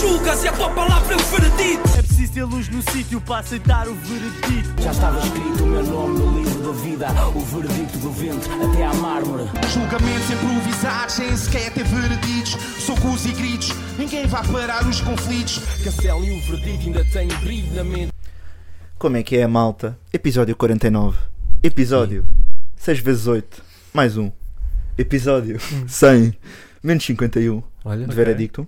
julgas e a tua palavra é o veredito. É preciso ter luz no sítio para aceitar o veredito. Já estava escrito o meu nome no livro da vida, o veredito do vento até à mármore. Julgamentos improvisados, sem sequer ter vereditos. Socos e gritos, ninguém vai parar os conflitos. Castelo e o veredito ainda têm brilho na mente. Como é que é a malta? Episódio 49. Episódio 6 vezes 8. Mais um. Episódio 100. Menos 51. Olha, De veredicto.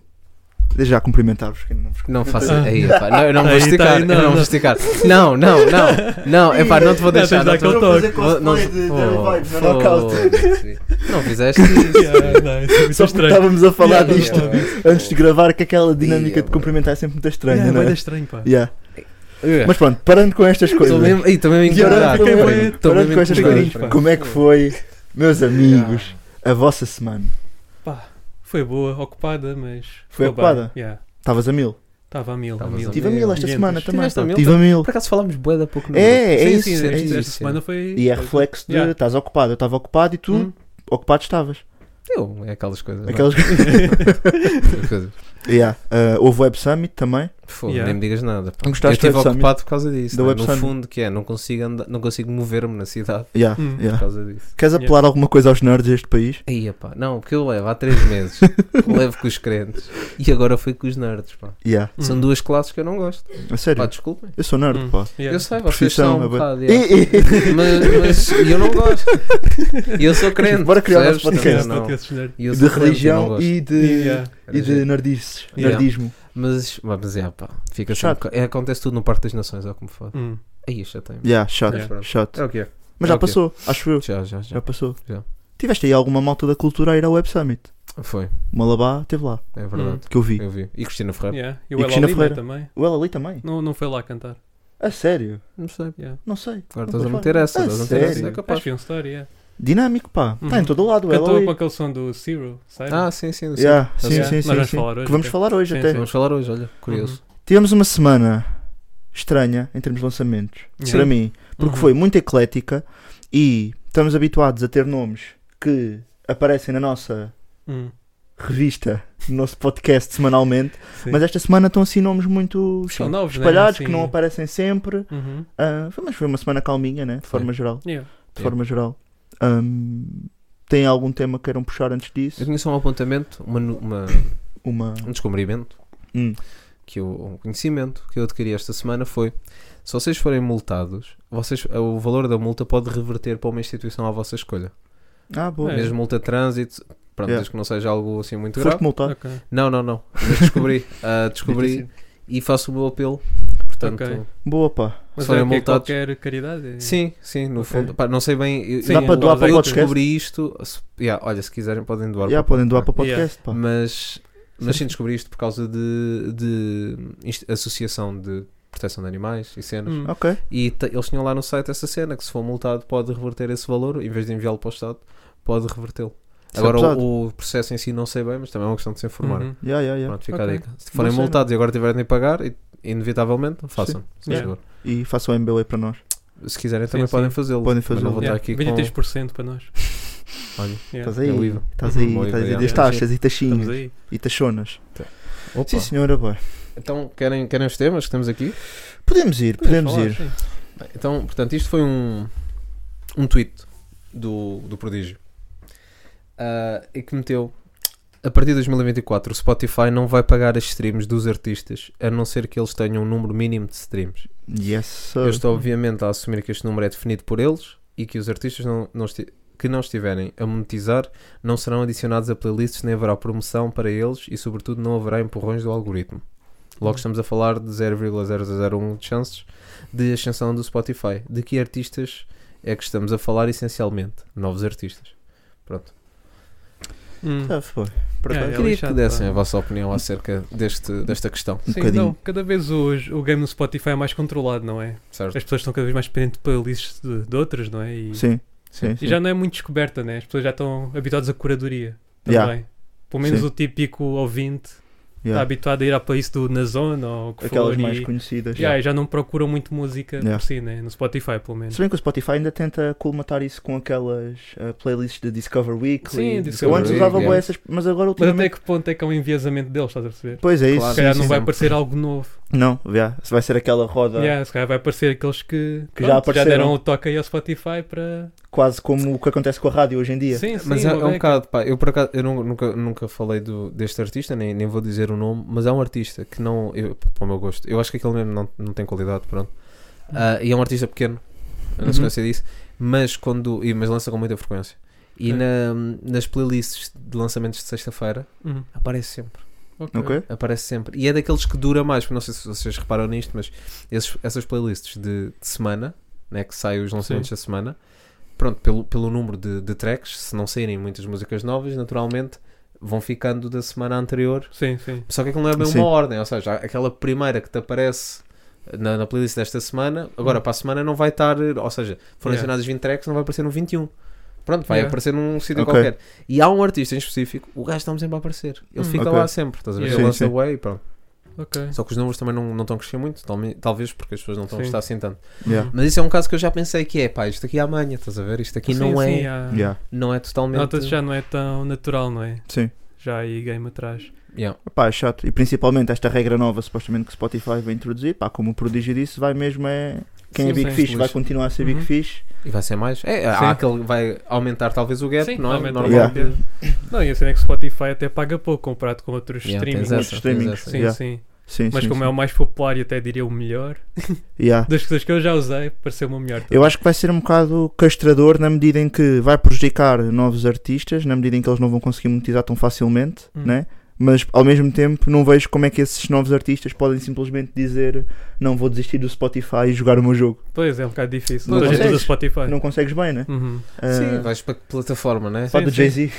Desde já cumprimentar-vos. que não vos não faça. Aí, pá, não, eu não vou Aí tá, esticar. aí não, eu não não. vou esticar. Não, não, não. Não, é pá, não te vou Não, deixar. tens de dar te vou- aquele Vou fazer Vou- cosplay de Daryl Oh, Vibes na Knockout. foda-se. Não fizeste isso. Yeah, não, isso é muito Só porque estranho. estávamos a falar Yeah, disto yeah, antes de gravar, que aquela dinâmica Yeah, de cumprimentar é sempre muito estranha, Yeah, não bué é? estranho, pá. Yeah. Mas pronto, parando com estas Estou coisas. mesmo, ei, estou mesmo Yeah, incomodado. fiquei bué- Frank. Estou Parando mesmo com estas incomodado, coisas, Frank. incomodado. Frank. como é que foi, meus amigos, a vossa semana? Foi boa, ocupada, mas. Foi ficou bem. ocupada? Yeah. Estavas a mil? Estava a mil, a Estavas mil. a Tive a mil esta Quinhentas. semana também. Tiveste a mil Tive a mil. Por acaso falámos bué da pouco no É, grupo. é Sim, isso, sim, é esta- isso. Esta esta semana foi. E é foi- reflexo de Yeah. estás ocupado. Eu estava ocupado e tu Hum. ocupado estavas. Eu, é aquelas coisas. não é? Aqueles... Aquelas coisas. yeah. uh, houve Web Summit também. Foda, Yeah. nem me digas nada. pá. Gostaste eu estive do Web Summit? ocupado por causa disso. Do né? Web No Summit? fundo, que é, não consigo, andar, não consigo mover-me na cidade Yeah, Hum. por yeah. causa disso. Queres Yeah. apelar alguma coisa aos nerds deste país? Aí, pá, não, porque eu levo há três meses. levo com os crentes e agora fui com os nerds, pá. Yeah. Hum. São duas classes que eu não gosto. A sério? Pá, desculpem. Eu sou nerd, Hum. pá. Yeah. Eu sei, vocês Profissão, são um é bué- bocado, yeah. um Ih, ih, mas, mas eu não gosto. E eu sou crente. Bora criar nosso percebes? podcast. Podcast, Eu não. podcast, né? E eu de sou crente, eu assim, não religião gosto. e de, Yeah. e de nerdices, Yeah. nerdismo. Mas, mas é, pá, fica assim, um Chato. boca- é, acontece tudo no Parque das Nações, é ou como for. Hum. Aí, já tem. Yeah, chato, Yeah. chato. É o que é. Mas já Ok. passou, acho eu. Já, já, já. Já passou. Já. Tiveste aí alguma malta da cultura a ir ao Web Summit? Foi, O Malabá esteve lá, é verdade. que eu vi. Eu vi. E Cristina Ferreira? Yeah. E E o Cristina Ferreira. Ela também. O ela ali também? Não, não foi lá cantar. A sério? Não sei. Yeah. Não sei. Agora Não estás a foi meter fora. essa, A estás a meter essa. sério? É Acho capaz. que foi um story, yeah. Dinámico, pá. Está Uhum. em todo lado, é o ela Cantou ali. com aquele som do Zero, sabe? Ah, sim, sim. sim. Yeah, Eu Sim, sei. Yeah. sim, é, Nós sim. vamos sim. falar hoje, né? ok? Sim, que vamos falar hoje até. sim. Vamos falar hoje, olha, curioso. Tivemos uma semana estranha em termos de lançamentos, Sim. para mim, porque Uhum. foi muito eclética e estamos habituados a ter nomes que aparecem na nossa Hum. revista, no nosso podcast semanalmente, Sim. mas esta semana estão assim nomes muito São sim, novos, né? espalhados, que Sim. não aparecem sempre. Uhum. Ah, foi- mas foi uma semana calminha, né? De forma geral. Yeah. De Sim. forma geral. Ahm, tem algum tema que queiram puxar antes Eu disso? tinha só um apontamento, uma nu- uma- Uma. um descobrimento, Hum. que eu, um conhecimento que eu adquiri esta semana foi: se vocês forem multados, vocês, eh, o valor da multa pode reverter para uma instituição à vossa escolha. Ah, boa. É. Mesmo multa de trânsito, pronto, Yeah. desde que não seja algo assim muito grave. É. Foste multado. Ok. Não, não, não. Mas descobri. ah, descobri Difícil. e faço o meu apelo. Portanto, Ok. Boa, pá. Mas Foram é o que é multados. qualquer caridade? é- sim, sim, no Ok. fundo. Pá, não sei bem. Eu, Sim, Dá para eu- doar para eu o podcast? descobri isto. se- yeah, olha, se quiserem, podem doar. Já para o podem doar para o Yeah. podcast, pá. Mas, mas sim, descobri isto por causa de, de inst- associação de proteção de animais e cenas. Hum. Ok. E te- eles tinham lá no site essa cena que se for multado pode reverter esse valor, em vez de enviá-lo para o Estado, pode revertê-lo. Isso é Agora pesado. o, o processo em si não sei bem, mas também é uma questão de se informar. Uhum. Yeah, yeah, yeah. Pronto, fica Ok. a dica. Se forem cena. multados e agora tiverem de pagar, i- inevitavelmente, façam. se Yeah. favor. E façam o MBA para nós. Se quiserem Sim, também sim. podem fazê-lo. Também Podem fazê-lo. Não vou estar Yeah. aqui com... 23% para nós. Olha, Yeah. Estás aí, É o IVA. estás Uhum. aí, Bom, estás aí IVA, das yeah. taxas e Estamos taxinhas aí. e taxonas. Opa. Sim, senhora, boy. Então, querem, querem os temas que temos aqui? Podemos ir, podemos falar, ir. sim. Bem, Então, portanto, isto foi um, um tweet do, do Prodígio ah, e que meteu a partir de 2024 o Spotify não vai pagar as streams dos artistas a não ser que eles tenham um número mínimo de streams. Yes, Eu sir. estou obviamente a assumir que este número é definido por eles e que os artistas não, não esti- que não estiverem a monetizar não serão adicionados a playlists, nem haverá promoção para eles e, sobretudo, não haverá empurrões do algoritmo. Logo estamos a falar de 0,001 de chances de ascensão do Spotify. De que artistas é que estamos a falar essencialmente? Novos artistas. Pronto. Hum. Tough, boy. É, é Queria que lixado, dessem pá. a vossa opinião acerca deste, desta questão, Um Sim, bocadinho. não, cada vez hoje o game no Spotify é mais controlado, não é? certo? As pessoas estão cada vez mais dependentes de playlists de, de outras, não é? E, Sim, sim, e sim. já não é muito descoberta, né? As pessoas já estão habituadas à curadoria também. Yeah. Pelo menos Sim. o típico ouvinte Yeah. está habituado a ir ao país do Na Zona ou o que Aquelas for. mais e, conhecidas. yeah, e já não procuram muito música Yeah. por si, né? no Spotify pelo menos. Se bem que o Spotify ainda tenta colmatar isso com aquelas ah, playlists de Discover Weekly. Sim, Eu Discover antes Weekly, usava yeah. bué essas, mas agora Mas até ultimamente. que ponto é que é um enviesamento deles, estás a perceber? Pois é isso. Claro. Se calhar sim, não sim, vai sim. aparecer algo novo. Não, yeah. se vai ser aquela roda Yeah, se calhar vai aparecer aqueles que, Que já já, já apareceram. deram o toque aí ao Spotify para. quase como o que acontece com a rádio hoje em dia. Sim, sim, Mas é, é uma um beca. bocado, pá, eu por acaso eu nu- nunca, nunca falei do, deste artista, nem, nem vou dizer o nome, mas é um artista que não, eu, para o meu gosto, eu acho que aquele mesmo não, não tem qualidade, pronto. Ah, e é um artista pequeno, eu não Uhum. se conhecia disso, mas quando. e- mas lança com muita frequência. E Ok. na- nas playlists de lançamentos de sexta-feira Uhum, aparece sempre. ok. Ok? Aparece sempre. E é daqueles que dura mais, porque não sei se vocês reparam nisto, mas esses- essas playlists de, de semana, né, que saem os lançamentos da semana, pronto, pelo, pelo número de, de tracks, se não saírem muitas músicas novas, naturalmente vão ficando da semana anterior. Sim, sim. Só que aquilo não é bem Sim. uma ordem, ou seja, aquela primeira que te aparece na, na playlist desta semana, agora para a semana não vai estar, ou seja, foram Hum. Yeah. adicionadas 20 tracks, não vai aparecer um no 21. Pronto, vai Yeah. aparecer num sítio Ok. qualquer. E há um artista em específico, o gajo está sempre a aparecer. Ele Hum. fica Ok. lá sempre, estás a ver? Ele Yeah. Sim, lança sim. away e pronto. Ok. Só que os números também não, não estão a crescer muito, talme- talvez porque as pessoas não estão a Sim. gostar assim tanto. Yeah. Mas isso é um caso que eu já pensei que é, pá, isto aqui é amanhã, estás a ver? Isto aqui Sim, não, sim, é, há- Yeah. não é totalmente. Nota-se já não é tão natural, não é? Sim. Já há aí game atrás. Yeah. Pá, é chato. E principalmente esta regra nova, supostamente que Spotify vai introduzir, pá, como o prodígio disse, vai mesmo é. Quem é Sim, Big sim. Fish vai Luís. continuar a ser Big Uhum. Fish. E vai ser mais. É, há Sim. aquele vai aumentar talvez o gap, Sim, não é? aumenta o Normal. gap, yeah. Não, e a cena é que Spotify até paga pouco comparado com outros Yeah, tens streamings. essa, Muitos tens streamings. essa. Sim, Yeah. sim. Sim, Mas sim, como sim. é o mais popular e até diria o melhor, Yeah. das coisas que eu já usei, pareceu-me o melhor. Eu acho que vai ser um bocado castrador na medida em que vai prejudicar novos artistas, na medida em que eles não vão conseguir monetizar tão facilmente, Hum. né? Mas ao mesmo tempo não vejo como é que esses novos artistas podem simplesmente dizer não vou desistir do Spotify e jogar o meu jogo. Pois é, um bocado difícil. Não Toda a gente consegues. usa Spotify. Não consegues bem, né? Uhum. Ah, Sim, vais para que plataforma, né? pá, sim, do sim. Jay-Z.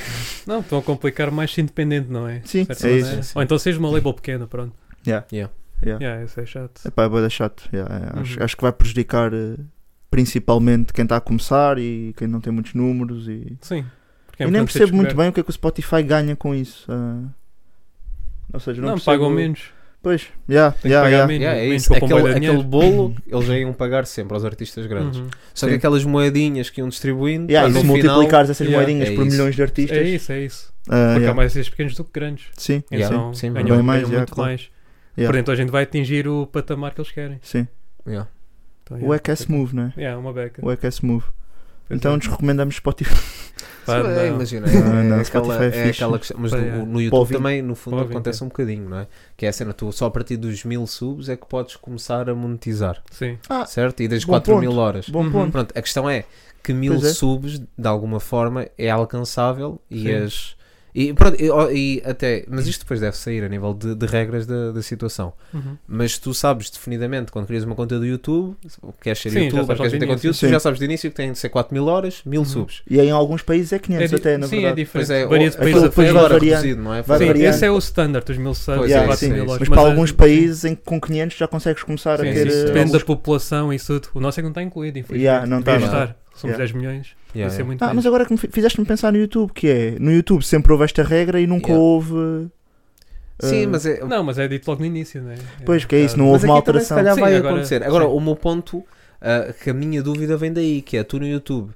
Não, estão a complicar mais se independente, não é? Sim, De certa é maneira. isso. Sim. Ou então seja uma label pequena, pronto. Yeah. Yeah. Yeah. Yeah, isso é chato. Epá, é bué da chato. Yeah, yeah. Acho, Uhum. acho que vai prejudicar eh, principalmente quem está a começar e quem não tem muitos números. E, Sim. Porque é eu nem importante ser percebo muito descoberto. bem o que é que o Spotify ganha com isso. ah. Ou seja, não, Não, percebo- pagam menos. Pois, yeah, Tem que yeah, pagar yeah. menos. Yeah, é então menos isso. para o comboio Aquele, de aquele dinheiro. bolo eles já iam pagar sempre aos artistas grandes. Uhum. Só que Sim. aquelas moedinhas que iam distribuindo, Yeah, pá, e no se final, multiplicares essas yeah, moedinhas é por isso. milhões de artistas, É isso, é isso. ah, Porque há yeah. mais esses pequenos do que grandes. sim, Yeah, Então sim, ganham, bem mais, ganham yeah, muito claro. mais. Yeah. Portanto, a gente vai atingir o patamar que eles querem. sim. Yeah. Então, O é que é smooth, né? Yeah, uma beca. O é que é smooth. Pois Então é. desrecomendamos Spotify. Pá, Sim, é, não. imagina, Ah, é, não, aquela, Spotify é é fixe. aquela questão, mas Pá, no, é. no Para YouTube ouvir. também, no fundo, Para ouvir, acontece é. um bocadinho, não é? Que é a cena, tu só a partir dos mil subs é que podes começar a monetizar, Sim. Ah, certo? E das bom 4 mil ponto. horas. Bom Uhum. ponto. Pronto, a questão é que mil Hum. Pois é. subs, de alguma forma, é alcançável e Sim. as. E, pronto, e, ó, e até, mas isto depois deve sair a nível de, de regras da, da situação. Uhum. Mas tu sabes definidamente quando crias uma conta do YouTube, queres ser Sim, já youtuber, sabes queres ao ter início. conteúdo, tu Sim. já sabes de início que tem de ser 4 mil horas, mil Uhum. subs. E em alguns países é 500 É di- até, na sim, é verdade. diferente. Pois é, Varia de ou- país aquilo a depois país. agora varia- reduzido, não é? vai Sim, Fazer- variando. esse é o standard, os mil subs Pois e é, 4 sim, mil sim. horas. Mas para a- alguns países em que com 500 já consegues começar a Sim, ter. sim, eh, isso depende da alguns- população, isso tudo. O nosso é que não está incluído, infelizmente. Yeah, não está, Devia não. estar. Somos Yeah. 10 milhões. Yeah, Isso é yeah. muito Ah, bem. mas agora que me fi- fizeste-me pensar no YouTube, que é no YouTube sempre houve esta regra e nunca Yeah. houve. eh, Sim, eh, mas é. Não, mas é dito logo no início, não é? Pois, que é isso, não mas houve uma aqui também se alteração. calhar Sim, vai agora- acontecer. Agora, sim. o meu ponto, ah, que a minha dúvida vem daí, que é tu no YouTube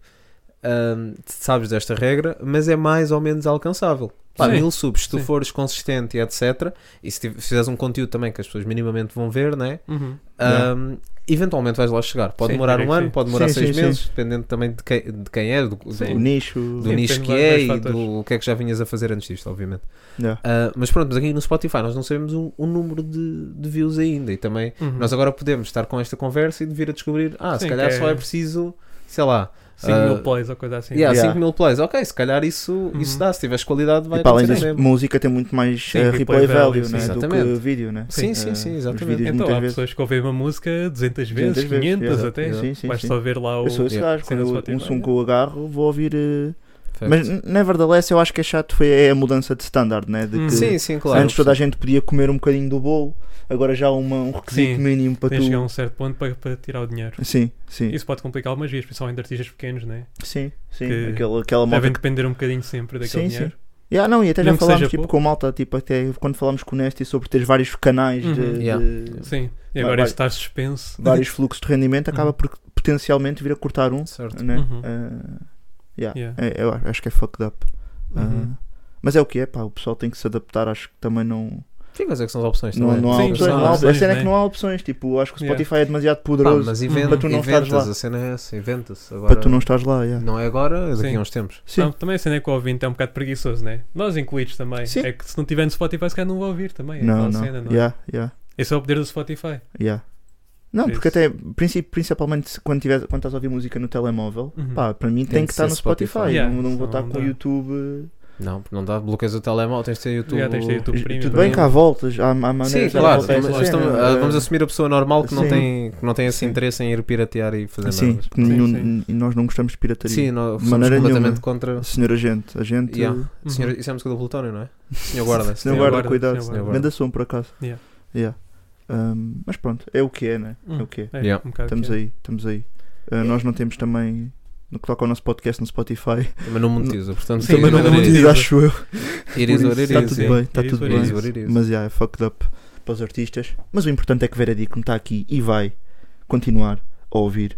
ahm, sabes desta regra, mas é mais ou menos alcançável. Pá, Sim. mil subs, se tu Sim. fores consistente e etc. E se tiv- se fizeres um conteúdo também que as pessoas minimamente vão ver, né? Uhum. ahm, eventualmente vais lá chegar. Pode Sim, demorar creio um que ano, sim. pode demorar Sim, seis sim, sim. meses, dependendo também de quem, de quem é, do, do- O nicho. do Sim, nicho depende que de é vários e fatores. do que é que já vinhas a fazer antes disto, obviamente. Yeah. Ah, mas pronto, mas aqui no Spotify nós não sabemos o, o número de, de views ainda e também Uhum. nós agora podemos estar com esta conversa e de vir a descobrir, ah, se Sim, calhar que é- só é preciso, sei lá, 5 ah, mil plays ou coisa assim. yeah, Yeah. 5 mil plays, ok, se calhar isso, isso Uhum. dá, se tiveres qualidade vai E para além acontecer disso, mesmo. música tem muito mais Sim, eh, replay replay value, value, né, sim. do que Exatamente. vídeo, né? Sim, sim, sim, Eh, exatamente. Os vídeos Então há muitas vezes. pessoas que ouvem uma música 200 vezes, 200 vezes, 500 yeah. até. Yeah. Sim, sim, Vais sim. só ver lá o. Eu sou esse Yeah. gajo, Cena quando eu, Spotify. um som que eu agarro, vou ouvir. eh, Facts. Mas n- nevertheless, eu acho que é chato foi é a mudança de standard, né? De Hum. que sim, sim, claro. antes toda a gente podia comer um bocadinho do bolo, agora já há uma, um requisito Sim, mínimo para Tens de chegar a tu. um certo ponto para, para tirar o dinheiro. Sim, sim, Isso pode complicar algumas vezes, principalmente de artistas pequenos, né? sim, sim. que Aquela, aquela Devem malta depender um bocadinho sempre daquele Sim, sim. dinheiro. que- Yeah, não, e até já Mesmo que falámos seja tipo, pouco. com malta, tipo, até quando falámos com o Nesti sobre ter vários canais de, Uhum. de- Yeah. Sim. E Vai, agora vai. este está suspenso. vários fluxos de rendimento, acaba Uhum. por potencialmente vir a cortar um. Certo. Né? Uhum. Ah, yeah. Yeah. É, eu acho que é fucked up. Ah, Uhum. mas é o que é, pá, o pessoal tem que se adaptar, acho que também não. Fica a dizer é que são as opções Não, também. não há Sim, opções. não há não há- a opções, cena é né? que não há opções, tipo, acho que o Yeah. Spotify é demasiado Pá, poderoso mas inven- para tu não estares inventas, lá. a cena é essa, inventa-se. Agora para tu não estás lá. yeah. não é agora, é daqui Sim. a uns tempos. Sim. Não, também a cena é que o ouvinte é um bocado preguiçoso, né? Nós incluídos também. Sim. É que se não tiver no Spotify, se calhar não vou ouvir também. É Não, aquela não. Cena, não é? Yeah, yeah. Esse é o poder do Spotify. Yeah. Não, Por porque isso. até princi- principalmente se- quando, tiver, quando estás a ouvir música no telemóvel, Uhum. pá, para mim tem, que que estar ser no Spotify. Spotify. Yeah, Não, não senão vou estar não com o dá. YouTube. Não, porque não dá, bloqueias o telemóvel, tens de ter YouTube. Yeah, tens de ter YouTube. eh, Premium, Tudo bem né? que há voltas, há, há maneiras Sim, de dar claro, volta a essa mas cena, estamos- eh, ah, vamos assumir a pessoa normal que não, sim. tem, que não tem esse Sim. interesse em ir piratear e fazer Sim, nada. que nenhum- né? sim. e nós não gostamos de pirataria. Sim, nós De somos maneira completamente nenhuma. contra. Senhor agente, a gente Yeah. Uhum. Senhor, isso é a música do Plutónio, não é? Senhor Guarda. Senhor Senhor guarda, guarda, cuidado. senhor guarda. Venda som, por acaso. Yeah. Yeah. Um, mas pronto, é o que é, né? É o que é. É, Yeah. um bocado Estamos que é. aí, estamos aí. Uh, nós não temos também, no que toca ao nosso podcast no Spotify, Mas não monetiza, portanto, Sim, também não não é monetiza, monetiza. acho eu. Por isso, Está Está tudo bem, está It is tudo what it bem. is. Mas já, é fucked up para os artistas. Mas o importante é que Vera Dico está aqui e vai continuar a ouvir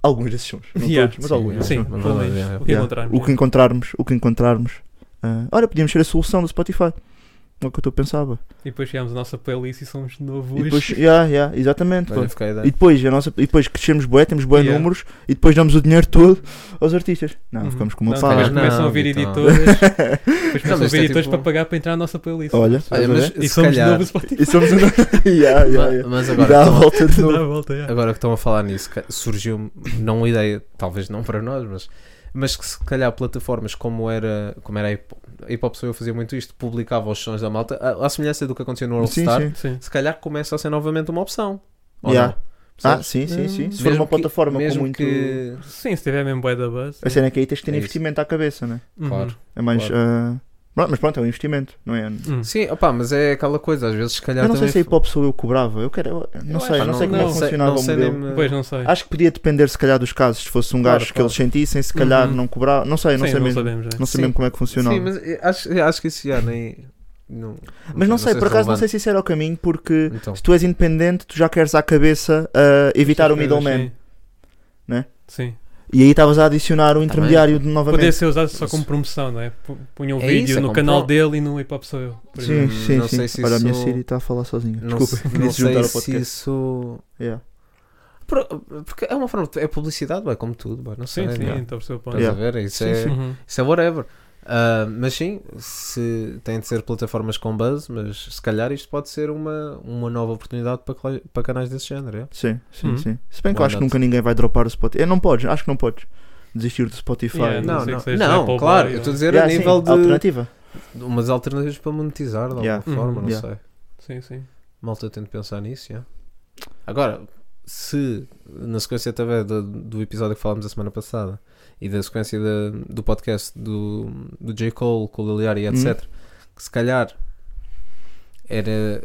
alguns desses sons. Não Yeah. todos, mas alguns. desses Sim, sons. Mas pelo vale, menos. é. O que Yeah. encontrarmos. O que encontrarmos, o que encontrarmos. Ah, ora, podíamos ser a solução do Spotify. É o que eu pensava. E depois chegámos à nossa playlist e somos de novo E depois, hoje. yeah, yeah, exatamente. pá. Olha, fica a ideia. E depois, a nossa, e depois crescemos bué, temos bué Yeah. números e depois damos o dinheiro todo aos artistas. Não, Uhum. ficamos com uma Não, fala. Depois Não, começam a ouvir Vitão. editoras. Não, mas Depois começam a isto ouvir é editoras tipo- para pagar para entrar na nossa playlist. Olha, Olha, estás a mas ver? E se somos de calhar. novo Spotify. E somos um... yeah, yeah, yeah. Ma- Mas E agora. dá a estão- volta de Dá novo. a volta, é. yeah. Agora que estão a falar nisso, ca- surgiu-me não uma ideia, talvez não para nós, mas, mas que se calhar plataformas como era, como era a hip a hip hop, Soul, eu fazia muito isto, publicava os sons da malta, à, à semelhança do que aconteceu no All Sim, Star, sim. Sim. se calhar começa a ser novamente uma opção. Ou Yeah. não? Ah, Percebes? sim, sim, sim. Se for Mesmo uma plataforma que, com mesmo muito. que- Sim, se tiver mesmo bué da buzz. A cena é que aí tens de ter É isso. investimento à cabeça, né? Uhum. Claro. É mais. Claro. ah, pronto, Mas pronto, é um investimento, não é? Uhum. Sim, opá, mas é aquela coisa, às vezes se calhar eu não sei também se a hip hop sou eu que cobrava. Eu quero. eu- não Eu sei, acho não, que sei não. como é Não que sei- funcionava o modelo. nem me- Pois não sei. Acho que podia depender, se calhar, dos casos. Se fosse um Claro, gajo que claro. eles sentissem, se calhar Uhum. não cobrava. Não sei, é, não Sim, sei não mesmo. sabemos, né? Não sei Sim. mesmo como é que funcionava. Sim, mas eu acho, eu acho que isso já nem. Não, Mas não sei, por acaso, não sei é relevante. se isso era o caminho, porque Então, se tu és independente, tu já queres à cabeça ah, evitar o Estas coisas, middleman. sim. né? Sim. E aí estavas a adicionar o intermediário de novamente. Podia ser usado só como promoção, não é? Pu- Punha um É vídeo isso, é no como canal pro- dele e no Hip Hop Sou Eu. por Sim, exemplo. sim, não sim. sei se Olha, a minha isso- Siri está a falar sozinha. não, Desculpa, se- não disse juntar sei ao se podcast. isso. Yeah. Por- Porque é uma forma, é publicidade, é como tudo, bué, não sei. Sim, sim, não é? então percebo o ponto. Estás Yeah. a ver? Isso, Sim, é, sim. Uhum. isso é whatever. Ah, mas sim, se tem de ser plataformas com buzz, mas se calhar isto pode ser uma, uma nova oportunidade para, cla- para canais desse género. É? Sim, sim, Uhum. sim. Se bem que Why eu acho que not? nunca ninguém vai dropar o Spotify. É, não podes, acho que não podes desistir do Spotify. Yeah, Não, sei não, que seja não, Apple é? claro, Buy, eu ou- estou a dizer Yeah, a sim, nível de Alternativa. umas alternativas para monetizar de alguma Yeah. forma, Uhum. não Yeah. sei. Sim, sim. Malta tem de pensar nisso, yeah. Agora, se na sequência também do, do episódio que falámos a semana passada e da sequência da- do podcast do, do J. Cole com o Liliari, Hum. etc., que se calhar era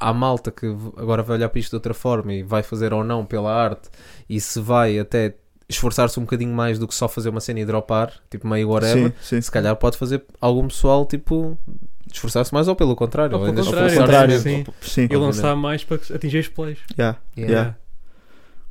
a malta que v- agora vai olhar para isto de outra forma e vai fazer ou não pela arte e se vai até esforçar-se um bocadinho mais do que só fazer uma cena e dropar, tipo meio whatever, Sim, sim. se calhar pode fazer algum pessoal tipo esforçar-se mais ou pelo contrário, Ou pelo ainda contrário, esforçar-se sim. mesmo. Sim, E lançar mais para atingir os plays. É. yeah. Yeah. Yeah.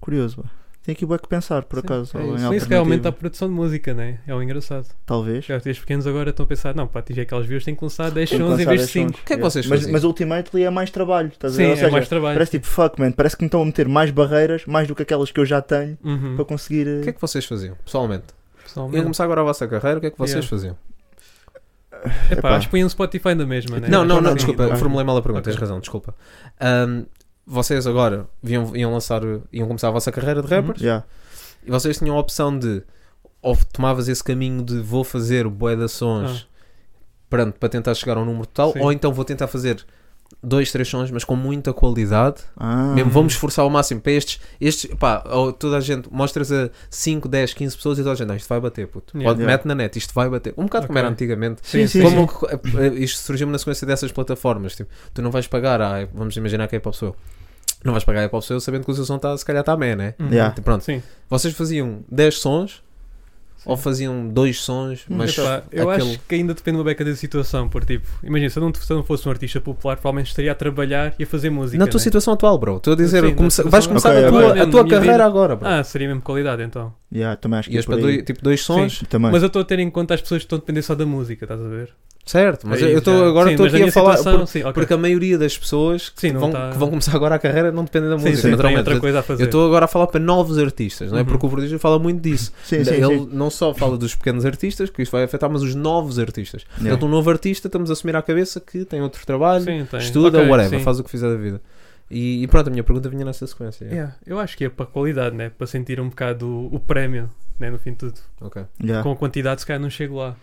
curioso. bué. Tem aqui bué que pensar, por Sim, acaso. é ou em isso. Sim, isso que aumenta a alternativa. produção de música, né? É o engraçado. Talvez. Já os pequenos agora estão a pensar, não, para atingir aqueles views tem que lançar 10 Tem que sons em lançar vez de 10 5. sons. O que é que vocês mas, fazem? mas ultimately é mais trabalho, estás Sim, a ver? Ou é seja, mais trabalho. parece tipo fuck, man. Parece que me estão a meter mais barreiras, mais do que aquelas que eu já tenho, Uhum, para conseguir. eh, O que é que vocês faziam, pessoalmente? pessoalmente. Iam começar agora a vossa carreira, o que é que vocês Yeah. faziam? Epá, Epá. acho que põe no Spotify na mesma, né? Não, não, Sim. não, desculpa, Ah. formulei mal a pergunta, Ok. tens razão, desculpa. Ahm, vocês agora iam, iam lançar, iam começar a vossa carreira de Uhum. rappers eh, Yeah. e vocês tinham a opção de ou tomavas esse caminho de vou fazer bué de sons pronto, para tentar chegar a um número total, Ah. Sim. ou então vou tentar fazer dois, três sons, mas com muita qualidade Ah, Uhum. Mesmo, vamos esforçar ao máximo para estes, estes pá, ou toda a gente, mostras a 5, 10, 15 pessoas e toda a gente, não, isto vai bater, puto. Yeah. Ou Yeah. mete na net, isto vai bater. Um bocado como Ok. era antigamente. Sim, sim, Como que- eh, isto surgiu-me na sequência dessas plataformas. Tipo, tu não vais pagar, a- vamos imaginar que é para a pessoa. Não vais pagar a pessoa sabendo que o seu som tá, se calhar está a mé, tá né? Uhum. Yeah. Tipo, Pronto, Sim. vocês faziam 10 sons Ou faziam dois sons, mas Epá, eu aquele- acho que ainda depende uma beca da situação, porque tipo, imagina, se eu, não, se eu não fosse um artista popular, provavelmente estaria a trabalhar e a fazer música. na tua né? situação atual, bro. Estou a dizer, Sim, na começa- situação vais começar atual. a tua, Ok, agora. a tua Minha carreira vida. agora, bro. Ah, seria mesmo qualidade então. Yeah, também acho que Ias é por para aí. dois, tipo dois sons, Também. Mas eu estou a ter em conta as pessoas que estão a depender só da música, estás a ver? certo? Mas É eu isso, estou já. agora Sim, estou mas aqui na a falar minha situação, por- sim, ok. porque a maioria das pessoas que, Sim, não vão, tá- que vão começar agora a carreira não dependem da Sim, música, sim, tem naturalmente. outra coisa a Eu fazer. estou agora a falar para novos artistas, não é? Uhum. Porque o prodígio fala muito disso. Sim, sim, Ele sim. não só fala dos pequenos artistas, que isso vai afetar, mas os novos artistas. Yeah. Portanto, um novo artista, estamos a assumir à cabeça que tem outro trabalho, Sim, tem. estuda, Ok, whatever, sim. faz o que fizer da vida. E, e pronto, a minha pergunta vinha nessa sequência. yeah. Yeah, Eu acho que é para qualidade, né? Para sentir um bocado o, o prémio, né? No fim de tudo. Yeah. Com a quantidade, se calhar não chego lá.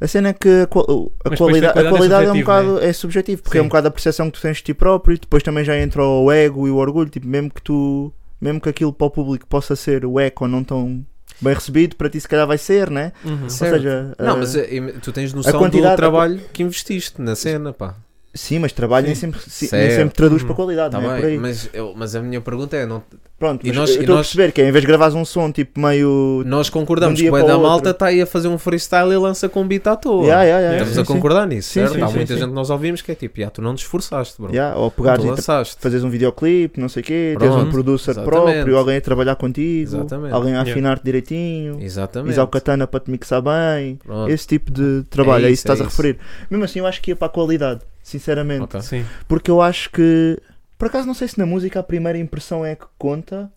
A cena é que a, qual- a Mas depois qualidade, tem a qualidade qualidade é um subjetivo, bocado é subjetivo, porque é um Sim. bocado a percepção que tu tens de ti próprio, e depois também já entra o ego e o orgulho, tipo, mesmo que tu, mesmo que aquilo para o público possa ser o eco ou não tão bem recebido, para ti se calhar vai ser, né? Certo. Ou seja, Não, eh, mas eh, im- tu tens noção quantidade- do trabalho que investiste na cena, pá. sim, mas trabalho nem sempre, si- nem Certo. sempre traduz para Hum. qualidade, Tá não é por bem, aí. mas, eu- mas a minha pergunta é: não- Pronto, e mas nós- eu e estou a nós- perceber que é, em vez de gravares um som tipo meio. nós De um concordamos dia que o bué para da o outro. malta está aí a fazer um freestyle e lança com um beat à toa. Yeah, yeah, yeah, Estamos sim, a sim. concordar nisso, Sim, certo? sim, Há sim, muita sim. gente que nós ouvimos que é tipo, "Ya, tu não te esforçaste, bro. Yeah, ou tu pegares e tra- lançaste. fazeres um videoclipe, não sei o quê, teres um Pronto, producer exatamente. próprio, alguém a trabalhar contigo, Exatamente. alguém a Yeah. afinar-te direitinho, Exatamente. usar o katana para te mixar bem, Pronto. esse tipo de trabalho, é É isso que isso, é estás a isso. referir. Mesmo assim, eu acho que ia para a qualidade, sinceramente, Ok. Sim. porque eu acho que, por acaso, não sei se na música a primeira impressão é a que conta.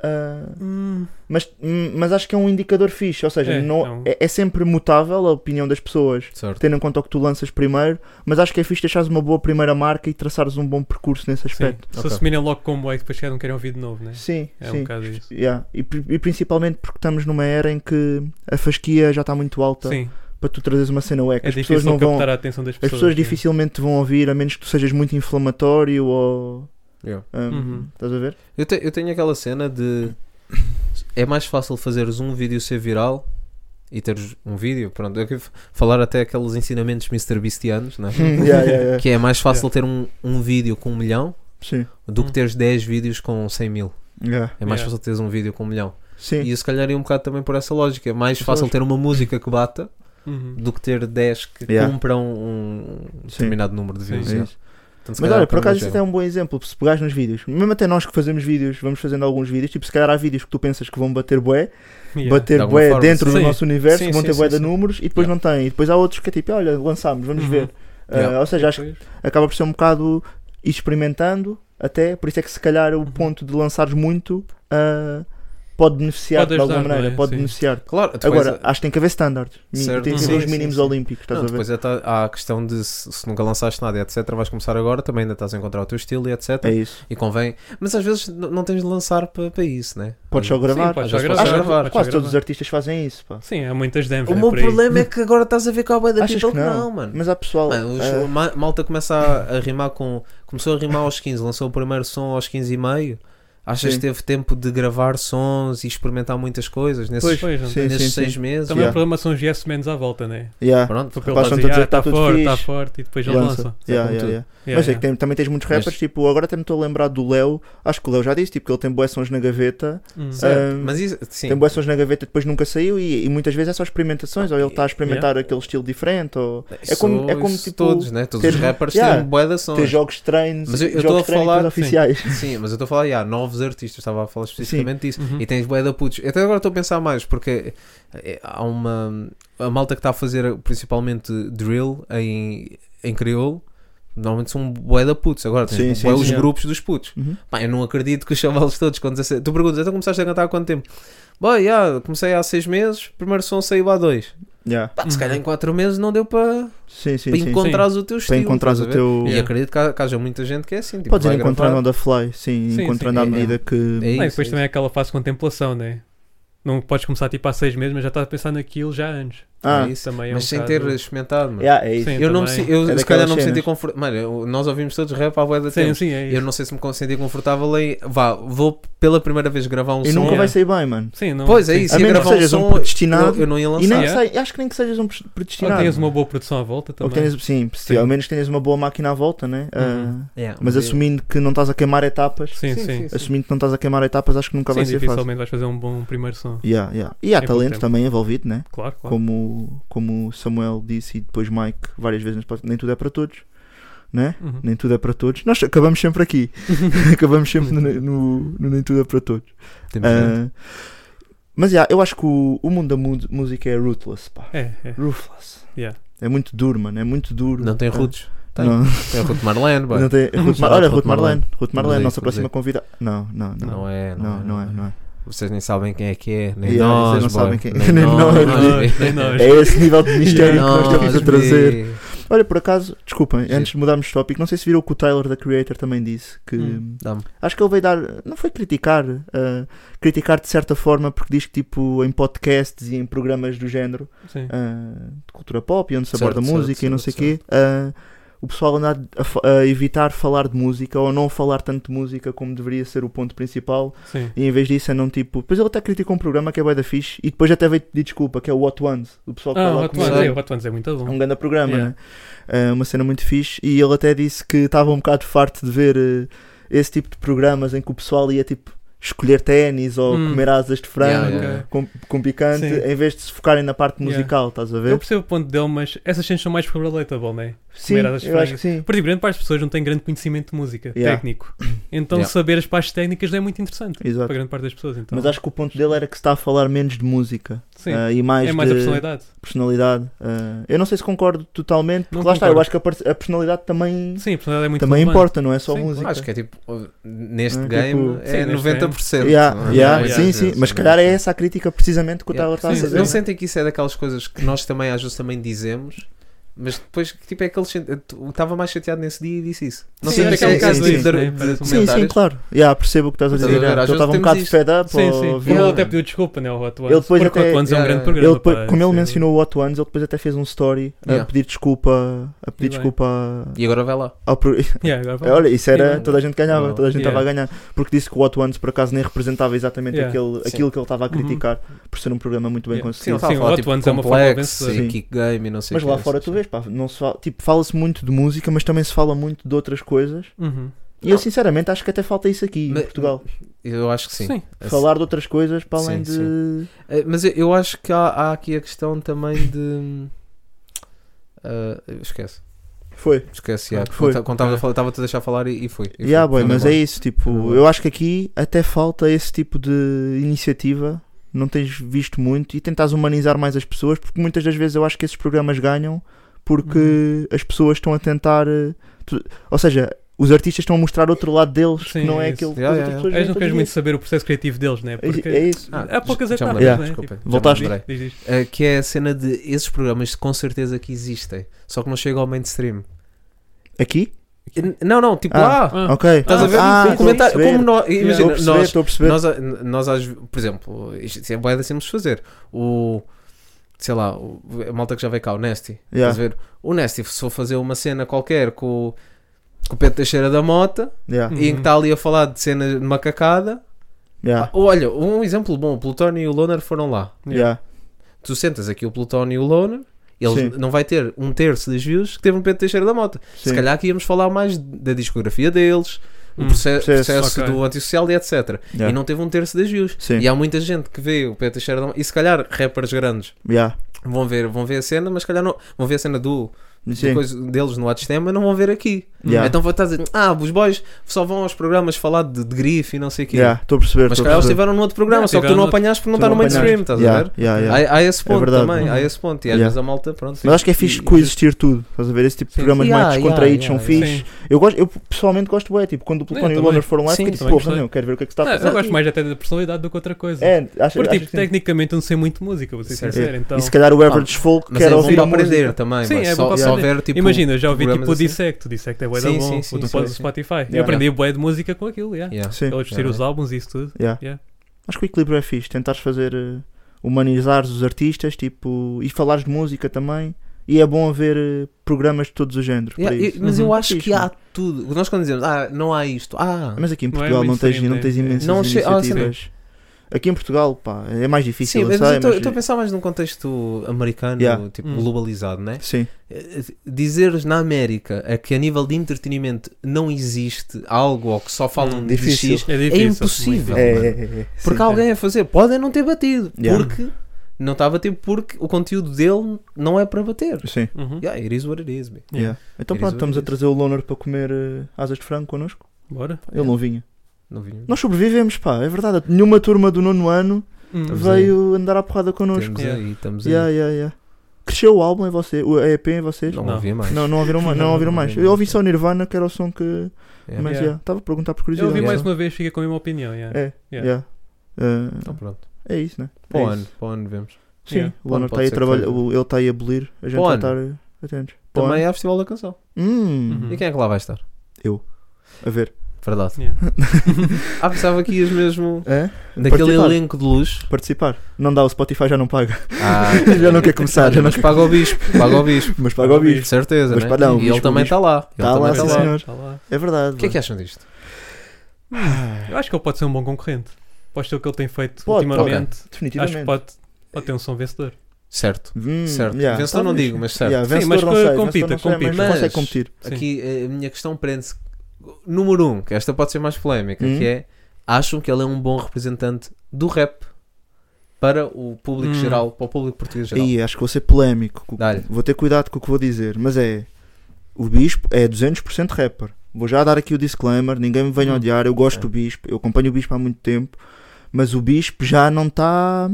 ah, mas, mas acho que é um indicador fixe, ou seja, É, não- é um- é- é sempre mutável a opinião das pessoas Certo. tendo em conta o que tu lanças primeiro, mas acho que é fixe deixares uma boa primeira marca e traçares um bom percurso nesse Sim. aspecto. Se Ok. assumirem logo como é que depois chegar não querem ouvir de novo, né? Sim, É um sim. bocado isso. Yeah. E, pri- e principalmente porque estamos numa era em que a fasquia já está muito alta Sim, para tu trazeres uma cena ueca. é as pessoas difícil não vão. captar a atenção das As pessoas. né? pessoas dificilmente te vão ouvir, a menos que tu sejas muito inflamatório ou. Yeah. hum, Uhum. Estás a ver? Eu, te- eu tenho aquela cena de. É mais fácil fazeres um vídeo ser viral e teres um vídeo. Pronto, eu quero falar até aqueles ensinamentos Mr. Beastianos, né? Hum, yeah, yeah, yeah. que é mais fácil ter um, um vídeo com um milhão Sim. do que Hum. teres teres 10 vídeos com 100 mil. Yeah. É mais Yeah. fácil teres um vídeo com um milhão. Sim. E se calhar é um bocado também por essa lógica. É mais Essa fácil lógica. ter uma música que bata Uhum. do que ter 10 que Yeah. cumpram um determinado número de Sim. views. É yeah. isso. Portanto, se Mas calhar olha, por também acaso isso até já- é um bom exemplo. Se pegares nos vídeos, mesmo até nós que fazemos vídeos, vamos fazendo alguns vídeos. Tipo, se calhar há vídeos que tu pensas que vão bater bué, Yeah. bater De alguma bué forma, dentro do sim. nosso universo, Sim, vão sim, ter sim, bué de sim. números e depois Yeah. não têm. E depois há outros que é tipo, olha, lançámos, vamos Uhum. ver. Ah, Yeah. ou seja, acho que Depois- acaba por ser um bocado ir experimentando até, por isso é que se calhar o Uhum. ponto de lançares muito ah, pode beneficiar Pode de alguma ajudar, não é? maneira, pode Sim. é- beneficiar. Claro, depois- Agora, acho que tem que haver standards, Mi- Certo. tem que haver Sim, os sim, mínimos sim. olímpicos, estás Não, a ver? depois é tá- há a questão de se, se nunca lançaste nada, etc. Vais começar agora, também ainda estás a encontrar o teu estilo e etc. É isso, E convém. Mas às vezes n- não tens de lançar para isso, né? podes só Sim, gravar. podes já só se gravar. pode gravar. podes só Quase todos gravar. os artistas fazem isso, pá. Sim, há muitas demos. O né, meu por aí. problema é que agora estás a ver com a boia da Achas people que não? mano. Mas há pessoal. Mano, os- ah, ma- malta começa a, a rimar com. Começou a rimar aos 15, lançou o primeiro som aos 15 e meio. Achas Sim. que teve tempo de gravar sons e experimentar muitas coisas nesses, Pois, não Sim, tem- nesses sim, seis sim. meses? Também é Yeah. o problema são os yes menos à volta, né? yeah, Pronto, Porque ele Passam está a todos a dizer, ah, dizer, "Tá está tudo forte, fixe." está forte, e depois ele lança. lança. Yeah, como yeah, tudo. yeah. Yeah, Mas é yeah. que tem- também tens muitos Mas- rappers, tipo, agora até me estou a lembrar do Léo, acho que o Léo já disse, tipo, que ele tem boessões na gaveta, Hum. Certo, Ah, mas isso, sim. tem boessões na gaveta e depois nunca saiu e, e muitas vezes é só experimentações, ou ele está a experimentar Yeah. aquele estilo diferente, ou Isso- como- é como, isso tipo, todos, né? Todos ter- os rappers yeah, têm bué de sons. ter jogos de treinos, Mas eu- eu jogos estou a de treinos falar- oficiais. Sim, mas eu estou a falar, yeah, novos artistas, estava a falar especificamente disso. Uhum. E tens bué da putos. Até agora estou a pensar mais, porque eh, há uma. A malta que está a fazer principalmente drill em, em crioulo, normalmente são bué da putos. Agora tens Sim, bué sim, os sim. grupos dos putos. Uhum. Pá, eu não acredito que os chavalos todos, quando 17 tu perguntas, então começaste a cantar há quanto tempo? Boy, yeah, comecei há 6 meses, primeiro som saiu há 2. Yeah. Pá, se calhar em 4 meses não deu para Sim, Uhum. sim, para sim. encontrares o teu Para estilo. encontrares estás a o ver? teu. E Yeah. acredito que, há- que haja muita gente que é assim. Tipo, Podes ir vai encontrando gravar, on the fly, sim, Sim, sim, encontrando à é, medida é. que. é Ah, e isso, é depois também é aquela fase de contemplação, né? Não podes começar tipo há seis meses, mas já estás a pensar tá naquilo já há anos. Ah, É isso. Também é Mas um sem bocado- ter experimentado, mano. yeah, é isso. Sim. Eu, não me, também. si- eu É se calhar daquelas não me senti cenas. confortável. Mano, eu- nós ouvimos todos rap à boa da Sim, tempo. sim, é isso. Eu não sei se me con- senti confortável em. Vá, vou pela primeira vez gravar um E som. nunca Yeah. vai sair bem, mano. Sim, não... Pois é, isso. A ia menos que gravar um sejas um som. predestinado eu, eu não ia lançar. E nem Yeah. sei, acho que nem que sejas um pre- Ou predestinado. tens uma boa produção à volta Ou também. que tenhas- sim, se ao menos que tenhas uma boa máquina à volta, né? Uhum. Ah, Yeah, mas eu- assumindo que não estás a queimar etapas, Sim, sim. sim, assumindo que não estás a queimar etapas, acho que nunca vai ser fácil. dificilmente vais fazer um bom primeiro som. Yeah, yeah. E há pouco talento tempo. também envolvido, né? Claro, É claro. Como, como o Samuel disse e depois Mike várias vezes, neste podcast, nem tudo é para todos, né? Uhum. Nem tudo é para todos. Nós acabamos sempre aqui, acabamos sempre no, no- no Nem tudo é para todos. Temos Ah, medo. mas yeah, eu acho que o, o mundo da mu- música é ruthless, pá. É, é. Ruthless. Yeah. É muito duro, mano. É muito duro. Não tem Ah, roots. Tem. Não, Tem Ruth Marlene, bá. não tem. Ruth Mar- Shout out Olha, Ruth Ruth Marlene. Ruth Marlene, é Produzir, nossa próxima produzir. convidada. Não, não, não. Não é, Não, não é, não é. Vocês nem sabem quem é que é, nem Yeah, nós, vocês não boy. sabem quem- nem nós. Nem nós. É esse nível de mistério Nem que nós estamos a nós, trazer. bi. Olha, por acaso, desculpem, Sim. antes de mudarmos de tópico, não sei se viram o que o Tyler da Creator também disse. Que Hum. Dá-me. acho que ele veio dar. Não foi criticar, ah, criticar de certa forma, porque diz que tipo em podcasts e em programas do género Sim. ah, de cultura pop e onde se Certo, aborda certo, música e não sei certo, o quê, ah, o pessoal anda a, fa- a evitar falar de música ou não falar tanto de música como deveria ser o ponto principal Sim. e em vez disso andam tipo. Depois ele até criticou um programa que é Bué da Fixe e depois até veio pedir desculpa, que é o What Ones, o pessoal que Ah, está o lá Hot comigo. Ones, é, o Hot Ones é muito É bom. um grande programa, Yeah. né? Ah, uma cena muito fixe. E ele até disse que estava um bocado farto de ver eh, esse tipo de programas em que o pessoal ia tipo escolher ténis ou Hum. comer asas de frango Yeah, yeah, ok. yeah. Com, com picante Sim. em vez de se focarem na parte Yeah. musical, estás a ver? Eu percebo o ponto dele, mas essas cenas são mais relatable, não é? Sim, comer asas de eu acho frango. que sim. Por exemplo, grande parte das pessoas não tem grande conhecimento de música, Yeah. técnico. Então Yeah. saber as partes técnicas não é muito interessante para Exato. grande parte das pessoas. Então. Mas acho que o ponto dele era que se está a falar menos de música Sim, ah, e mais, é mais a de personalidade. personalidade. Ah, eu não sei se concordo totalmente, porque Não lá está, eu concordo. acho que a, par- a personalidade também, Sim, a personalidade é muito também relevante. importa, não é só Sim, música. Acho que é tipo, neste É, game tipo- é Sim, neste Ah, 90%. Yeah, não é? yeah, Yeah, sim, às sim, vezes, mas se não é? calhar é essa a crítica precisamente que o Yeah. Tyler está a Sim, fazer. Não sentem que isso é daquelas coisas que nós também às vezes também dizemos, mas depois que tipo é aquele sen- eu estava mais chateado nesse dia e disse isso. Não Sim, sentem que acho que é é um esse bocado tipo né? isso, de- de Parece um Sim, sim, comentários. claro. Yeah, percebo o que estás a Estás a dizer. ver, yeah, às que vezes eu estava um temos bocado isto. fed up. Sim, ou sim. vi- Ele Yeah. até pediu desculpa, né? O Hot Ones. Ele depois Porque até- o Hot Ones é um Yeah, grande yeah. programa. Ele depois- pá, é. como ele sim. mencionou o What Ones, ele depois até fez um story a Yeah. pedir desculpa, a pedir E bem. desculpa E agora vai lá. ao pro... Yeah, agora vai. Olha, isso E era. bem. Toda a gente ganhava, Não. toda a gente estava Yeah. a ganhar. Porque disse que o What Ones por acaso nem representava exatamente Yeah. aquele, Sim. aquilo que ele estava a Uhum. criticar, por ser um programa muito bem Yeah. Sim, ele conseguido. estava a o falar Hot tipo Ones é uma forma complexo vencedora. e kick game e não sei o Mas quê, lá não fora sei tu o quê. vês, pá, não se fala, tipo, fala-se muito de música, mas também se fala muito de outras coisas. Uhum. E eu sinceramente acho que até falta isso aqui Mas- em Portugal. Eu acho que sim. Sim. Assim, Falar de outras coisas para além Sim, de. Eh, Mas eu, eu acho que há, há aqui a questão também de. Ah, esquece, Foi. esquece. já. Ah, Foi. Quando estava É. a falar, estava a te deixar falar e, e foi. E Yeah, foi. boy, Foi mas bom. é isso, tipo, Foi bom. eu acho que aqui até falta esse tipo de iniciativa, não tens visto muito e tentas humanizar mais as pessoas, porque muitas das vezes eu acho que esses programas ganham porque Uhum. as pessoas estão a tentar, eh, tu- ou seja, os artistas estão a mostrar outro lado deles, Sim, que não é é isso. aquele Yeah, que as yeah, outras Eles pessoas não veem querem um muito todos saber o processo criativo deles, né? os dias. Porque É é isso. Ah, há poucas já me etapas, lembrei, Yeah. né? desculpa, já me Voltaste. lembrei. Diz, diz. Uh, que é a cena de esses programas com certeza que existem, só que não chegam ao mainstream. Aqui? N- Não, não, tipo Ah. lá. Ah, Ok. Estás a ver? Ah, um comentário. Como nós, Estou a imagina, perceber, nós, estou a perceber. nós, a- nós às ve- por exemplo, isto é boeda simples de fazer. O. Sei lá, o- a malta que já veio cá, o Nasty. Yeah. Estás a ver? O Nasty, se for fazer uma cena qualquer com, o- com o Pedro Teixeira da Mota Yeah, Uhum. e em que está ali a falar de cena de macacada. yeah, Ah, olha, um exemplo bom: o Plutónio e o Loner foram lá. yeah. tu sentas aqui o Plutónio e o Loner, ele Sim. não vai ter um terço das views que teve um Pedro Teixeira da Mota. Sim. Se calhar aqui íamos falar mais da discografia deles, o Hum, proce- processo, processo, ok. do antissocial e etc. Yeah. E não teve um terço das views. Sim. E há muita gente que vê o Pedro Teixeira da Mota. E se calhar rappers grandes Yeah. vão ver, vão ver a cena, mas se calhar não vão ver a cena do, Sim. do coisa deles no WhatsApp, mas não vão ver aqui. Yeah. Então vão estar a dizer, ah, os boys só vão aos programas falar de, de grife e não sei o quê. Yeah, Estou a perceber. Mas se estou a calhar eles perceber. estiveram num outro programa, Não, só que tu tiveram não outro- apanhaste porque não Tu está no não apanhaste. mainstream, estás a ver? Yeah, yeah, yeah. Há, há esse ponto É. verdade. também, Uhum. há esse ponto. E às Yeah. vezes a malta, pronto. Mas acho que é fixe e- coexistir tudo. Estás a ver? Esse tipo de Sim. programas Yeah, mais yeah, descontraídos yeah, são yeah. fixes. Eu, gosto, eu pessoalmente gosto bué, tipo, quando o Plutónio Eu e o também. Loner foram lá, Sim, fiquei tipo, também porra, gostei. meu, quero ver o que é que se está a Não, passar. eu gosto aqui." mais até da personalidade do que outra coisa. É, acho, Porque, acho tipo, que sim. tecnicamente não sei muito música, vou ser Sim. sincero. É. Então, E se calhar o average folk Mas quer é bom ouvir para a música. aprender também. Sim, mas é bom só, para só aprender. ver, tipo, Imagina, eu já ouvi tipo programas o assim. Dissect. O Dissect é bué da Sim, bom, sim, sim, o do sim, sim. Spotify. Yeah. Eu aprendi bué de música com aquilo, yeah. Yeah. Sim, Eles vestir Yeah. os álbuns e isso tudo. yeah. Yeah. Acho que o equilíbrio é fixe. Tentares fazer eh, humanizares os artistas tipo, e falares de música também. E é bom haver eh, programas de todos os géneros. para Yeah, eu- isso. mas eu Uhum. acho Fixe, que há tudo. Nós quando dizemos, ah, não há isto, ah, Mas aqui em Não é Portugal não, tens, mainstream, não tens né? imensas Não che- ah, sim. iniciativas. aqui em Portugal, pá, é mais difícil, sim, eu mas sei, eu tô- mas- eu estou a pensar mais num contexto americano, Yeah. tipo, Hum. globalizado, né? Sim, Eh, Dizeres na América a que a nível de entretenimento não existe algo ou que só falam Hum, de difícil. X, É é difícil. impossível. é, mano. é, é, é. Porque Sim. alguém a fazer, podem não ter batido, Yeah. porque não está a bater porque o conteúdo dele não é para bater. Sim, Uhum. Yeah, it is what it is. man. Yeah. yeah. Então Eles pronto, estamos a ouvem. trazer o Loner para comer eh, asas de frango connosco. Bora. Ele não vinha. Não vi. Nós sobrevivemos, pá, é verdade. Nenhuma turma do nono ano Estamos veio andar à porrada connosco. Estamos Yeah. aí, estamos aí. Yeah, yeah, yeah. Cresceu o álbum em você, o a EP em vocês? Não, Não. havia mais. Não, não ouviram mais. Não, Não, ouviram não mais. ouvi Eu ouvi mais. só o Nirvana, que era o som que. Yeah. Mas Yeah. já, estava a perguntar por Eu curiosidade. ouvi Yeah. mais uma vez, fica com a mesma opinião. yeah. É, Yeah. yeah. Ah, Então pronto. é isso, né? Para É o isso. ano, para o ano vemos. Sim, Yeah. o Honor Pode está aí a ser que trabalhar, seja. o- ele está aí a abolir, a gente Bom. vai estar eh, atentos. Bom. Também é. há Festival da Canção. Hum, Uhum. E quem é que lá vai estar? a ver. Verdade. Yeah. Tá Ah, pensava que ias mesmo É? daquele Participar. elenco de luxo. Participar. Não dá, o Spotify já não paga. Ah, já não quer começar, já não mas quer. paga o bispo, paga o bispo. Mas paga o bicho. Certeza, Mas né? paga- não, o e ele bispo, também o bispo. está lá. Ele Tá também lá, está sim, lá. senhor. Tá lá. É verdade. O que é que mano. acham disto? Eu acho que ele pode ser um bom concorrente. Após o que ele tem feito Pode, ultimamente, acho Definitivamente. que pode, pode ter um som vencedor. Certo. Hum, Certo. yeah, Vencedor não talvez. digo, mas certo. Yeah, Sim, vencedor mas não co- sei, vencedor compita, não sei, compita. Mas Mas- consegue competir. Sim. Aqui eh, a minha questão prende-se. Número um, que esta pode ser mais polémica, Hum. que é acham que ele é um bom representante do rap para o público Hum. geral, para o público português geral. Aí, acho que vou ser polémico. co- Dá-lhe. Vou ter cuidado com o que vou dizer, mas é. O Bispo é 200% rapper. Vou já dar aqui o disclaimer: ninguém me venha Hum. odiar. Eu gosto É. do Bispo, eu acompanho o Bispo há muito tempo, mas o Bispo já não está.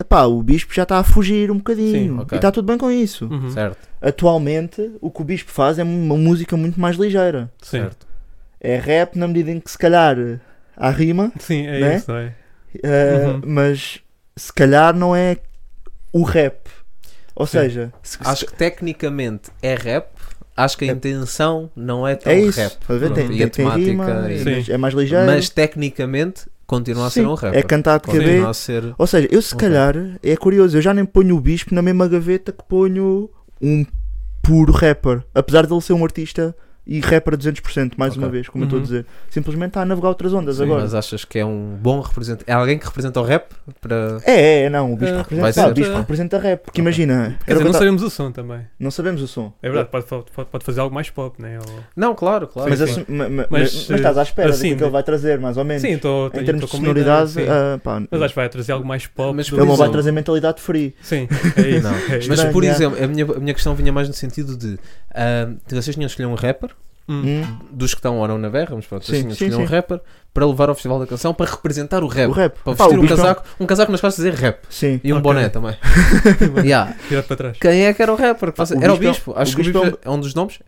Epá, o Bispo já está a fugir um bocadinho. Sim, ok. Hum. E está tudo bem com isso. Uhum. Certo, Atualmente, o que o Bispo faz é uma música muito mais ligeira. Sim. certo. É rap na medida em que, se calhar, há rima, Sim, é Né? isso, não é? eh, Uhum. mas se calhar não é o rap. Ou Sim. seja, se- Acho que tecnicamente é rap, acho que a Hum. É. intenção não é tão É isso, rap. estás a ver? Pronto, Tem, e tem- a tem temática rima, e- Sim. mas é mais ligeiro. Mas tecnicamente continua a ser Sim, um rap. é cantado de Sim. cabeça. Continua a ser. um Ou seja, eu se Ok. calhar, é curioso, eu já nem ponho o Bispo na mesma gaveta que ponho um puro rapper. Apesar dele ser um artista e rapper 200%, mais Ok. uma vez, como eu estou a Uhum. dizer. Simplesmente está a navegar outras ondas Sim, agora. mas achas que é um bom representante? É alguém que representa o rap para. É, é, é, não, o Ah, Bispo, vai representa, pá, ser- o bispo representa rap. Porque imagina, Quer dizer, era o que não eu ta- sabemos o som também. não sabemos o som. É verdade, pode, pode, pode fazer algo mais pop, né? Ou... Não, claro, claro. Mas, Sim. eh, assu- ma- ma- Mas, mas- mas estás à espera do assim, que é que ele vai trazer, mais ou menos. Sim, estou em termos de sonoridade, ah, pá, né? Mas acho que vai trazer algo mais pop. Mas do ele não vai Sim. que- trazer mentalidade free. Sim, é isso. Não. É isso. Mas Estranho, por é. exemplo, a minha, a minha questão vinha mais no sentido de ahm, vocês tinham escolhido um rapper, Hum. Hum. dos que estão ou não na berra, mas pronto, vocês Sim, tinham sim, escolhido um sim. rapper para levar ao Festival da Canção para representar o rap. O rap. Para Pá, vestir o um Bispo é um- casaco, um casaco nas costas e dizer rap. Sim. E um Ok. boné também. Yeah. Tirado Hum. para trás. Quem é que era o rapper? que Ah, você- o era o Bispo é um- Bispo. Acho o que o Bispo é um- Bispo é um dos nomes.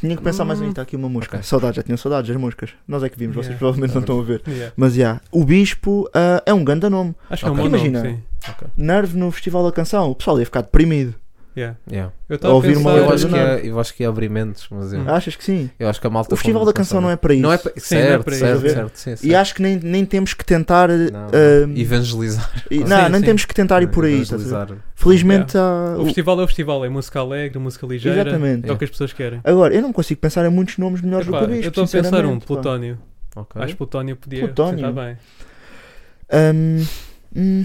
Tinha que pensar mais em está aqui uma mosca. Ok. Saudades, já tinham saudades das moscas. Nós é que vimos, vocês Yeah. provavelmente não estão a ver. Yeah. Mas já, o Bispo ah, é um grande nome. Acho que é um Ok. bom nome, Imagina. sim. Nerve no Festival da Canção, o pessoal ia ficar deprimido. Yeah. Yeah. Eu estava a ouvir pensar... uma Eu, letra acho do que nada. é, eu acho que é abrimentos, mas eu, Hum. Achas que sim? eu acho que é a malta. O Festival foi da muito Canção não pensada. é para isso. Não é pa- não é certo, para isso. certo, Estás a certo, sim, E certo. acho que nem, nem temos que tentar. eh, Não, ah, evangelizar. e- Sim, não, nem sim. temos que tentar ir por aí. estás a ver? Evangelizar. Felizmente há. O festival é o festival, é música alegre, música ligeira. Exatamente. É o que as pessoas querem. Agora, eu não consigo pensar em muitos nomes melhores Epá, do que o eu Bispo. estou a pensar um, sinceramente, pá. Plutónio. Ok. Acho que Plutónio podia Plutónio? representar bem. Hum, hum,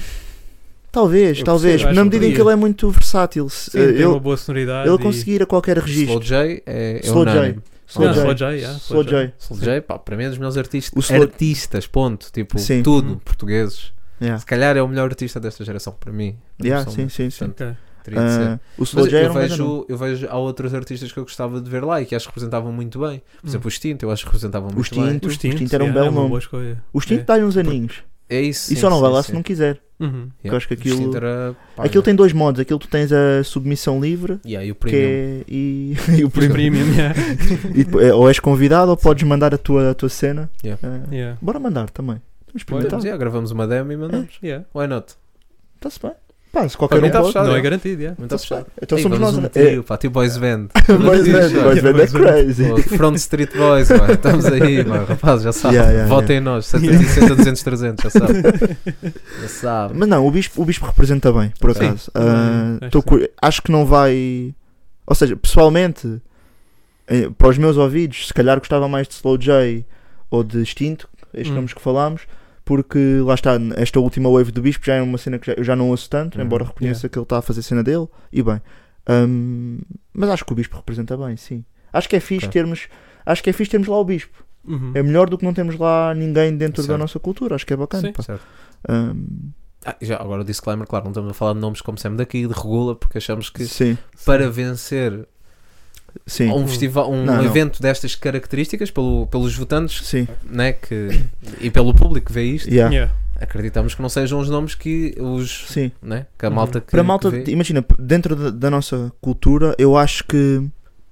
talvez, Eu talvez. percebo, acho Na que medida em que podia. ele é muito versátil. se- Sim, eh, tem uma ele, boa sonoridade. ele e- conseguir a qualquer registro. Slow J é, é Slow J. unânime. Slow Ah, J. Slow J, yeah, Slow Slow J. J. Slow J, pá, para mim é dos melhores O artistas. Slow- Artistas, ponto. Tipo, Sim. tudo, Hum. portugueses. Yeah. Se calhar é o melhor artista desta geração, para mim. Uma Yeah, pessoa sim, sim, sim. Ok. teria de ser. Ah, o Slow Mas J eu, era um grande nome. vejo, eu vejo há outros artistas que eu gostava de ver lá e que acho que representavam muito bem. Por Hum. exemplo, os Tinto, eu acho que representavam Os muito bem. Tinto, Os os Tinto Tinto era um yeah, belo é uma nome. boa escolha. Os Tinto É. dá-lhe uns aninhos. É isso. E sim, só não sim, vai lá sim. se não quiser. Uhum. Yeah. acho que Os aquilo- Tinto era, pá, Aquilo yeah. tem dois modos. Aquilo tu tens a submissão livre, Yeah, e o que premium. é. e, e o Premium. primeiro. yeah. E depois, é, ou és convidado ou podes mandar a tua, a tua cena. Yeah. Ah, Yeah. bora mandar também. Vamos experimentar. Podemos, yeah, gravamos uma demo e mandamos. Yeah. Why not? Está-se bem. Pá, se qualquer Para mim um está pode. fechado. Não é é. garantido, é. Não está fechado. Então Ei, somos vamos nós. Um né? trio, pá, tipo boys band. É, boys Trio, band, já. boys band é Boys band. crazy. Pô, Front Street Boys, mano. Estamos aí, mano. Rapaz, já sabe. Yeah, yeah, Votem em nós. 160, 200, 300. Já sabe. Já sabe. Mas não, o bispo, o bispo representa bem, por Sim. acaso. Ah, Acho tô que cu- acho, que não vai. Ou seja, pessoalmente, eh, para os meus ouvidos, se calhar gostava mais de Slow J ou de Extinto, estes Hum. nomes que falámos, porque lá está, esta última wave do bispo já é uma cena que já- eu já não ouço tanto, Hum. Uhum. embora reconheça que ele está a fazer cena dele, e bem. Ahm, mas acho que o bispo representa bem, sim. Acho que é fixe Ok. termos. Acho que é fixe termos lá o bispo. Uhum. É melhor do que não termos lá ninguém dentro da Certo. nossa cultura. Acho que é bacana. Sim. pá. Certo. Ahm, Ah, e já agora o disclaimer, claro, não estamos a falar de nomes como Sam daqui, de Regula, porque achamos que sim, para vencer sim. um festival, um Não, não. evento destas características, pelo, pelos votantes Sim, né, que, e pelo público que vê isto, yeah. Yeah. acreditamos que não sejam os nomes que os sim. né, que a Uhum. malta que, Para a malta, que vê. imagina, dentro da, da nossa cultura, eu acho que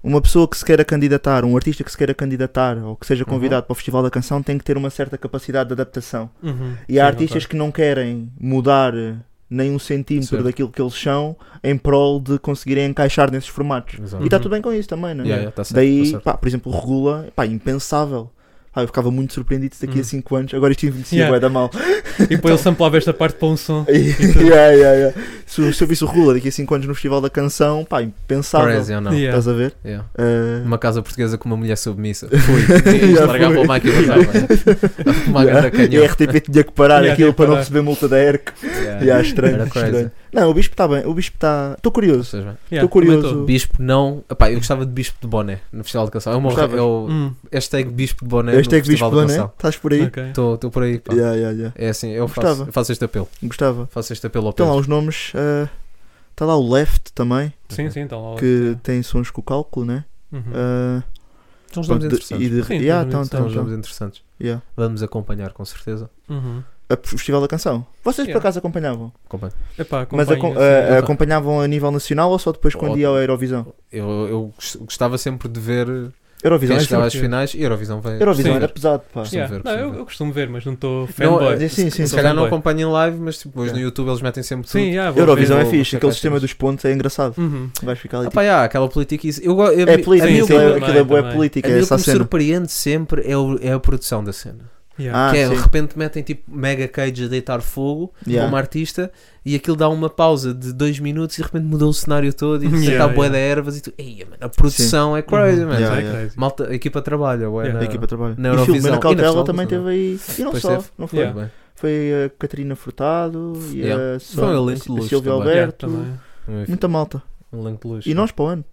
uma pessoa que se queira candidatar, um artista que se queira candidatar ou que Uhum. seja convidado para o Festival da Canção tem que ter uma certa capacidade de adaptação. Uhum. E há Sim, artistas que não querem mudar eh, nem um centímetro Certo. daquilo que eles são em prol de conseguirem encaixar nesses formatos. Exato. E está Uhum. tudo bem com isso também, não é? Yeah, yeah, tá certo, Daí, tá certo. pá, por exemplo, Regula, pá, impensável. Pá, eu ficava muito surpreendido se daqui Uhum. a Hum. 5 anos, agora isto envelhecia Yeah. bué da mal. E depois então- ele samplava esta parte para um som. yeah, yeah, yeah. Se, o- se eu visse o Rula daqui a 5 anos no Festival da Canção, pá, impensável. Crazy ou não? Yeah. Estás a ver? Yeah. Uh, Uma casa portuguesa com uma mulher submissa. Fui. E isto Já largava fui. o Mike e vazava. Uma gata yeah. E canhão. a RTP tinha que parar Yeah, aquilo tinha que para não parar. receber multa da ERC. Yeah. Yeah, estranho, É. Era crazy. estranho. Não, o Bispo está bem, o Bispo está. Estou curioso. Vocês bem? Yeah, Tô curioso. também Bispo não. Epá, eu gostava de Bispo de boné no Festival de Canção. É o meu Gostavas? é o tô. Hum, hashtag Bispo de boné. Este é né, no que Bispo Festival do de Ané, Canção. É estás por aí. ok. Estou por aí. Pá. Yeah, yeah, yeah. É assim, eu faço, Gostava. eu faço este apelo. Gostava. Faço este apelo ao Estão lá Pedro. os nomes. uh, Está lá o Left também, Sim, sim, então. lá- que tem sons com o cálculo, né? Uhum. Uh, São Hum. uns pronto, nomes de- então, e interessantes. de, Sim, yeah, tem tão, uns São tão, uns tão. nomes interessantes. Yeah. Vamos acompanhar com certeza. Uhum. A- O Festival da Canção. Vocês por Yeah. acaso acompanhavam? Acompanha. Epá, Mas acompanha, acom- assim, eh, sim. acompanhavam a nível nacional ou só depois quando ia ao Eurovisão? Eu, eu gost- gostava sempre de ver Eurovisão quem é chegava sempre. às finais e Eurovisão vem. Eurovisão Sim. era pesado, pá. Sim. Yeah. costumo ver, Não, costumo eu, ver. eu costumo ver, mas não estou fanboy. é- Sim, sim, Se sim. calhar não Fanboy. acompanhem live, mas tipo, depois no Yeah. YouTube eles metem sempre Sim, tudo. yeah, vou Eurovisão ver, é vou fixe, checar aquele as sistema cenas. dos pontos é engraçado. ver. Uhum. Vais ficar ali. Ah, pá, yeah, aquela política. isso- Eu, go- eu, tipo, é a política, mim o que- sim, também, é- aquilo é boa também. a política, mim é o que essa a me cena. surpreende sempre é, o- é a produção da cena. Yeah. Ah, que é, de sim. repente metem tipo Mega Cage a deitar fogo Yeah. como artista e aquilo dá uma pausa de dois minutos e de repente mudou o cenário todo e Yeah, yeah, está a boia da yeah. ervas e tu, "Eia, mano, a produção é crazy, Uhum. mano. Yeah, É yeah. crazy. Malta, a equipa trabalha, ué, na- Yeah. A equipa trabalha. na e Eurovisão. Filomena E na Cautela Festival também do teve aí. E não Pois só, teve. não foi? Yeah. Bem, Foi a Catarina Furtado e Yeah. a, Foi um elenco de a luxo Silvia também. Yeah, Alberto. também. um elenco- Muita malta. um elenco de luz. E nós para o ano?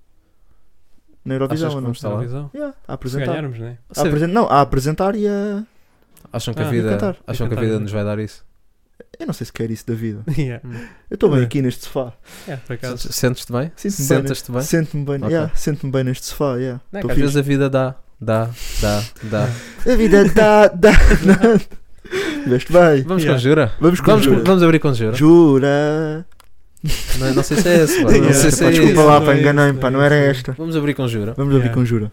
Na Achas Eurovisão, que ou não? vamos estar lá? Eurovisão. Yeah, a Se apresentar. ganharmos, né? A apresen- Não, a apresentar e a. Acham que a Ah, vida, e cantar. acham E que a cantar, vida né? nos vai dar isso? Eu não sei se quero isso da vida. Yeah. Eu estou bem É. aqui neste sofá. Yeah, por acaso. Sentes-te bem? Sinto-me bem Sentas-te bem? Sento-me bem, Ok. yeah, sento-me bem neste sofá, yeah. Não é Tô que às fixe. vezes a vida dá, dá, dá, dá. A vida dá, dá, dá. Veste bem. Vamos Yeah. com jura? Vamos com Vamos, jura. vamos abrir com jura? Jura. Não, não sei se é esse, pá, não Yeah. sei se é desculpa esse. lá, Não pá, é enganei-me, isso, pá, não não é era isso. esta. Vamos abrir com jura. Vamos abrir Yeah. com jura.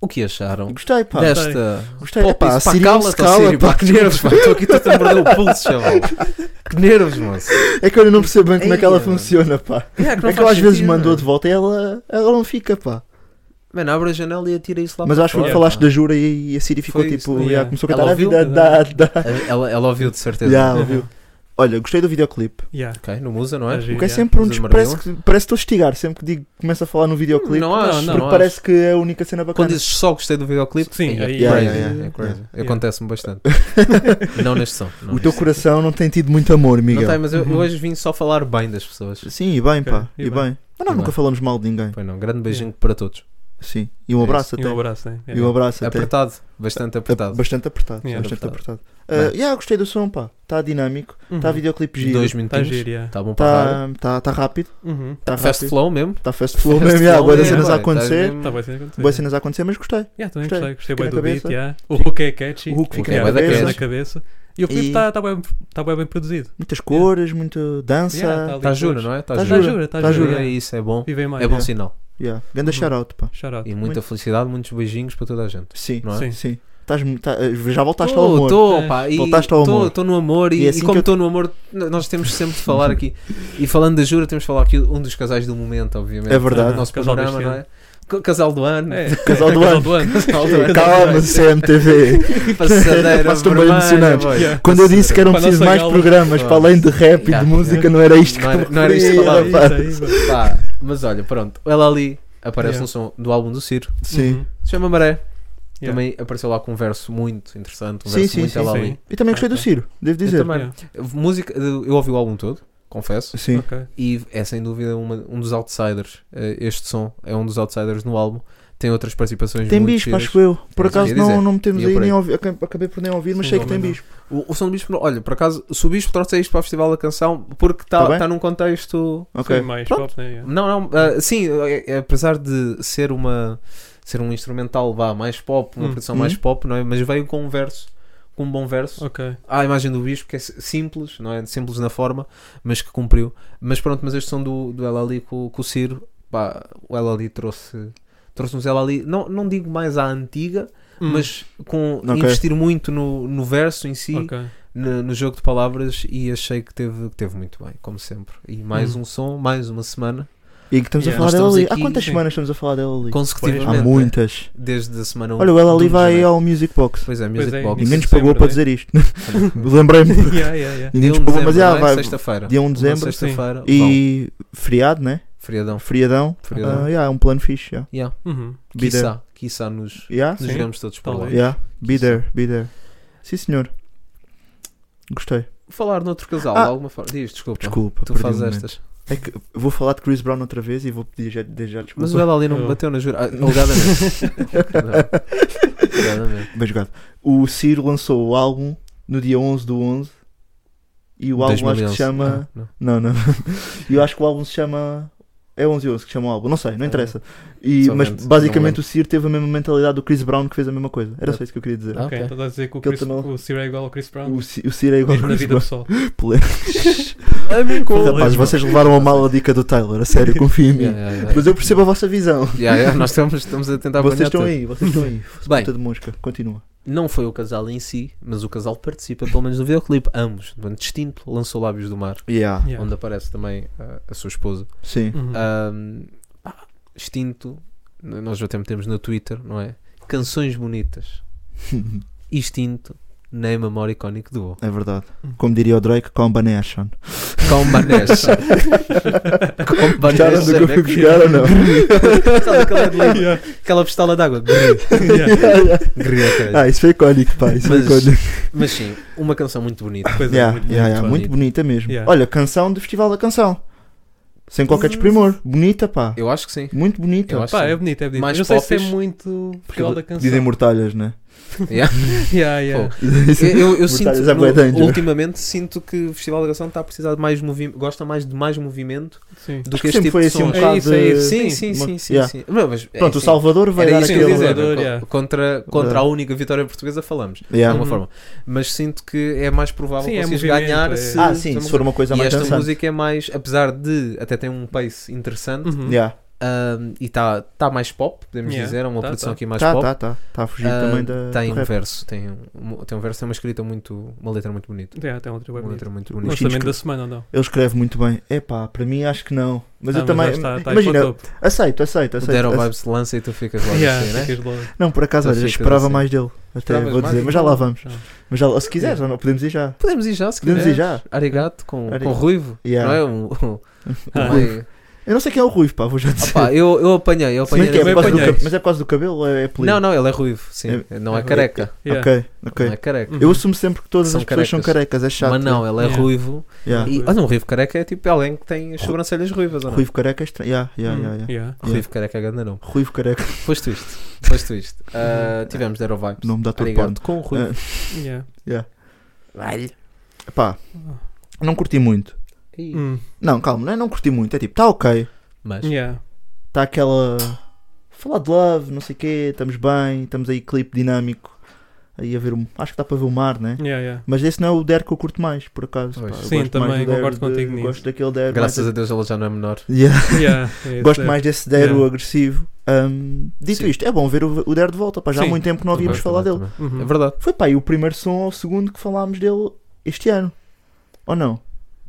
O que acharam Gostei, pá. desta Gostei, pá, isso, Sirius cala-te, Scala, Sirius, pá, pá, que nervos, pá, estou aqui todo a perder o pulso, chaval. Que nervos, moço. É que eu não percebo bem como é que ela Eia. funciona, pá. É É que ela às vezes mandou de volta e ela, ela não fica, pá. Mano, abre a janela e atira isso lá Mas para acho que fora, falaste pá. da jura e, e a Siri ficou Foi isso, tipo, né? yeah, começou a cantar Ela a ouviu? vida dá, dá. Ela, ela ouviu, de certeza. Yeah, ouviu. Olha, gostei do videoclipe. Yeah. Ok, não usa, não é? Tá O que é Yeah. sempre um Mas des... a parece Maradona? que parece que estou a estigar, sempre que digo, começo a falar no videoclipe. Não acho, não porque acho. parece que é a única cena Quando bacana. dizes só gostei do videoclipe, Sim, é, aí- crazy, Yeah, yeah, yeah. é crazy. Yeah. Acontece-me bastante. não neste som. Não O teu neste som. coração não tem tido muito amor, Miguel. Não tem, mas eu, eu hoje vim só falar bem das pessoas. Sim, e bem, pá, Ok, e e bem. bem. Mas nós E nunca bem. falamos mal de ninguém. Foi não, grande beijinho para todos. Sim, e um É abraço E até. um abraço, né? E um abraço até. Apertado, bastante Ah, apertado. é Bastante apertado. Yeah. Bastante Apertado. Uhum. apertado. Ah, yeah, gostei do som, pá. Está dinâmico, está videoclipe giro. Dois Está minutinhos. Tá giro, yeah. Está bom para Está tá, tá rápido. Uhum. Está dar. Fast rápido. flow mesmo. Está fast flow Fast Tá mesmo. Yeah, flow boas mesmo, cenas a pá, estás acontecer. mesmo- Tá bem, sim, acontecer. Boas cenas a acontecer, mas gostei. Yeah, também Gostei. gostei, gostei Fica bem na do beat, cabeça. yeah. o Hook é catchy, O Hook fica yeah, bué da fica na catchy. cabeça e o clipe E- está tá bem, tá bem bem produzido. Muitas cores, muita dança. Yeah, tá ali Está jura, com- não é? Está Tá jura. Tá jura, tá Tá jura, jura. É yeah. isso, é bom. Vivem mais. É bom yeah. sinal. Yeah. Ganda Uhum. shout-out, pá. Shout out. E muita felicidade, muitos beijinhos para toda a gente. Sim, Não é? Sim. sim. Está Estás, mu- tá- já voltaste ao Tô, amor. tô, pá, e Voltaste ao amor. Estou no amor e, E é e assim que como eu- estou no amor, n- nós temos sempre de falar aqui. E falando da Jura, temos de falar aqui um dos casais do momento, obviamente. É verdade. O nosso Casal programa, deste não é? Ca- Casal do ano. É, Casal do ano. ano. Casal do ano. Calma, CMTV. Passadeira Faço-te bem vermelha, emocionante. boy. Quando eu disse que eram Para a preciso nossa mais gala. programas para além de rap e Ah. Yeah. de música, não era isto que Não era- eu não era isto que queria, falava. rapaz. Pá, mas olha, pronto. Ela ali aparece Yeah. um som do álbum do Ciro. Sim. Se chama Maré. Yeah. Também apareceu lá com um verso muito interessante. Um Sim, verso sim, muito sim, ela sim. ali. E também gostei do Ok. Ciro, devo Eu dizer. também. Música, eh, eu ouvi o álbum todo, confesso. Sim. E é sem dúvida uma- um dos outsiders. Eh, Este som é um dos outsiders no álbum. Tem outras participações Tem muito bispo, giras. acho eu. Por É isso que eu acaso ia dizer. não, não metemos Ia aí, por aí. nem ouvi, acabei acabei por nem ouvir, mas Sim, sei que tem também não. bispo. O, o som do Bispo, olha, por acaso, se o Bispo trouxe isto para o Festival da Canção, porque está Tá bem? tá num contexto. Ok. mais Pronto. pop, né? Yeah. Não, não, ah, sim, eh, eh, apesar de ser uma ser um instrumental vá, mais pop, uma Hum. produção Hum. mais pop, não é? Mas veio com um verso, com um bom verso. Ok. Há a imagem do Bispo que é si- simples, não é? Simples na forma, mas que cumpriu. Mas pronto, mas este som do, do Ela Ali com, com o Ciro, pá, o Ela Ali trouxe trouxe-nos Ela Ali, não, não digo mais à antiga, Hum, mas com Ok. investir muito no, no verso em si Ok. no, no jogo de palavras e achei que teve, que teve muito bem, como sempre. E Hum. mais um som, mais uma semana E que estamos Yeah. a falar Nós dela estamos ali. Há aqui, quantas sim. semanas estamos a falar dela ali? consecutivamente. Há né? muitas. Desde a semana 1. Olha, o ela ali vai ao Music Box. Pois é, Music Pois é, Box. Ninguém nos dezembro, pagou para né? dizer isto. Lembrei-me. Yeah, yeah, yeah. Dia Ninguém nos 1 de pagou, dezembro, mas já não é? vai. sexta-feira. Dia 1 de Uma dezembro. Sexta-feira. E... E feriado, né? Feriadão. Feriadão. Feriadão. Ah, yeah, é um plano fixe. Yeah. Yeah. Uhum. Be there. Quiçá, quiçá nos, Yeah? nos Sim. veremos todos por lá. Talvez. Yeah. Be there, be there. Sim, senhor. Gostei. Falar noutro casal, Ah. de alguma forma. Diz, desculpa. Desculpa. Tu perdi fazes o momento. estas. É que vou falar de Chris Brown outra vez e vou pedir já, desde já desculpa. Mas o ela ali não me Eu- bateu na jura. Ah, Alegadamente. Não. Alegadamente. Bem jogado. O Ciro lançou o álbum no dia 11 do 11 e o álbum acho que se 2011. chama. Ah, não. Não, não. E eu acho que o álbum se chama. É 11 e 11 que se chama o álbum, não sei, não interessa. E, É. Só mas vendo, não basicamente lembro. o Ciro teve a mesma mentalidade do Chris Brown que fez a mesma coisa. Era só isso que eu queria dizer. Ah, Ok, ok. então estás a dizer que o, Que ele Chris, também- o Ciro é igual ao Chris Brown? O, Ci- o Ciro é igual Mesmo ao na Chris vida Brown. pessoal. tá. É Rapaz, vocês levaram a mal a dica do Taylor, a sério, confia em Yeah, Tá mim. yeah, yeah. Mas eu percebo a vossa visão. Yeah, yeah, nós estamos, estamos a tentar Vocês apanhar estão tudo. aí, vocês estão aí. Bem. Puta de mosca, continua. Não foi o casal em si, mas o casal participa, pelo menos no videoclipe. Ambos. Mano, Distinto lançou Lábios do Mar, Yeah. Yeah. onde aparece também ah, a sua esposa. Sim. Uhum. Ahm, pá, Extinto, nós já até metemos no Twitter, não é? Canções bonitas. Extinto, nem memória icónica do É verdade. Como diria o Drake, combination. Combanessa. Gostaram do Combanessa. que eu fui buscar ou não? Yeah, Aquela pistola d'água. Grrr, yeah. grrr, ok. Ah, isso foi icónico, pá. Isso Mas- foi icónico. Mas sim, uma canção muito bonita. Pois é, Yeah, muito, yeah, muito yeah, bom. muito bonita mesmo. Yeah. Olha, canção do Festival da Canção. Sem qualquer desprimor. Bonita, pá. Hum. Eu acho que sim. Muito bonita. Eu acho Pá, que é é sim. bonito, é bonito. Mais Eu não sei se é popis. muito Portugal da canção. Dizem mortalhas, né? Yeah. Yeah, yeah. Pô, Eu, eu- eu sinto Mortalhas é no- bué danger. ultimamente sinto que o Festival da Canção está a precisar de mais movimento, gosta mais de mais movimento Sim. do que Acho que este sempre tipo foi de assim um sons. É bocado. isso, é isso. Sim, de- sim, sim, sim, Yeah. sim. Não, mas, é, Pronto, o sim. Salvador vai Era dar isso que eu aquele. ia dizer, Salvador, yeah. contra, contra a única vitória portuguesa falamos, de Yeah. alguma Uhum. forma. Mas sinto que é mais provável Sim, que é vocês movimento, ganhar é. se... Ah, sim, se for uma coisa E mais esta dançante. música é mais, apesar de até tem um pace interessante Uhum. Yeah. ahm, e está tá mais pop, podemos Yeah, dizer, é uma tá, produção tá. aqui mais Tá, pop. tá, tá. Tá a fugir Ahm, também da. tem do um rap. verso, tem um, tem um verso, tem uma escrita muito, uma letra muito bonita. Yeah, tem outra web Uma letra muito bonita. Lançamento da semana ou não? Ele escreve muito bem. É pá, para mim acho que não. Mas Ah, eu também. lá está, está aí imagina, para o topo. aceito, aceito, O aceito. Dero aceito. Vibes lança e tu ficas logo Yeah, assim, né? ficas logo. Não, por acaso, Então olha, eu ficas esperava assim. mais dele. Até Esperavas vou mais dizer, do mas já que lá ele? vamos. Não. Mas já, se quiseres, ou não, podemos ir já. Podemos ir já, se Podemos ir quiseres. já. Arigato com, Arigato. com ruivo. Yeah. Não é um. um- Ah. um- Eu não sei quem é o Ruivo, pá, vou já dizer. Opá, eu, eu apanhei, eu Como é apanhei. que é? nesse- Por causa do apanhei. cab- Mas é por causa do cabelo ou é apelido? Não, não, ele é ruivo, sim. não é, é careca. Yeah. Ok, ok. Não é careca. Eu assumo sempre que todas São as pessoas são carecas, é chato. Mas não, ele é Yeah. ruivo. Yeah. E, olha, um ruivo careca é tipo alguém que tem as sobrancelhas ruivas, ou não? Ruivo, Ruivo careca é estranho. Yeah, yeah, yeah, yeah. Yeah. careca é grande não. Ruivo careca, tipo, Foste isto. Foste isto. Ah, tivemos Dero Vibes. nome da tua Arigato parte. com ruivo. Yeah. Pá, não curti muito. Ah. Ih, Hum. Não, calma, não é não curti muito. É tipo, tá ok. Mas. Yeah. Tá aquela. Falar de love, não sei o quê, estamos bem, estamos aí clipe dinâmico. Aí a ver o. Acho que dá para ver o mar, né? Yeah, yeah. Mas esse não é o Dare que eu curto mais, por acaso. Pois. pá. Eu Sim, gosto mais também do Dare concordo de- contigo nisso. Gosto daquele Dare. Graças mais a Deus ela já não é menor. Yeah. Yeah, é isso, Gosto é. mais desse Dero Yeah. agressivo Ahm, dito Sim. isto, é bom ver o, o Der de volta, pá, já há Sim. muito tempo que não ouvíamos Também, falar também, dele. Hum. também. Uhum. É verdade. Foi pá, e o primeiro som ou o segundo que falámos dele este ano. Ou não?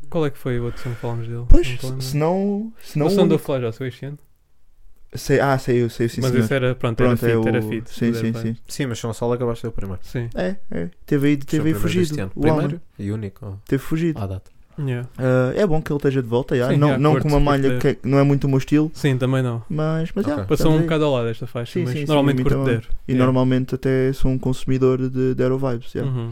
Qual é que foi o outro som que falámos dele? Pois, Não tô lembrando. se não. Se não O som o- do Flash já saiu este ano. sei- ah, saiu, saiu, sim, Mas um senhor. esse era, pronto, Pronto, é era o. fit, era assim, fit. sim, do sim, Dead sim. Sim, mas São Sol acabaste de ser o primeiro. Band. Sim. É, é. Teve Foi aí, teve aí o primeiro deste fugido. ano. O Alan Primeiro e único. teve fugido. À data. Yeah. Ah, é bom que ele esteja de volta, já. Sim, não já, não curto, com uma curto malha que não é muito o meu estilo, Sim, também não. mas, mas já, Ok. Passou estamos um aí. bocado ao lado esta faixa, Sim, mas sim, sim, normalmente a mim curto também. der. E Yeah. normalmente até sou um consumidor de, de Aerovibes. já. Uhum.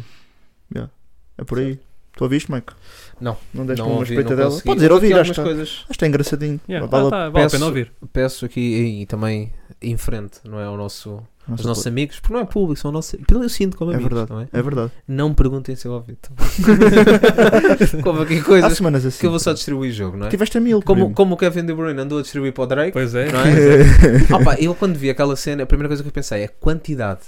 É por aí. Tu ouviste, Mike? Não. Não deste Não uma ouvi, espreita não dela? consegui. Podes ir Ouvi ouvir, acho algumas que está- coisas. acho que está engraçadinho. Yeah. Vale Ah, a- tá, vale a peço- pena ouvir. Peço aqui e, e também em frente, não é? Ao nosso, aos Nossa, nossos amigos, porque não é público, são nossos. Pelo eu sinto como É amigos, verdade, não é? é verdade. Não me perguntem se eu ouvi. também. como aqui coisas Há semanas assim. que eu vou só distribuir jogo, não é? Tiveste a mil, Como, primo. como o Kevin De Bruyne andou a distribuir para o Drake, Pois é. não é? Opa, eu quando vi aquela cena, a primeira coisa que eu pensei é a quantidade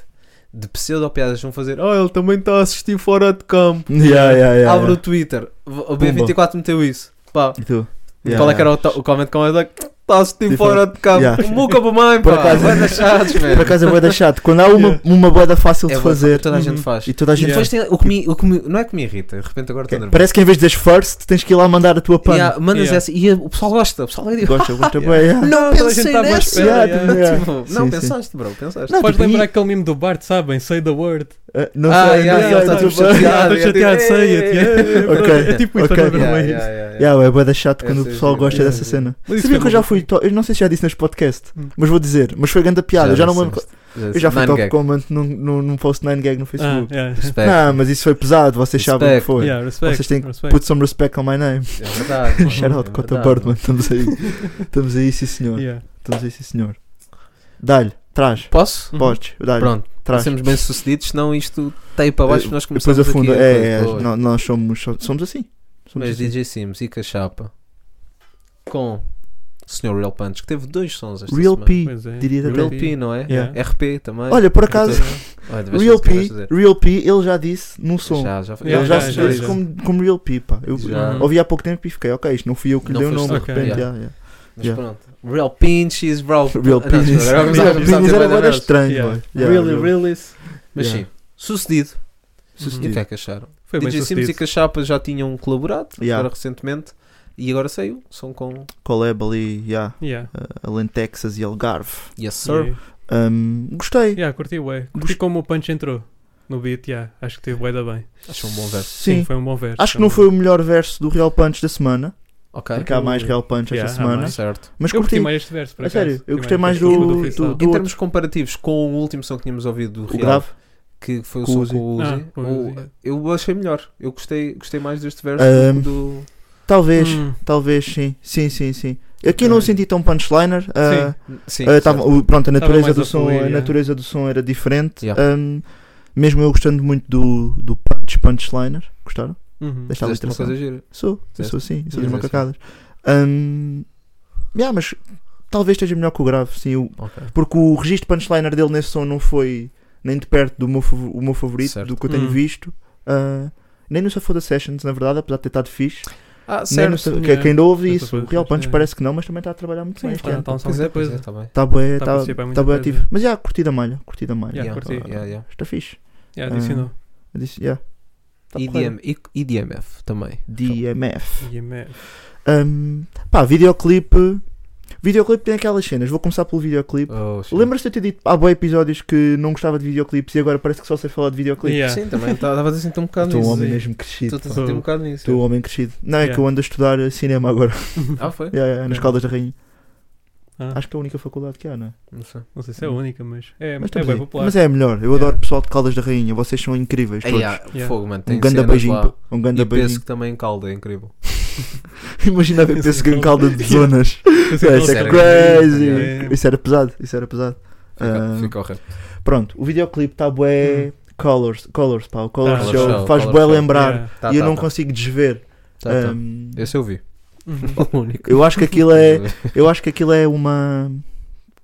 de pseudopiadas que vão fazer. Ah, ele também está a assistir fora de campo. Yeah, yeah, yeah, Abre yeah. o Twitter. O B24 meteu isso. Pá, E tu? Yeah, qual é yeah. que era o, to- o comment com ele? Está a assistir Sim, fora de campo. Yeah. Muca para mãe, Por pá. acaso- Vai deixados, man. Por acaso é boeda chato. Quando há uma, uma boeda fácil É de bué- fazer um- Toda a gente faz. e toda a gente Depois tem, o que me- o que me- não é que me irrita, de repente agora estou faz. nervoso. Parece que em vez de das first tens que ir lá mandar a tua pan. Yeah, mandas Yeah. essa e a- o pessoal gosta, o pessoal é tipo, Gosta, gosta bem. yeah. não toda a gente pensei tá à boa nessa. espera, Yeah, yeah. Tipo, É. Sim, não sim. pensaste, bro, pensaste. Não, Podes tipo, lembrar e- aquele meme do Bart, sabem? Say the word. Ah, Não Ah, sei, yeah, yeah, não tá sei. tudo do ban. chateado. Estou chateado, sei-te. yeah. Ok, É tipo isso, ok. estás a ver, Yeah, não é isso? yeah, yeah, yeah. Yeah, é boeda chato quando Essa o é pessoal gira, gosta yeah, dessa yeah. cena. Mas isso Sabia foi que eu já bom. Ah, fui, to- eu não sei se já disse neste podcast, Hum. mas vou dizer, mas foi grande a piada, eu já não me lembro. disseste, Eu já fui Nine top gag. comment num, num, num post 9 gag no Ah, Facebook. yeah. Respect. Não, mas isso foi pesado, vocês sabem o que Respect. foi. Yeah, respect, Vocês têm que respect. Put some respect on my name. É verdade. Shout out É Cota verdade, Birdman, mano. estamos aí. Estamos aí, sim senhor. Yeah. Estamos aí, sim senhor. Dá-lhe, traz. Uhum. Posso? Podes, dá-lhe, Pronto, traz. sermos bem sucedidos, senão isto está aí para baixo. Nós Depois começamos afunda. aqui, É, é, depois, nó- nós somos, so- somos assim. Somos Mas assim. DJ Sims e Cachapa com o Sr. Real Punch, que teve dois sons esta Real semana. P, Pois é. diria Real até. P. P, não é? Yeah. RP também. Olha, por acaso, Olha, vais fazer Real o que P, vais fazer. Real P, ele já disse num som. Já, já foi. Yeah, ele já, já, se já, disse já. Como, como Real P, pá. Eu Já. ouvi há pouco tempo e fiquei, ok, isto não fui eu que lhe Não dei o foste nome tu. de Ok. repente. Yeah. já, já. Mas Yeah. pronto. Real Pinches, Real Real Ah, não, desculpa, Penis. agora começamos a começar a Real Penis ter era bué da boeda merda. estranho, Yeah. boy. Yeah, Really, Real- realist. Mas Yeah. sim, sucedido. E o que Sucedido. é que acharam? Foi bem DJ Sims e sucedido. Cachapa já tinham colaborado Yeah. agora recentemente e agora saiu. São com Collab ali, yeah. Yeah. uh, Alentexas e Algarve. Yes Sir. E- Um, gostei. Yeah, curti bué. Curti como o Punch entrou no beat, yeah. acho que teve bué da bem. Acho um bom verso. Sim, Sim. foi um bom verso. Acho que não foi o melhor verso do Real Punch da semana. Ok. Porque há mais Real Punch Yeah, esta há semana. mais. Certo. Mas eu curti curti. mais este verso, por A acaso. sério, Curti eu gostei mais este do, verso do, do freestyle. do Em outro, termos comparativos com o último som que tínhamos ouvido do o Real, grave. que foi o Com som o Uzi. com o Uzi, Ah, com o o- Uzi. eu achei melhor. Eu gostei, gostei mais deste verso Ahm. do que Talvez, Hum, talvez, sim. Sim, sim, sim. Aqui não o senti tão punchliner. ah, do. Sim, Ah, tava- certo. o- pronto, a natureza, mais do a som, fluir, a é. natureza do som era diferente. Yeah. Ahm, mesmo eu gostando muito do, do punch, punchliner, gostaram? uhum. Fizeste Desta uma aliteração? coisa gira. Sou, eu Fizeste? sou assim, eu Sim, sou das sim, macacadas. Ahm, yeah, mas talvez esteja melhor que o grave, sim. o- Ok. porque o registro punchliner dele nesse som não foi nem de perto do meu, favo- o meu favorito, Certo. do que eu tenho Hum. visto. Ah, nem no Safoda Sessions, na verdade, apesar de ter estado fixe. Ah, nem no certo. Sa- que- yeah. Quem ouve No isso, Safoda o Real Punch Sessions, é. parece que não, mas também está a trabalhar muito Sim, bem este está ano. tá um som Pois é, sempre pois coisa. é, tá bem. Está bem, Tá a tá, participar em muita tá bem coisa, ativo. é. Mas já, curti da malha, curti da malha. Tá Yeah, curti. yeah, yeah. Está fixe. Yeah, Ah. adicionou. Eu disse, yeah. Tá EDM, porreiro. e- EDMF também. DMF. E é me- Um, pá, videoclipe. Videoclipe tem aquelas cenas. Vou começar pelo videoclipe. Oh, shit. Lembras-te de eu ter dito há boi episódios que não gostava de videoclipes e agora parece que só sei falar de videoclipes? Yeah. Sim, também. Estava a sentir um bocado Estou um nisso. homem Sim. mesmo crescido. Estou pá. a sentir um bocado nisso. Estou um homem crescido. Não, é Yeah. que eu ando a estudar cinema agora. Ah, foi? Yeah, yeah, nas Yeah. Caldas da Rainha. Ah. Acho que é a única faculdade que há, não é? Não sei. Não sei se é a única, mas é, Mas, é estamos bem aí. popular. Mas é a melhor. Eu Yeah. adoro o pessoal de Caldas da Rainha. Vocês são incríveis. Ei, todos. ah, Yeah. Fogo, mano. Tem Um grande cenas beijinho. lá. pá. Um grande E penso beijinho. que também em calda, é incrível. Imagina ver esse gancalda de zonas. Eu sei que isso eles é era são- crazy. Yeah. Isso era pesado. Isso era pesado. Ah, Fica, fica ao rap. Pronto, o videoclipe está Hum. bué. Colors, Colors, pá, o Colors Tá. Show Colors Show, faz Colors bué Show. lembrar Yeah. Tá, e eu tá, não tá. consigo desver. Tá, tá. Hum, Esse eu vi. Uhum. O único. eu acho que aquilo é, eu acho que aquilo é uma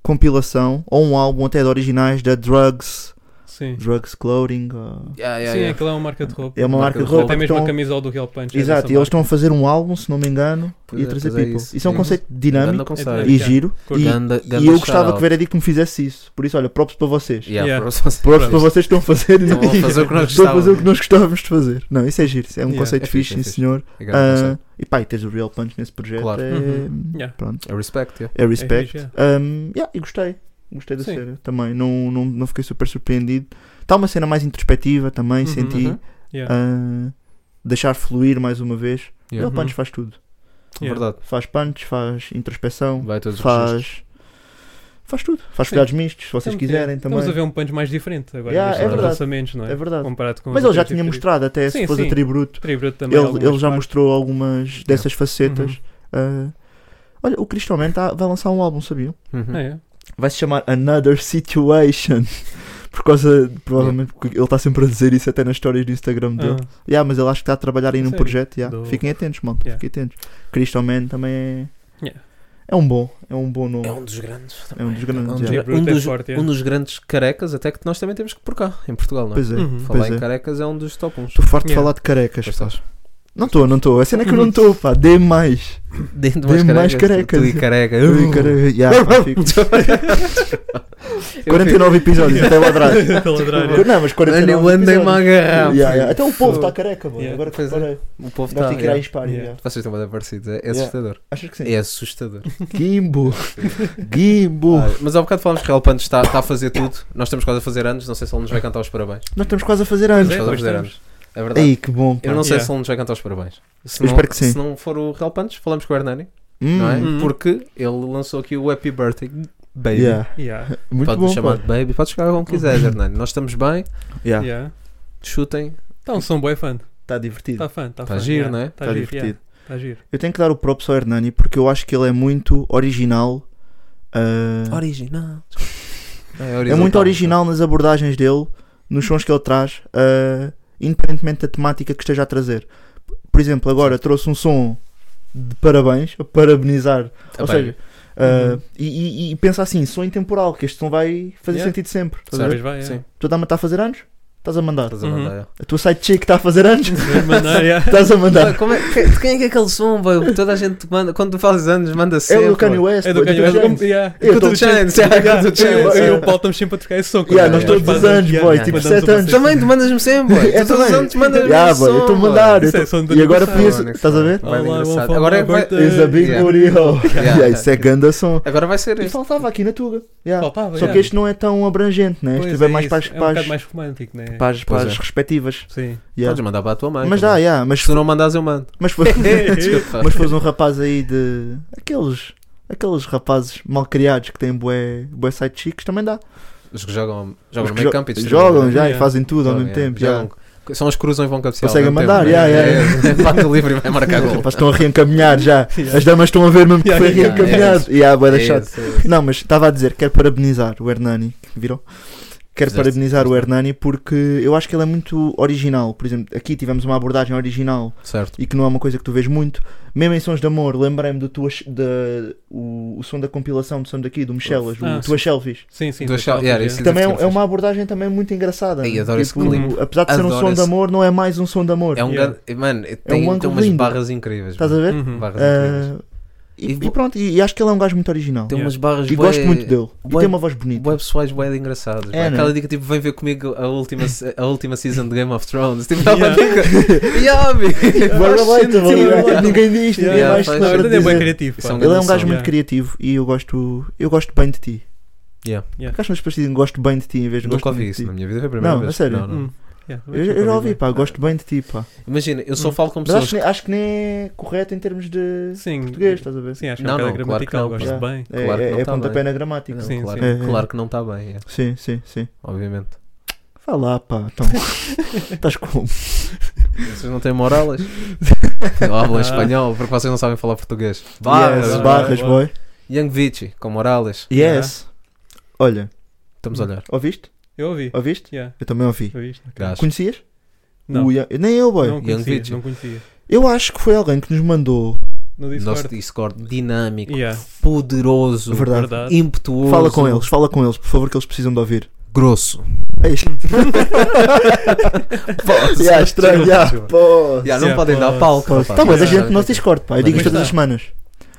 compilação ou um álbum até de originais da Drugs Sim. Drugs Clothing. ou- Yeah, yeah, Sim, yeah. aquela é uma marca de roupa. É uma marca de roupa. roupa. Tem que mesmo a estão- camisola do Real Punch. é Exato, dessa e eles marca. estão a fazer um álbum, se não me engano, Pois e a é, trazer pois é people. isso. Isso é um Sim. conceito Ganda dinâmico conceito. Yeah. e giro. E, Ganda- e ganda eu gostava que shout-out. o Veredicto me fizesse isso. Por isso, olha, props para vocês. Yeah, Yeah. props a vocês. Props para vocês que estão a fazer e Estão a fazer o que nós estão a fazer o gostávamos. que nós gostávamos de fazer. Não, isso é giro, isso é um Yeah, conceito é fixe, fixe, é sim fixe. senhor. É grande Ah, conceito. e pá, e teres o Real Punch nesse projeto Claro. é. Uhum. Yeah. Pronto, Eu respect, yeah. é respect. fixe, Um, yeah, e gostei, gostei da Sim. cena também. Não, não, não fiquei super surpreendido. Está uma cena mais introspectiva também, Uhum, senti. uhum. Yeah. ah, deixar fluir mais uma vez. Yeah. Uhum. Real Punch faz tudo. Yeah. É Verdade. Faz punch, faz introspeção, Vai a todos os registros. Então, faz. Faz tudo. Faz Sim. folhados mistos, se vocês Estamos- quiserem yeah. também. Estamos a ver um punch mais diferente agora. Yeah, nos é nossos verdade. lançamentos, não é? É verdade. Comparado com Mas os ele já anteriores tinha que- mostrado, até Sim, se fosse sim. a Tributo, Tributo também. ele, algumas ele já partes. Uhum. mostrou algumas dessas facetas. Ah, olha, o Cristo Aumenta vai lançar um álbum, sabiam? Uhum. Ah, é? Vai se chamar Another Situation. Por causa, provavelmente, porque ele está sempre a dizer isso até nas histórias do Instagram dele. Ah. Yeah, mas ele acho que está a trabalhar aí num Sério? projeto. yeah. Do- Fiquem atentos, malta. Yeah. Fiquem atentos. Crystal Man também é. Yeah. É um bom, é um bom nome. É um dos grandes. É um dos Um, grandes. dos- yeah. Bruto um é dos, forte, é. um dos grandes carecas, até que nós também temos que por cá, em Portugal, não é? Pois é, Uhum. Falar pois em é. carecas é um dos top 1. Estou farto de Yeah. é. falar de carecas. Pois pá. estás. Não estou, não estou. A cena é que eu não estou, pá. Dê mais. Dentro Dê-me mais carecas. mais Tu, e careca. carecas. Uh. Eu e careca- yeah, pá, fico- 49 episódios até lá atrás. Estou a ladrar, é. Não, mas 49 Eu andei-me a episódios. agarrar. um Yeah, yeah. Até o povo tá- está careca, mano. Yeah, Agora que pois é. reparei. O povo Nós está. tem que ir à Yeah. Inspire. Yeah. tá yeah. Vocês estão bem parecidos, é, é Yeah. assustador. Achas que sim? É assustador. Gimbo. Gimbo. Ah, mas há bocado falámos que o Real Punch está, está a fazer tudo. Nós estamos quase a fazer anos, não sei se ele nos vai cantar os parabéns. Nós estamos quase a fazer Estamos anos. quase a pois fazer estamos. anos. É verdade. é, Ei, que bom. Eu não sei Yeah. se ele nos vai cantar os parabéns. Se Eu não, espero que sim. se não for o Real Punch, falamos com o Hernani, não é? Hum, Uhum. Porque ele lançou aqui o Happy Birthday Baby. yeah. Yeah, Muito Pode bom. chamar pá. de Baby, pode chegar como quiseres, Hernani. Nós estamos bem, Yeah. yeah. chutem, Então, são boy fã. Está divertido. Está fã, está Tá fã. giro, yeah. não é? Tá Está giro, divertido. yeah, tá giro. Eu tenho que dar o props ao Hernani porque eu acho que ele é muito original. ah, Original. É, é muito original nas abordagens dele, nos sons que ele traz, ah, independentemente da temática que esteja a trazer. Por exemplo, agora trouxe um som de parabéns, a parabenizar. Tá ou bem. seja, ah, e, e- e pensa assim: som intemporal, que este som vai fazer Yeah. sentido sempre. Estás a Talvez ver? vai, é. Sim. Tu dá-me está a fazer anos? Estás a mandar. Estás a Uhum. mandar, é. A tua side chick está a fazer anos? Vou mandar, yeah. Estás a mandar. Ah, como é- que- de quem é que é aquele som, velho? Toda a gente manda. Quando tu fazes anos, manda É sempre. o do Kanye West. É do pô, Kanye West. James. yeah. Eu Contra tô- o Chance, Chance, yeah. contra o Chance, Eu e é. o Paulo estamos sempre a trocar esse som. Yeah, Quando nós é, todos faz os anos, yeah, boy, yeah. tipo Mandamos 7 a anos. vocês. Também tu mandas-me sempre, boy. Tu É, todos os também. anos mandas-me Yeah, esse boy, som, eu estou a boy. mandar. eu Isso é tô- som de E agora educação. podia ser- estás a ver? Vai, Vai lá, engraçado. vou falar Agora é agora que vai- Is a big Yeah. booty hole. Yeah. Yeah, Isso é ganda som. Agora vai ser E este. faltava aqui na Tuga. Yeah. Faltava, Só yeah. que este não é tão abrangente, né? Este Pois vai é mais isso, para as, É um para as, bocado mais romântico, né? para as- Pois para as é. respectivas. Sim. Yeah. Podes mandar para a tua mãe. Mas dá, também. yeah, mas, Se tu não mandas, eu mando. mas fosse Desculpa. mas fosse um rapaz aí de. Aqueles. Aqueles rapazes mal criados que têm bué, bué side chicos também dá. Os que jogam, Os jogam no que meio jo- campo e distribuem. Jogam já Yeah. e fazem tudo ao Jogam, mesmo yeah. tempo. já. Jogam. São os que cruzam e vão cabecear. ao Conseguem mesmo mandar, tempo, yeah, né? yeah, É, Bate livre e vai marcar gol. Rapaz, estão a reencaminhar já. As damas estão a ver mesmo que Yeah, foi yeah, reencaminhado. Yeah, bué da É chato. esse, é esse. Não, mas estava a dizer, quero parabenizar o Hernani, que viram? Quero Fizeste, parabenizar o fizeste. Hernani porque eu acho que ele é muito original. Por exemplo, aqui tivemos uma abordagem original Certo. e que não é uma coisa que tu vês muito. Mesmo em Sons de Amor, lembrei-me do tuas, da, o, o som da compilação do som daqui, do Michelas, o Ah, Tuas Selfies. Sim, sim. Do tá Shell- yeah, faltava, isso- Que deve também é, ter é feito. uma abordagem também muito engraçada. Ei, adoro esse clipe. Apesar de ser um Adoro som de esse- amor, não é mais um som de amor. É um Yeah. grande. Mano, tem, ângulo tem umas lindo. barras incríveis. Estás a mano. ver? Uhum. Barras incríveis. Ah, e, E bo- e pronto, e, e acho que ele é um gajo muito original. Tem Yeah. umas barras E bué- gosto muito dele. E bué- tem uma voz bonita. Bué pessoais, bué de engraçadas. É, pá. né? Aquela dica tipo, vem ver comigo a última, se- a última season de Game of Thrones. Tipo, é uma Yeah. dica. Yeah, amigo. Bué Faz relatable, sentido. yeah. tá é. Ninguém diz, Yeah, ninguém faz- mais se Na lembra de verdade é bem dizer. criativo. Isso pá. é um Ele é um grande gajo som. muito Yeah. criativo e eu gosto, eu gosto bem de ti. Yeah. Yeah. Por acaso as pessoas dizem gosto bem de ti em vez de Nunca gosto ouvi muito isso de na ti. minha vida. Foi a primeira Não, vez. a sério. não. Hum. Yeah, Eu, eu já ouvi, pá, gosto bem de ti, pá. Imagina, eu só Hum. falo com Mas acho pessoas. que, nem- acho que nem é correto em termos de Sim. português, estás a ver? Sim, acho que é Não, um bocado não, claro gramatical. que não, Gosto pá. bem. É, Claro que é, não é tá pontapé bem. na gramática. Não, Sim, claro, sim. claro que não está bem, é, Sim, sim, sim. obviamente. Vá lá, pá, então. Estás como? Vocês não têm moralas? Hablam espanhol, porque vocês não sabem falar português. Barras, Barras, barras. Yes, Ah. barras, boy. boy. Young Vici, com moralas. Yes. Olha, Estamos a olhar. ouviste? Eu ouvi. Ouviste? Yeah. Eu também ouvi. Eu ouvi isto. Gajo. Conhecias? Não, O Ian- Nem eu, boy. não conhecia. Vici. Não conhecia. Eu acho que foi alguém que nos mandou. No Nosso Discord. Discord dinâmico, Yeah, poderoso, É Verdade. Verdade. impetuoso. Fala com eles, fala com eles, por favor, que eles precisam de ouvir. grosso. É isto. Pause. Yeah, estranho, yeah, Desculpa. pô. Yeah, não Yeah, podem dar pause. palco. Pô, rapaz. Tá, mas a Yeah, gente não se discorde, pá. Eu Mas digo isto está. todas as semanas.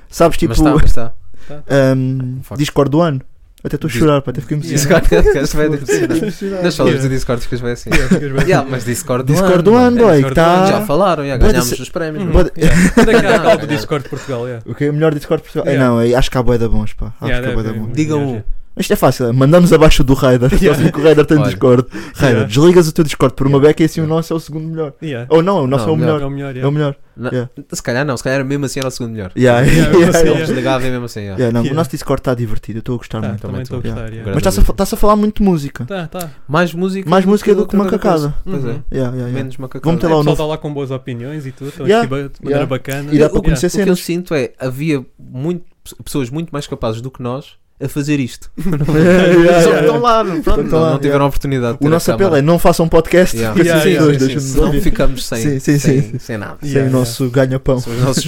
Sabes, tipo, Mas tá. está, mas está. ahm, Fuck. Discord do ano. Até estou a Dis- chorar, pá. Até fiquei Yeah. emocionado. Discord podcast vai dizer. Emocionado. Nas salas Yeah. do Discord que vai assim. Yeah, Yeah, mas Discord do Discord do ano, ano. boy. Discord do ano. Já Tá. falaram, já Pode ganhámos ser- os prémios. Hum. mano. Pode- Ainda cá há Yeah. do Discord de Portugal, yeah. O que é o melhor Discord Portugal? Yeah. Eh, não, eh, acho que há boeda bons, pá. Yeah, Acho que há deve boeda haver bons. muito Digam gajo. Isto é fácil, mandamos abaixo do Raider. Yeah. Próximo que o Raider tem Olha. Discord. Raider, Yeah. desligas o teu Discord por uma beca e assim o nosso é o segundo melhor. Yeah. Ou não, o nosso Não, é o melhor. É o melhor, É o yeah. melhor. Se calhar não, se calhar mesmo assim era o segundo melhor. Yeah, Yeah, yeah, eu sei, yeah. Eles ligavam mesmo assim. yeah. Yeah, não, O Yeah. nosso Discord está divertido, eu estou a gostar Tá, muito. também estou a yeah. gostar, yeah. Mas estás a, fa- estás a falar muito de música. Tá, tá. Mais música. Mais música do que outra macacada. coisa. Pois Uhum. é. Yeah, yeah, yeah. Menos macacada. Vamos ter lá o o pessoal novo. está lá com boas opiniões e tudo, então Yeah. aqui ba- de maneira Yeah. bacana. E dá Eu- para o que- conhecer O que eu cenas. sinto é havia muito, pessoas muito mais capazes do que nós a fazer isto. Yeah, Só que yeah, estão lá, pronto, Estão lá, não, não tiveram yeah. a oportunidade. de O ter a nosso apelo é câmara. não façam podcast Yeah. porque tá Yeah, assim yeah, dois sim, deixam-nos Senão ouvir. ficamos sem, Sim, sim, sem, sim. sem nada. Sem Yeah, o nosso ganha-pão São os nossos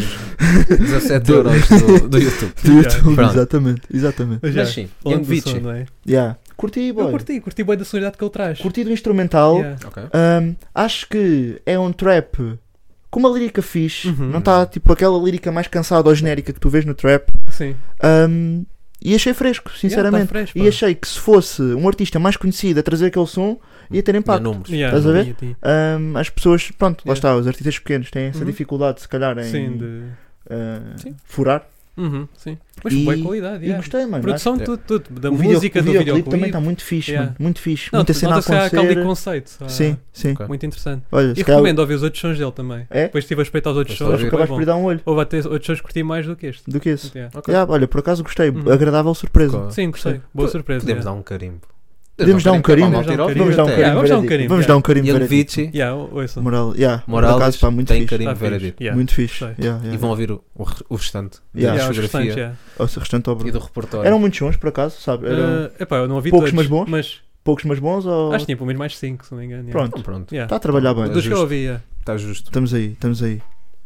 17 euros do, do YouTube. do YouTube. Pronto. Exatamente, exatamente. Mas Mas, yeah, sim, falando Young do som, Vichy. não é? Yeah. Curti, Eu boy. curti, curti bem da sonoridade que ele traz. Curti do instrumental. Yeah. Ok. Ahm, acho que é um trap com uma lírica fixe, Uhum. não está tipo aquela lírica mais cansada ou genérica que tu vês no trap. Sim. Ahm, e achei fresco, sinceramente. Yeah, tá fresh, e pá. achei que se fosse um artista mais conhecido a trazer aquele som, ia ter Não é impacto. números. Yeah, Estás a ver? tinha, tinha. Ahm, as pessoas, pronto, lá Yeah. está, os artistas pequenos têm essa Uhum. dificuldade, se calhar, em Sim, de. ah, Sim. furar. Uhum, sim. Mas E- boa qualidade, E yeah. gostei, mano. Produção, Yeah. tudo, tudo. Da acho- o video- música, o do videoclipe videoclipe. também está muito fixe, Yeah. mano. Muito fixe, Não, muita tu cena a notas que há aquele acontecer. conceito. ah, Sim, sim. Ok. Muito interessante. Olha, E se calhar- recomendo ouvir os outros sons dele também. É? Depois estive a respeitar os outros Pois sons. estou a foi Acabaste por bom. lhe dar um olho Houve até outros sons que curti mais do que este. do que esse. Yeah. Ok. Yeah, olha, por acaso gostei. Uhum. Agradável surpresa. Ok. Sim, gostei. Sim. Boa Po- surpresa. Podemos yeah. dar um carimbo. Podemos dar um carimbo. Podemos dar um Vamos dar um Yeah, carimbo. vamos carimbo. dar um veredito. carimbo, Vamos yeah. dar um carimbo. Young veredito. Vichy, Yeah, ou- ouçam. Moral, yeah, Moral, por acaso, pá, muito tem fixe. carimbo Tá fixe. veredito. Yeah. Muito fixe. Gostei. Yeah, yeah. E vão ouvir o, o re- o restante Yeah. da Yeah, os restantes, fotografia yeah. Ou se restante obra. um e do repertório. Eram muitos bons, por acaso, sabe? Eram Ah, epá, eu não ouvi um poucos, todos, mas bons. Mas poucos, mas bons. Ou... acho que tinha pelo menos mais 5, se não me engano. yeah. Pronto, Então, pronto, Yeah. está a trabalhar bem. É Dos que eu justo. ouvi. yeah. está justo. Estamos aí, estamos aí.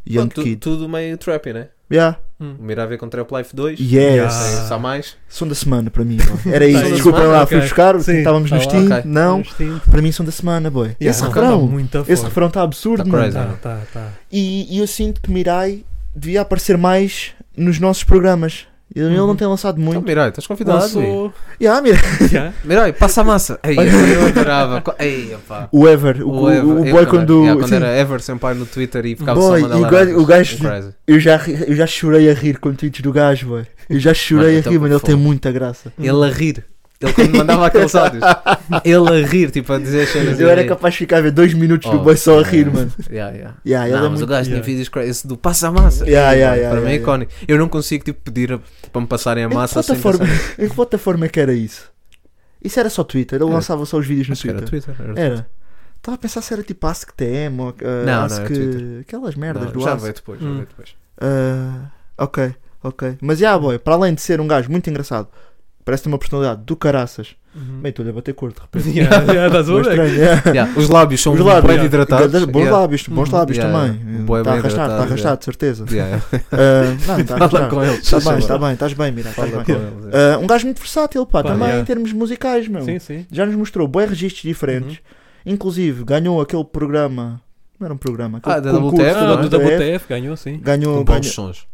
Young Pronto, tu- Kid. Tudo meio trappy, né? Yeah. Hum. O Miravia contra o Life 2. Yes. Yeah. Tem- Só mais. Som da semana para mim. pá. Era Som isso. da Desculpem semana, lá, ok. fui buscar. Sim, Estávamos tá no lá, Steam. ok. Não, Mas sim. para mim, som da semana, boy. E Esse Yeah, tá refrão. muito a Esse fogo. refrão está absurdo, é Tá mano. crazy. Tá, tá, tá. E, e eu sinto que Mirai devia aparecer mais nos nossos programas. Ele ele Uhum. não tem lançado Então, muito. Mirai, estás convidado. Gui. Lançou. Yeah, Mirai. Yeah. Mirai, passa a massa. Ei, eu adorava. Co- Ei, opá. O Ever, o, o- Ever- o eu boy também. quando. Yeah, quando sim, era Ever Senpai no Twitter e ficava Boy, só a e o mandar gajo- o laranjas. gajo- Crazy. eu, já, ri- eu já chorei a rir com tweets do gajo, boy. Eu já chorei Mano, a então, rir, mano. Ele fogo. tem muita graça. Ele a rir. Ele quando mandava aqueles áudios. Ele a rir, tipo, a dizer as cenas. Eu e a era rir. capaz de ficar a ver dois minutos do Oh, boy só a rir, yeah. mano. Yeah, yeah. Yeah, ele Não, é mas o muito... gajo tinha yeah. vídeos cra- esse do passa a massa. Yeah, yeah, Para yeah, mim é yeah, icónico. Eu não consigo tipo, pedir a- para me passarem a Em que é massa assim, sem plataforma- pensar. Em que plataforma é que era isso? Isso era só Twitter? Ele Era- lançava só os vídeos no É. Acho que era Twitter? Twitter. era Twitter. Era. Estava a pensar se era tipo AskTM ou ah, não, Ask... era Twitter. aquelas merdas Não, do já Ask. veio depois, já Hum. veio depois. Ah, ok, ok. Mas yeah, boy, para além de ser um gajo muito engraçado, parece ter uma personalidade do caraças. Uhum. Bem, estou-lhe a bater cor de repente. Yeah, yeah, estás a Bom, ver? estranho, yeah. Yeah, Os lábios são Os bem lábios, yeah. hidratados. Ganda- Bons Yeah, lábios, bons Uhum. lábios Yeah, também. yeah. Bué Está bem arrastado, está hidratado, arrastado, de certeza. yeah. Ah, não, está Fala arrastado. com eles. Está bem, chama. está bem, estás bem, mira, estás Fala bem. com eles. é. Ah, um gajo muito versátil, pá, Pá, também yeah. em termos musicais, meu. Sim, sim. Já nos mostrou bons registros diferentes. Uhum. Inclusive, ganhou aquele programa. Não era um programa. aquele Ah, da concurso WTF, Ah, não é? do WTF ganhou, sim. Ganhou, Com ganhou. bons sons.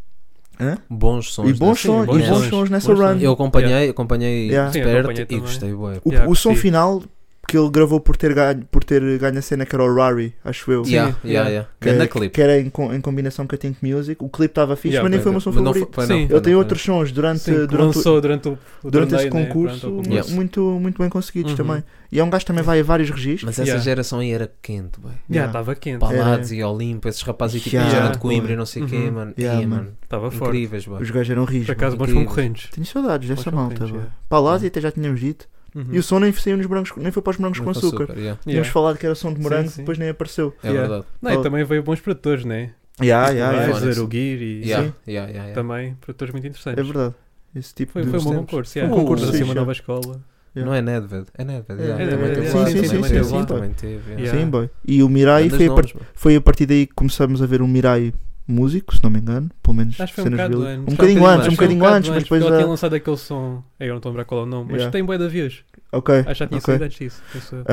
Um Hã? Bons sons. E bons né? sons, bons e bons sons. sons nessa Bons run. sons. Eu acompanhei, acompanhei Yeah. de Sim, perto acompanhei e também. gostei. bué. O, Yeah, o som curti. final que ele gravou por ter ganho, por ter ganho a cena que era o Rari, acho eu. Yeah, yeah, yeah. yeah. Que, Ganda que- clip. que era em, co- em combinação com a Think Music. O clipe estava fixe, Yeah, mas nem Mas foi o meu som não favorito. foi- não, Sim. foi, Ele não, tem foi, outros sons durante, Sim, que durante, lançou durante o, o durante torneio, esse né? concurso, Durante o Yeah. concurso. Muito, muito bem conseguidos Uhum. também. E é um gajo que também vai a vários não. registros. Mas essa Yeah. geração aí era quente, bué. Yeah, tá Yeah. Estava quente, Palados e Olimpo, esses rapazes aí tipo Yeah, yeah. de boy. Coimbra e não sei o quê, Uhum. mano. Yeah, Ia, mano. mano. estava forte. Incríveis, bué. Os gajos eram rígidos. Por acaso, bons Incríveis. concorrentes. Tenho saudades dessa Bons malta. contentes, bué. yeah. Palazzi até já tínhamos dito. Uhum. E o som nem saiu nos brancos, nem foi para os brancos Muito com açúcar. yeah. Tínhamos Yeah. falado que era som de Sim, morango, sim. depois nem apareceu. É Yeah. verdade. Não, e Oh. também veio bons produtores, né? Yeah, O yeah, yeah. Vai. Weiser, o Gear e Yeah, yeah, yeah, yeah. também produtores muito interessantes. É verdade. Esse tipo Foi, de foi um bom tempos. concurso. Foi um yeah. concurso, Nasceu sim, uma já. nova escola. Yeah. Não é Nedved, é Nedved. É, yeah, é também Nedved, teve sim, lá, sim, também sim, teve sim, lá, sim, também teve, yeah. Yeah. Sim, boy. E o Mirai Grandes foi a, par- nomes, mano. foi a partir daí que começamos a ver um Mirai músico, se não me engano, pelo menos Acho que foi um cenas bocado dele. antes. Um bocadinho Foi antes, um antes, bocadinho antes, mas depois Ela tinha um já. lançado aquele som. Eu não estou a lembrar qual é o nome, mas Yeah. tem bué de vez. Ok. Acho que já tinha ok. saído antes disso. Isso é-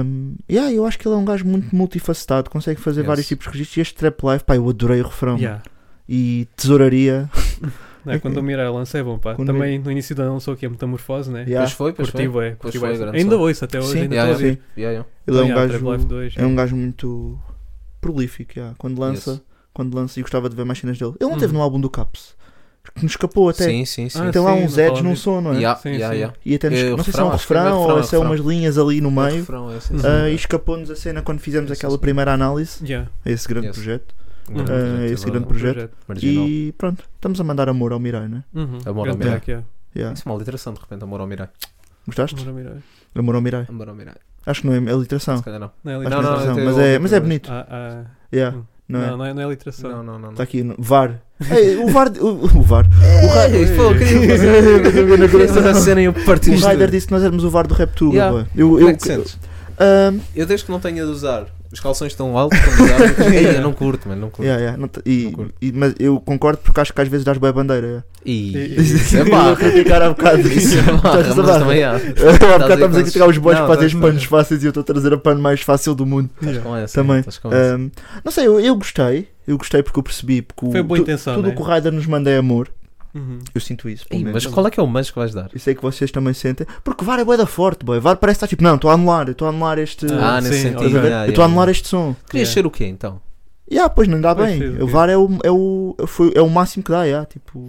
Ahm, yeah, eu acho que ele é um gajo muito multifacetado, consegue fazer Yes. vários tipos de registros. E este Trap Life, pá, eu adorei o refrão. Yeah. E tesouraria. Não é? Quando o Mira lança é bom, pá. Quando Também no início da não sou o que é metamorfose, né? Yeah. Pois foi, pois Curti foi. bué, Pois curti foi, bué. grande Ainda som. ouço até hoje, Sim. ainda Yeah, estou a yeah. ouvir. Yeah, Oh, yeah. Ele é um Yeah, Trap Life gajo. 2, É um gajo muito prolífico, yeah, quando lança. Yes. Quando lança e gostava de ver mais cenas dele. Ele não Uhum. esteve no álbum do Caps, que nos escapou até. Sim, sim, sim. Ah, Tem lá sim, uns não edges falava num disso. som, não é? Yeah, Sim, yeah, sim. yeah. E até nos- É, o não sei se é um refrão, acho que é refrão refrão, ou é se é umas refrão. linhas ali no É meio. refrão, é assim, Ah, sim. Ah, e escapou-nos a cena quando fizemos Sim, sim, aquela sim. primeira análise Yeah. a esse grande Yes. projeto. Grande Ah, projeto, esse é verdade. grande projeto. Marginal. E pronto, estamos a mandar amor ao Mirai, né? Uhum. Amor Grande ao Mirai. track, yeah. Yeah. Isso é uma literação de repente, amor ao Mirai. Gostaste? Amor ao Mirai. Amor ao Mirai. Amor ao Mirai. Acho que não é, é literação. Se calhar não. Não é Acho Não, que não, não, é literação. literação, tem mas, outra é, mas é vez. bonito. Ah, ah, Yeah, não é? Não, não é- não é literação. Não, não, não. Está aqui no VAR. Ei, o VAR. O, o VAR. O Ra- Ei, pô, queria Eu fazer queria fazer essa é essa cena e eu parti O Ryder disse que nós éramos o VAR do Rap Tuga, Yeah. bué. Eu, Ah, Como eu, é que te sentes? Ahm, Eu desde que não tenha de usar os calções tão altos, tão pesados, ei, eu não curto, mano, não curto. yeah, yeah, não te- e, Não curto. e- mas eu concordo porque acho que às vezes dás boa bandeira. yeah. E, E- isso é Eu barra. criticar há bocado Isso é barra, Estás a mas barra. também há. Há bocado aí estamos com a criticar esses- os boys Não, para fazer estás- panos fáceis e eu estou a trazer a pano mais fácil do mundo. Estás com essa, Também. estás com essa. Ahm, não sei, eu, eu gostei. Eu gostei porque eu percebi. Porque o- Foi boa tu- intenção, Tudo né? o que o Ryder nos manda é amor. Uhum. Eu sinto isso. pelo Ei, menos. Mas qual é que é o manjo que vais dar? E sei que vocês também sentem. Porque VAR é boeda forte, boy. VAR parece que está tipo, não, estou a anular, eu estou a anular este. Ah, Ah, nesse sim, sentido. ok. Estás a ver? yeah, eu estou a yeah. anular este som. Querias Yeah. ser o quê então? Yeah, pois não dá Pois bem. sim, o sim. VAR é o, é o, foi, é o máximo que dá, yeah, tipo.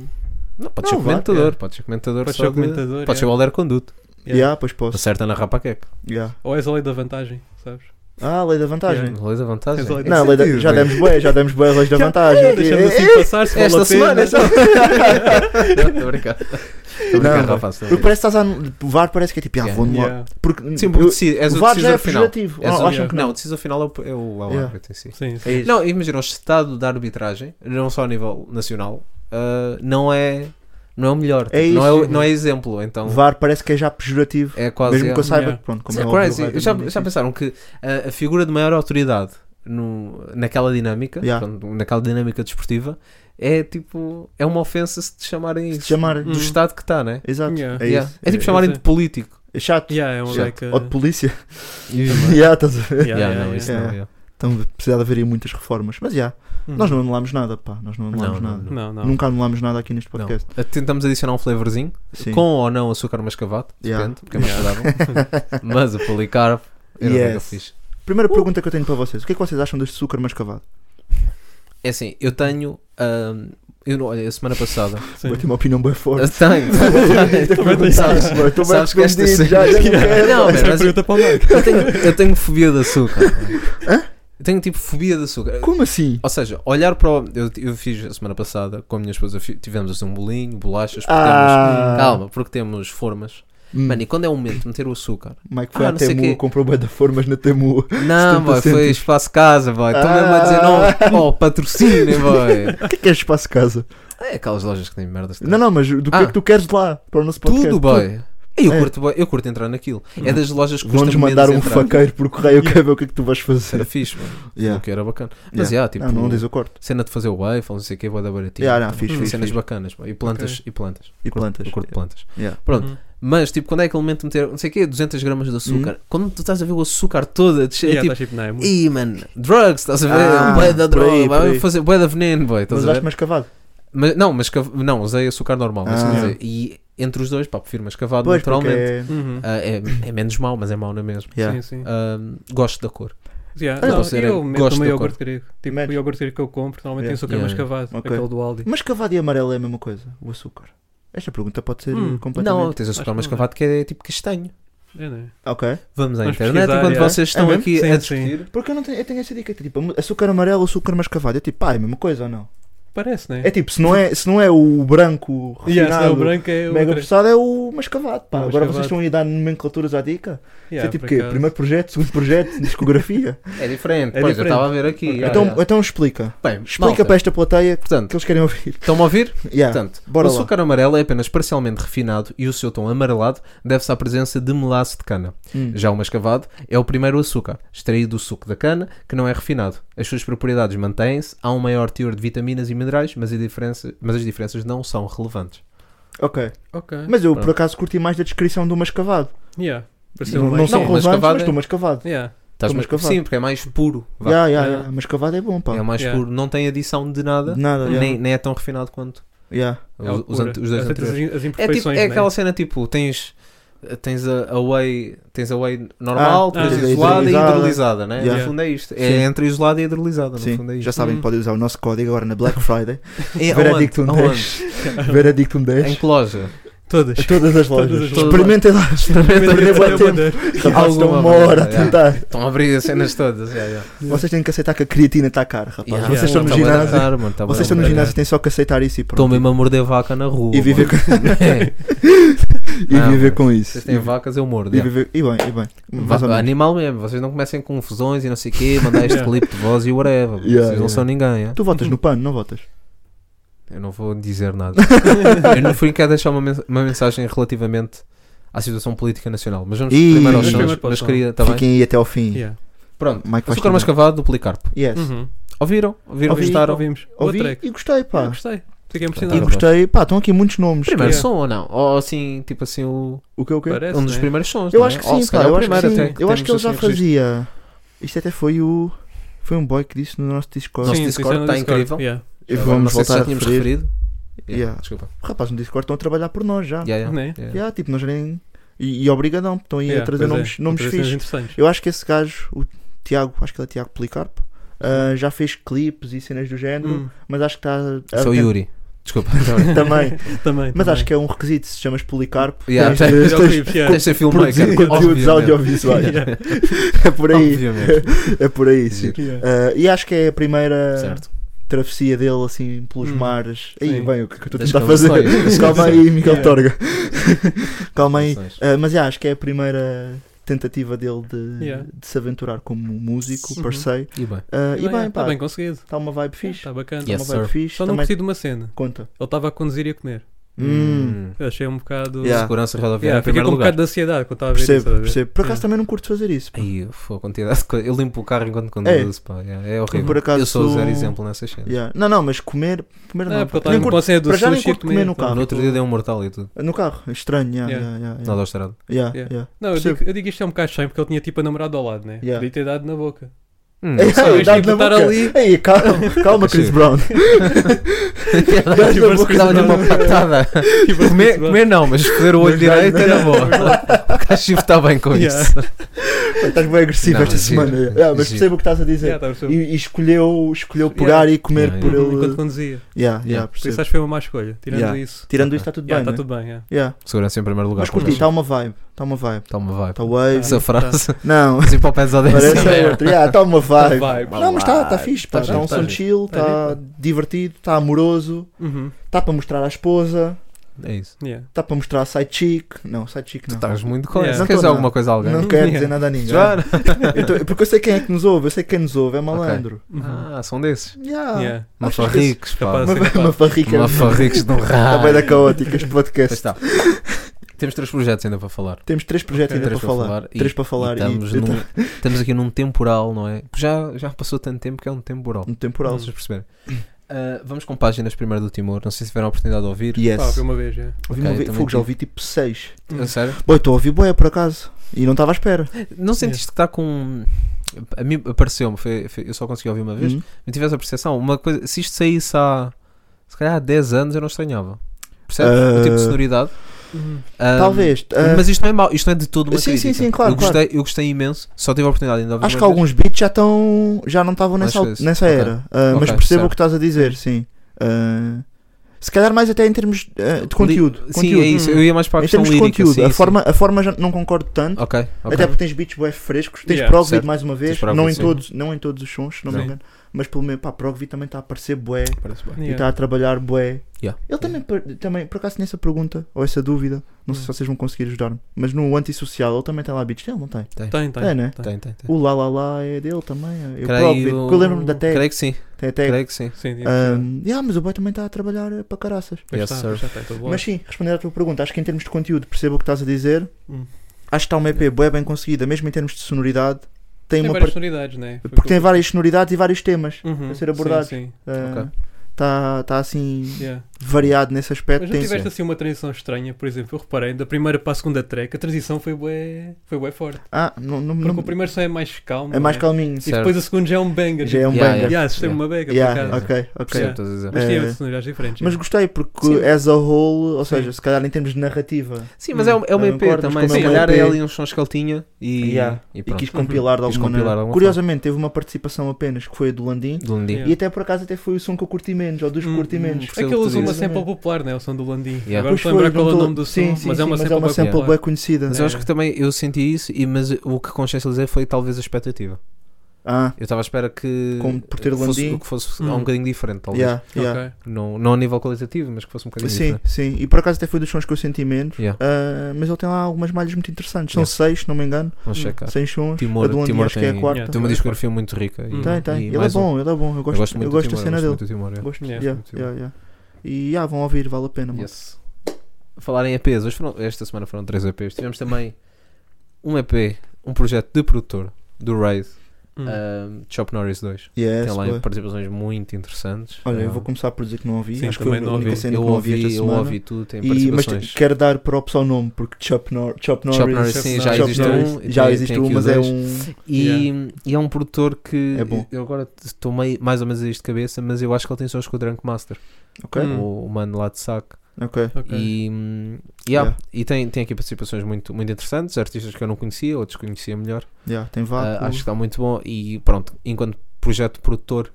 Não, pode ser Não, vá, comentador, yeah. pode ser comentador, Pode só ser de- comentador, pode ser yeah. o Alder Conduto. Yeah. Yeah. pois posso. Acerta na rapa queca. Yeah. Ou és a lei da vantagem, sabes? Ah, lei da vantagem. Yeah. Leis a vantagem. É Tens a lei Não, lei da- já demos boé, já demos boé a leis da vantagem. aqui. Deixamos assim passar, se vale a Esta pena. semana, então. Estou a brincar. Estou a brincar, Não, rapaz. estou a brincar. Porque parece que estás a. anu- O VAR parece que é tipo, ah, Yeah. vou anular. Yeah. Porque Sim, porque eu- decidi- és o o VAr já é decisor final. pejorativo. És Ou o- acham que Não, não? o decisor final é o- é o Yeah. árbitro em si. Sim, sim. É isso. Não, imagina, o estado da arbitragem, não só a nível nacional, ah, não é não é o melhor. É tipo, não, é, isso. o- não é exemplo, então VAR parece que é já pejorativo. é quase. Mesmo que eu saiba, Yeah. pronto, como Isso é é óbvio, crazy. o Ryder Já, não já disse isso. pensaram que a, a figura de maior autoridade no, naquela dinâmica, Yeah. portanto, naquela dinâmica desportiva, é tipo. É uma ofensa se te chamarem Se isso. te chamarem. Uhum. Do Hum. estado que está, né? Exato. Yeah. É, Yeah. isso. é tipo É- chamarem é. de político. é chato. Yeah, é um Já. like, uh, Ou de polícia. Yeah. Yeah, estás a ver? yeah, yeah, não, isso yeah. não. yeah. Então precisava haveria muitas reformas. Mas já, Uhum. nós não anulámos nada, pá. Nós não anulámos Não, não, nada. Não, não. Nunca anulámos nada aqui neste Não. podcast. Tentamos adicionar um flavorzinho, Sim. com ou não açúcar mascavado, Yeah. depende, porque é mais saudável. Mas o policarpo era o que eu Yes. fiz. Uh. Primeira pergunta que eu tenho para vocês: o que é que vocês acham deste açúcar mascavado? É assim, eu tenho. ahm, eu não, olha, a semana passada. Sim. Vou ter uma opinião bem eu forte. tenho. Também tenho. Sabes- Bom, Estou bem sabes que esta cena- escondido, já, já não quero. Não, Essa é a mas- assim, pergunta para o Mike. eu, tenho, eu tenho fobia de açúcar. Eu tenho tipo fobia de açúcar. Como assim? Ou seja, olhar para o. Eu, eu fiz a semana passada com a minha esposa, fi- tivemos assim um bolinho, bolachas, porque Ah. temos- calma, porque temos formas. Hum, Mano, e quando é o momento de meter o açúcar? Mike foi Ah, à não sei Temu, quê. comprou bué de formas na Temu. Não, 70 boy, foi cêntimos. espaço casa, boy. Estão mesmo a dizer Ah. não, oh, patrocínio, boy. O que é que é espaço casa? É aquelas lojas que têm merdas. de Não, não, mas do que é Ah. que tu queres de lá? Para o nosso podcast? Tudo, boy. Eu, É. curto, boy. eu curto entrar naquilo. É das lojas que Vão-nos custa mandar menos um entrar. faqueiro por correio, eu quero ver o que é que tu vais fazer. Era fixe, mano. Yeah. O que era bacana. Mas, Yeah. yeah, tipo, Não, não diz o corte. cena de fazer o waffle, não sei o que, boy da baratinha. Yeah, não, fixe, Tem fixe, cenas fixe. bacanas, boy. E plantas, e plantas. E plantas. Eu curto plantas. Yeah. Pronto. Uhum. Mas, tipo, quando é que ele mente meter, não sei o que, 200 gramas de açúcar. Hum. Quando tu estás a ver o açúcar todo, a descer, é tipo, Yeah, tá tipo, não, é muito- Ih, mano, drugs, estás a ver? Ah, bué da por droga, aí, por aí. vai fazer bué da veneno, boy, estás Mas a acho ver? mascavado. Mas, não, mas cav- não, usei açúcar normal, é isso que eu Ah. dizer. E entre os dois, pá, prefiro mascavado Pois, porque naturalmente. é- Uhum. Ah, é, é menos mau, mas é mau na mesma. Sim, Yeah. sim. Ahm, gosto da cor. Yeah, Ah, não, considero- eu meto gosto também da iogurte grego. Tipo, Metes? o iogurte grego que eu compro normalmente tem Yeah. açúcar Yeah. mascavado, Ok. aquele do Aldi. Mas cavado e amarelo é a mesma coisa, o açúcar. Esta pergunta pode ser Hum, eh, completamente. Não, tens Acho açúcar que mascavado que é tipo castanho. É, não é? Ok. Vamos à Vamos internet pesquisar, enquanto yeah. vocês estão É mesmo? aqui Sim, a sim. discutir. Porque eu, não tenho, eu tenho essa dica, tipo, açúcar amarelo, açúcar mascavado. É tipo, pá, é a é mesma coisa ou não? Parece, né? É tipo, se não é, se não é o branco refinado, Yeah, se não é o branco é o mega outra. É processado, é o mascavado. Pá. O Agora mascavado. vocês estão aí a dar nomenclaturas à dica. Isso Yeah, é tipo por quê? acaso. Primeiro projeto, segundo projeto, discografia. É diferente, É pois diferente. eu estava a ver aqui. yeah, então, yeah. então explica. Bem, Explica malta, para Ah. esta plateia que Portanto, eles querem ouvir. estão-me a ouvir? Yeah. Portanto, bora o lá. açúcar amarelo é apenas parcialmente refinado e o seu tom amarelado deve-se à presença de melaço de cana. Hum. Já o mascavado é o primeiro açúcar, extraído do suco da cana, que não é refinado. As suas propriedades mantêm-se, há um maior teor de vitaminas e minerais, mas, a diferença- mas as diferenças não são relevantes. Ok. Ok. Mas eu Pronto. por acaso curti mais da descrição do mascavado. Yeah. Pareceu Não, um não leite. são Sim, relevantes, mascavado mas é- estou mascavado. Yeah. Estás Com mas- Então, mascavado. Sim, porque é mais puro. vá. Yeah, yeah, É. yeah. Mascavado é bom, pá. É mais Yeah. puro, não tem adição de nada, Nada, yeah. nem, nem é tão refinado quanto Yeah. os, É os loucura. ante- os dois Aceitas anteriores. As, as É, tipo, imperfeições, é né? aquela cena tipo, tens, tens a, a whey, tens a whey normal, Ah, tens ah. isolada e Hidrolisada. hidrolisada, né? Yeah. No fundo é isto. É Sim. entre isolada e hidrolisada, no Sim. fundo é isto. Já sabem que podem usar o nosso código agora na Black Friday. É, Veredicto aonde? 10. Veredicto Aonde? Em 10. que loja? Todas. A todas as lojas. as lojas. Experimentem lá. Experimentem. Perder bué Eu tempo. mandei. Rapazes estão Alguma uma hora a maneira, tentar. Estão a abrir as cenas todas. yeah, yeah. Vocês têm que aceitar que a creatina está cara, rapaz. Yeah, Vocês tá estão no bué da ginásio. caro, mano, tá bué Vocês da estão no caro. ginásio têm só que aceitar isso e pronto. Estão mesmo a morder vaca na rua. E viver, mano. com, É, e Não, viver com isso. Vocês têm E- vacas, eu mordo. E, yeah. viver, e bem, e bem. Mais Va- ou menos. Animal mesmo, vocês não comecem com confusões e não sei o quê, mandar este Yeah. clipe de voz e whatever. vocês Yeah, não yeah. são ninguém. yeah. Tu votas no PAN, não votas? Eu não vou dizer nada. eu no fim quero deixar uma, mens- uma mensagem relativamente à situação política nacional. Mas vamos Ih, primeiro aos vamos sons. primeiro para o Mas som. queria, tá bem? Fiquem aí até ao fim. Yeah. Pronto. Mike vai Açúcar Mascavado do Policarpo. Yes. Uhum. Ouviram? Ouviram? Ouvi, Gostaram? Ouvimos. Boa Ouvi track. e gostei, Eu pá. gostei. Fiquei E impressionado. Claro. gostei. Pá, estão aqui muitos nomes. Primeiro Yeah. som ou não? Ou assim, tipo assim, o, O que o quê? Parece, um dos né? primeiros sons. Eu não é? acho que Ou sim, se pá. calhar Eu o acho que primeiro sim. até, que Eu acho que ele temos já assim o registro. fazia. Isto até foi o. Foi um boy que disse no nosso Discord. Nosso Sim, Discord sim, tá no Discord. incrível. Yeah. E Já vamos não sei se voltar já a tínhamos referir. referido. Yeah, Yeah. Desculpa. Rapaz, no Discord estão a trabalhar por nós já. Yeah, yeah, Né? yeah. Yeah, tipo, nós nem. E, e obrigadão, estão aí Yeah, a trazer pois é. nomes, nomes Outras cenas fixos. interessantes. Eu acho que esse gajo, o Tiago, acho que ele é Tiago Policarpo, ah, já fez clipes e cenas do género, Hum, mas acho que está. a- Sou é? a- Yuri. Desculpa. Também. também. mas também. acho que é um requisito, se chamas Policarpo, Yeah, é tens de- tens- Já tens de ouvimos, yeah. Tens de ser produzir filmmaker. conteúdos obviamente. audiovisuais. É por aí. Obviamente. É por aí, sim. Giro. Yeah. Ah, e acho que é a primeira Certo. travessia dele, assim, pelos Hum, mares. Aí, sim. bem, o que é que eu estou a Das tentar fazer? condições. Calma aí, Miguel Yeah. Torga. Calma aí. Condições. Ah, mas yeah, acho que é a primeira tentativa dele de, Yeah. de se aventurar como músico, per Uhum. se. E bem. Ah, e bem, Está pá, bem está conseguido. uma vibe fixe. Está bacana. Está Yes, uma vibe sir. fixe. Só não Também curti de uma cena. conta. Ele estava a conduzir e a comer. Hum. Hum. Eu achei um bocado. Yeah. Segurança rodoviária Yeah, em fiquei primeiro com um lugar. bocado de ansiedade quando estava a ver isso. Percebo, estás a ver? percebo. Por acaso Yeah. também não curto fazer isso. pá. Aí, foi a quantidade de coisa. Eu limpo o carro enquanto conduzo, pá. Yeah, é horrível. Por acaso- eu sou o zero exemplo nessas cenas. Yeah. Não, não, mas comer, comer não. Ah, pá. porque Nem ele curto- estava cena do para já nem sushi e curto comer no carro. No outro dia dei um mortal e tudo. no carro, é estranho. Yeah, Yeah. yeah. então- Yeah, Na yeah, autostrada. yeah, Yeah. yeah. Não, eu Percebo. digo, eu digo isto é um bocado estranho porque ele tinha tipo a namorada ao lado, né? Yeah. Podia ter dado na boca. Hum, Ei, sei. ei, dá-lhe tipo, na estar boca. ali. Ei, calma, calma, Chris Sim. Brown. Dava-lhe uma- Dava-lhe uma patada. Tipo, Comer, comer não, mas foder o olho Mas direito dá-lhe- era boa. O cachimbo está bem com Yeah. isso. Estás bem agressivo Não, esta mas giro, É semana. Yeah, mas giro. percebo o que estás a dizer. Yeah, estava a perceber. E, e escolheu, escolheu pegar e comer Yeah, por Uhum, ele. Enquanto conduzia. Yeah, yeah, Yeah. Por percebo. isso acho que foi uma má escolha. Tirando Yeah. isso. Tirando isto, está tudo Yeah, bem. tá Está né? tudo bem, yeah. Yeah. Segurança em primeiro lugar. Mas curti, tá- está uma vibe. Está uma vibe. Toma, vai. Tá Ah, Está wave. Essa frase. Não, Assim para o pé dos parece audiências. é outra. Está uma vibe. Tá vibe. Não, mas está tá fixe. Está Tá tá um giro, tá som giro. chill, Tá está divertido, está amoroso. Uhum, Está para mostrar à esposa. É isso. yeah. Está para mostrar à side chick. Não, side chick Tu não. estás muito com Yeah. isso. Não Queres tô, não. alguma coisa a alguém? Não quero dizer Yeah. nada a ninguém. Já? Eu tô- porque eu sei quem é que nos ouve. Eu sei que quem nos ouve é malandro. Uhum. Ah, são desses. Yeah. Yeah. Mafarricos, pá. Capaz. Uma, uma farrica. Uma farricos de um Está raio. Tá bem da caótica este Pois podcast. está. Temos três projetos ainda para falar. Temos três projetos Ok. ainda Três para para falar. falar e- Três para falar E estamos, e eu num- tava- estamos aqui num temporal, não é? Já, já passou tanto tempo que é um temporal. um temporal. Vocês perceberem. Ah, vamos com páginas primeiro do Timor. Não sei se tiveram a oportunidade de ouvir. Yes. Pá, foi uma vez, yeah. Ouvi uma Ok, vez- também Fogo, já tive. ouvi tipo seis. A sério? Boi, estou a ouvir boia por acaso. E não estava à espera. Não sentiste que está com. um- A mim apareceu-me, foi- foi- eu só consegui ouvir uma vez. Hum. Eu tive essa percepção. Uma coisa, se isto saísse há se calhar há 10 anos eu não estranhava. Percebes? O tipo de Ah, sonoridade. Uhum. Ah, Talvez. ah, mas isto não é mau, isto não é de todo uma Sim, sim, crítica. sim, claro, eu, claro. gostei, eu gostei imenso, só tive a oportunidade de ouvir acho uma que vez. alguns beats já estão. já não estavam Mais nessa, al- vezes. nessa é Ok. era. Ah, mas Ok, percebo certo. o que estás a dizer, sim. Ah, Se calhar mais até em termos eh, de conteúdo. Li- Sim, conteúdo. é isso. Eu ia mais para a Em questão termos de lírica. conteúdo, sim, a, sim. Forma, a forma já não concordo tanto. Ok, ok. Até porque tens beats bué frescos, tens Yeah. Progvid Certo. mais uma vez, Tens Progvid, não em, sim. todos, não em todos os sons, se não me Sim. engano, mas pelo menos, pá, Progvid também está a aparecer bué Parece bem. e está a trabalhar bué. Yeah. Ele também, per- também, por acaso, tinha essa pergunta ou essa dúvida, não sei se vocês vão conseguir ajudar-me, mas no antissocial ele também tem lá beats, ele não tem. Tem, tem. É, né? tem. Tem, tem, tem. O lá lá lá é dele também, é o Creio- Progvid, que eu lembro-me da tag, Creio que sim. tem a tag. Creio que sim. Sim, tá, tem. Ahm, yeah, mas o boy também está a trabalhar eh, para caraças. Pois Yes, está, sir. pois está, está tudo Mas bem. sim, responder à tua pergunta, acho que em termos de conteúdo percebo o que estás a dizer. Hum. Acho que está uma EP bué bem conseguida, mesmo em termos de sonoridade. Tem Tem, uma várias parte sonoridades, né? Foi Porque tem aquilo várias sonoridades e vários temas. que- Uhum, a ser abordados. Sim, sim. Está Ok. tá assim Yeah. variado nesse aspecto. Mas não Tem- tiveste assim uma transição estranha, por exemplo, eu reparei, da primeira para a segunda track, a transição foi bué, foi bué forte. Ah, não, não, Porque não- o primeiro só é mais calmo. é mais né? calminho. E depois o segundo já é um banger. Já é um Yeah, banger. Yeah, assistei-me uma beca, por Yeah, acaso. ok, ok. Percebo o que estás a dizer. Mas É. tinha sonoridades diferentes. Mas sim. gostei porque Sim. as a whole, ou Sim. seja, se calhar em termos de narrativa Sim, mas é, um- é uma Eu EP concordo, também. mas Se como é calhar uma é EP, ali uns sons que ele tinha e, Yeah. e e pronto. Uhum. quis compilar de Quis alguma compilar de maneira. alguma Curiosamente, teve uma participação apenas que foi a do Landim. Do Lundy. Yeah. E até por acaso até foi o som que eu curti menos, ou dos que Hum, curti menos. hum. É que ele usa uma Precisamente. sample popular, né? O som do Landim. Yeah. Agora não Pois estou a lembrar qual foi, é o não tô- nome do som, sim, sim, mas é uma sim, sample uma sample popular. bué conhecida. Mas eu acho É. que também eu senti isso, e, mas o que consciencializei foi talvez a expectativa. Ah, Eu estava à espera que, Como por ter fosse, Landim. que fosse Hum. um bocadinho diferente, talvez. yeah, yeah. Ok. Não, não a nível qualitativo, mas que fosse um bocadinho Sim, diferente. sim. E por acaso até foi dos sons que eu senti menos. Yeah. Ah, mas ele tem lá algumas malhas muito interessantes. São Yeah. seis, se não me engano. Vamos Hum. checar. Seis sons. Timor- a do Andy Timor acho que é a tem- quarta. Yeah, Tem uma discografia muito rica. e- Hum. Tem, tem. e Ele é mais um. bom, ele é bom. Eu gosto, eu gosto eu muito do gosto da Timor, cena eu dele. gosto muito do Timor, é. Gosto. Yeah. Yeah, Muito yeah, yeah. E ah, vão ouvir, vale a pena. mano. Yes. Falar em EPs, hoje foram- esta semana foram 3 EPs. Tivemos também um EP, um projeto de produtor do Raid, Hum. um, Chop Norris 2. Yes, Tem lá boy. participações muito interessantes. Olha, eu Ah, vou começar por dizer que não ouvi. Sim, acho que foi também a não única ouvi. cena eu que não ouvi esta ouvi, eu semana. ouvi tudo, tem E, mas participações. quero dar props ao nome, porque Chop, Nor Chop Norris. Chop Norris, sim, Chop já Norris. existe Chop um. já tem- existe tem um, aqui mas os é dois. um. E, Yeah. e é um produtor que É bom. eu agora estou meio, mais ou menos a isto de cabeça, mas eu acho que ele tem sons com o Drunk Master, Ok, Hum. o, o mano lá de saco. ok. Ok. E, hum, yeah, Yeah. e tem, tem aqui participações muito, muito interessantes, artistas que eu não conhecia, outros conhecia melhor. Yeah, tem Ah, vácuo. acho que está muito bom. E pronto, enquanto projeto produtor,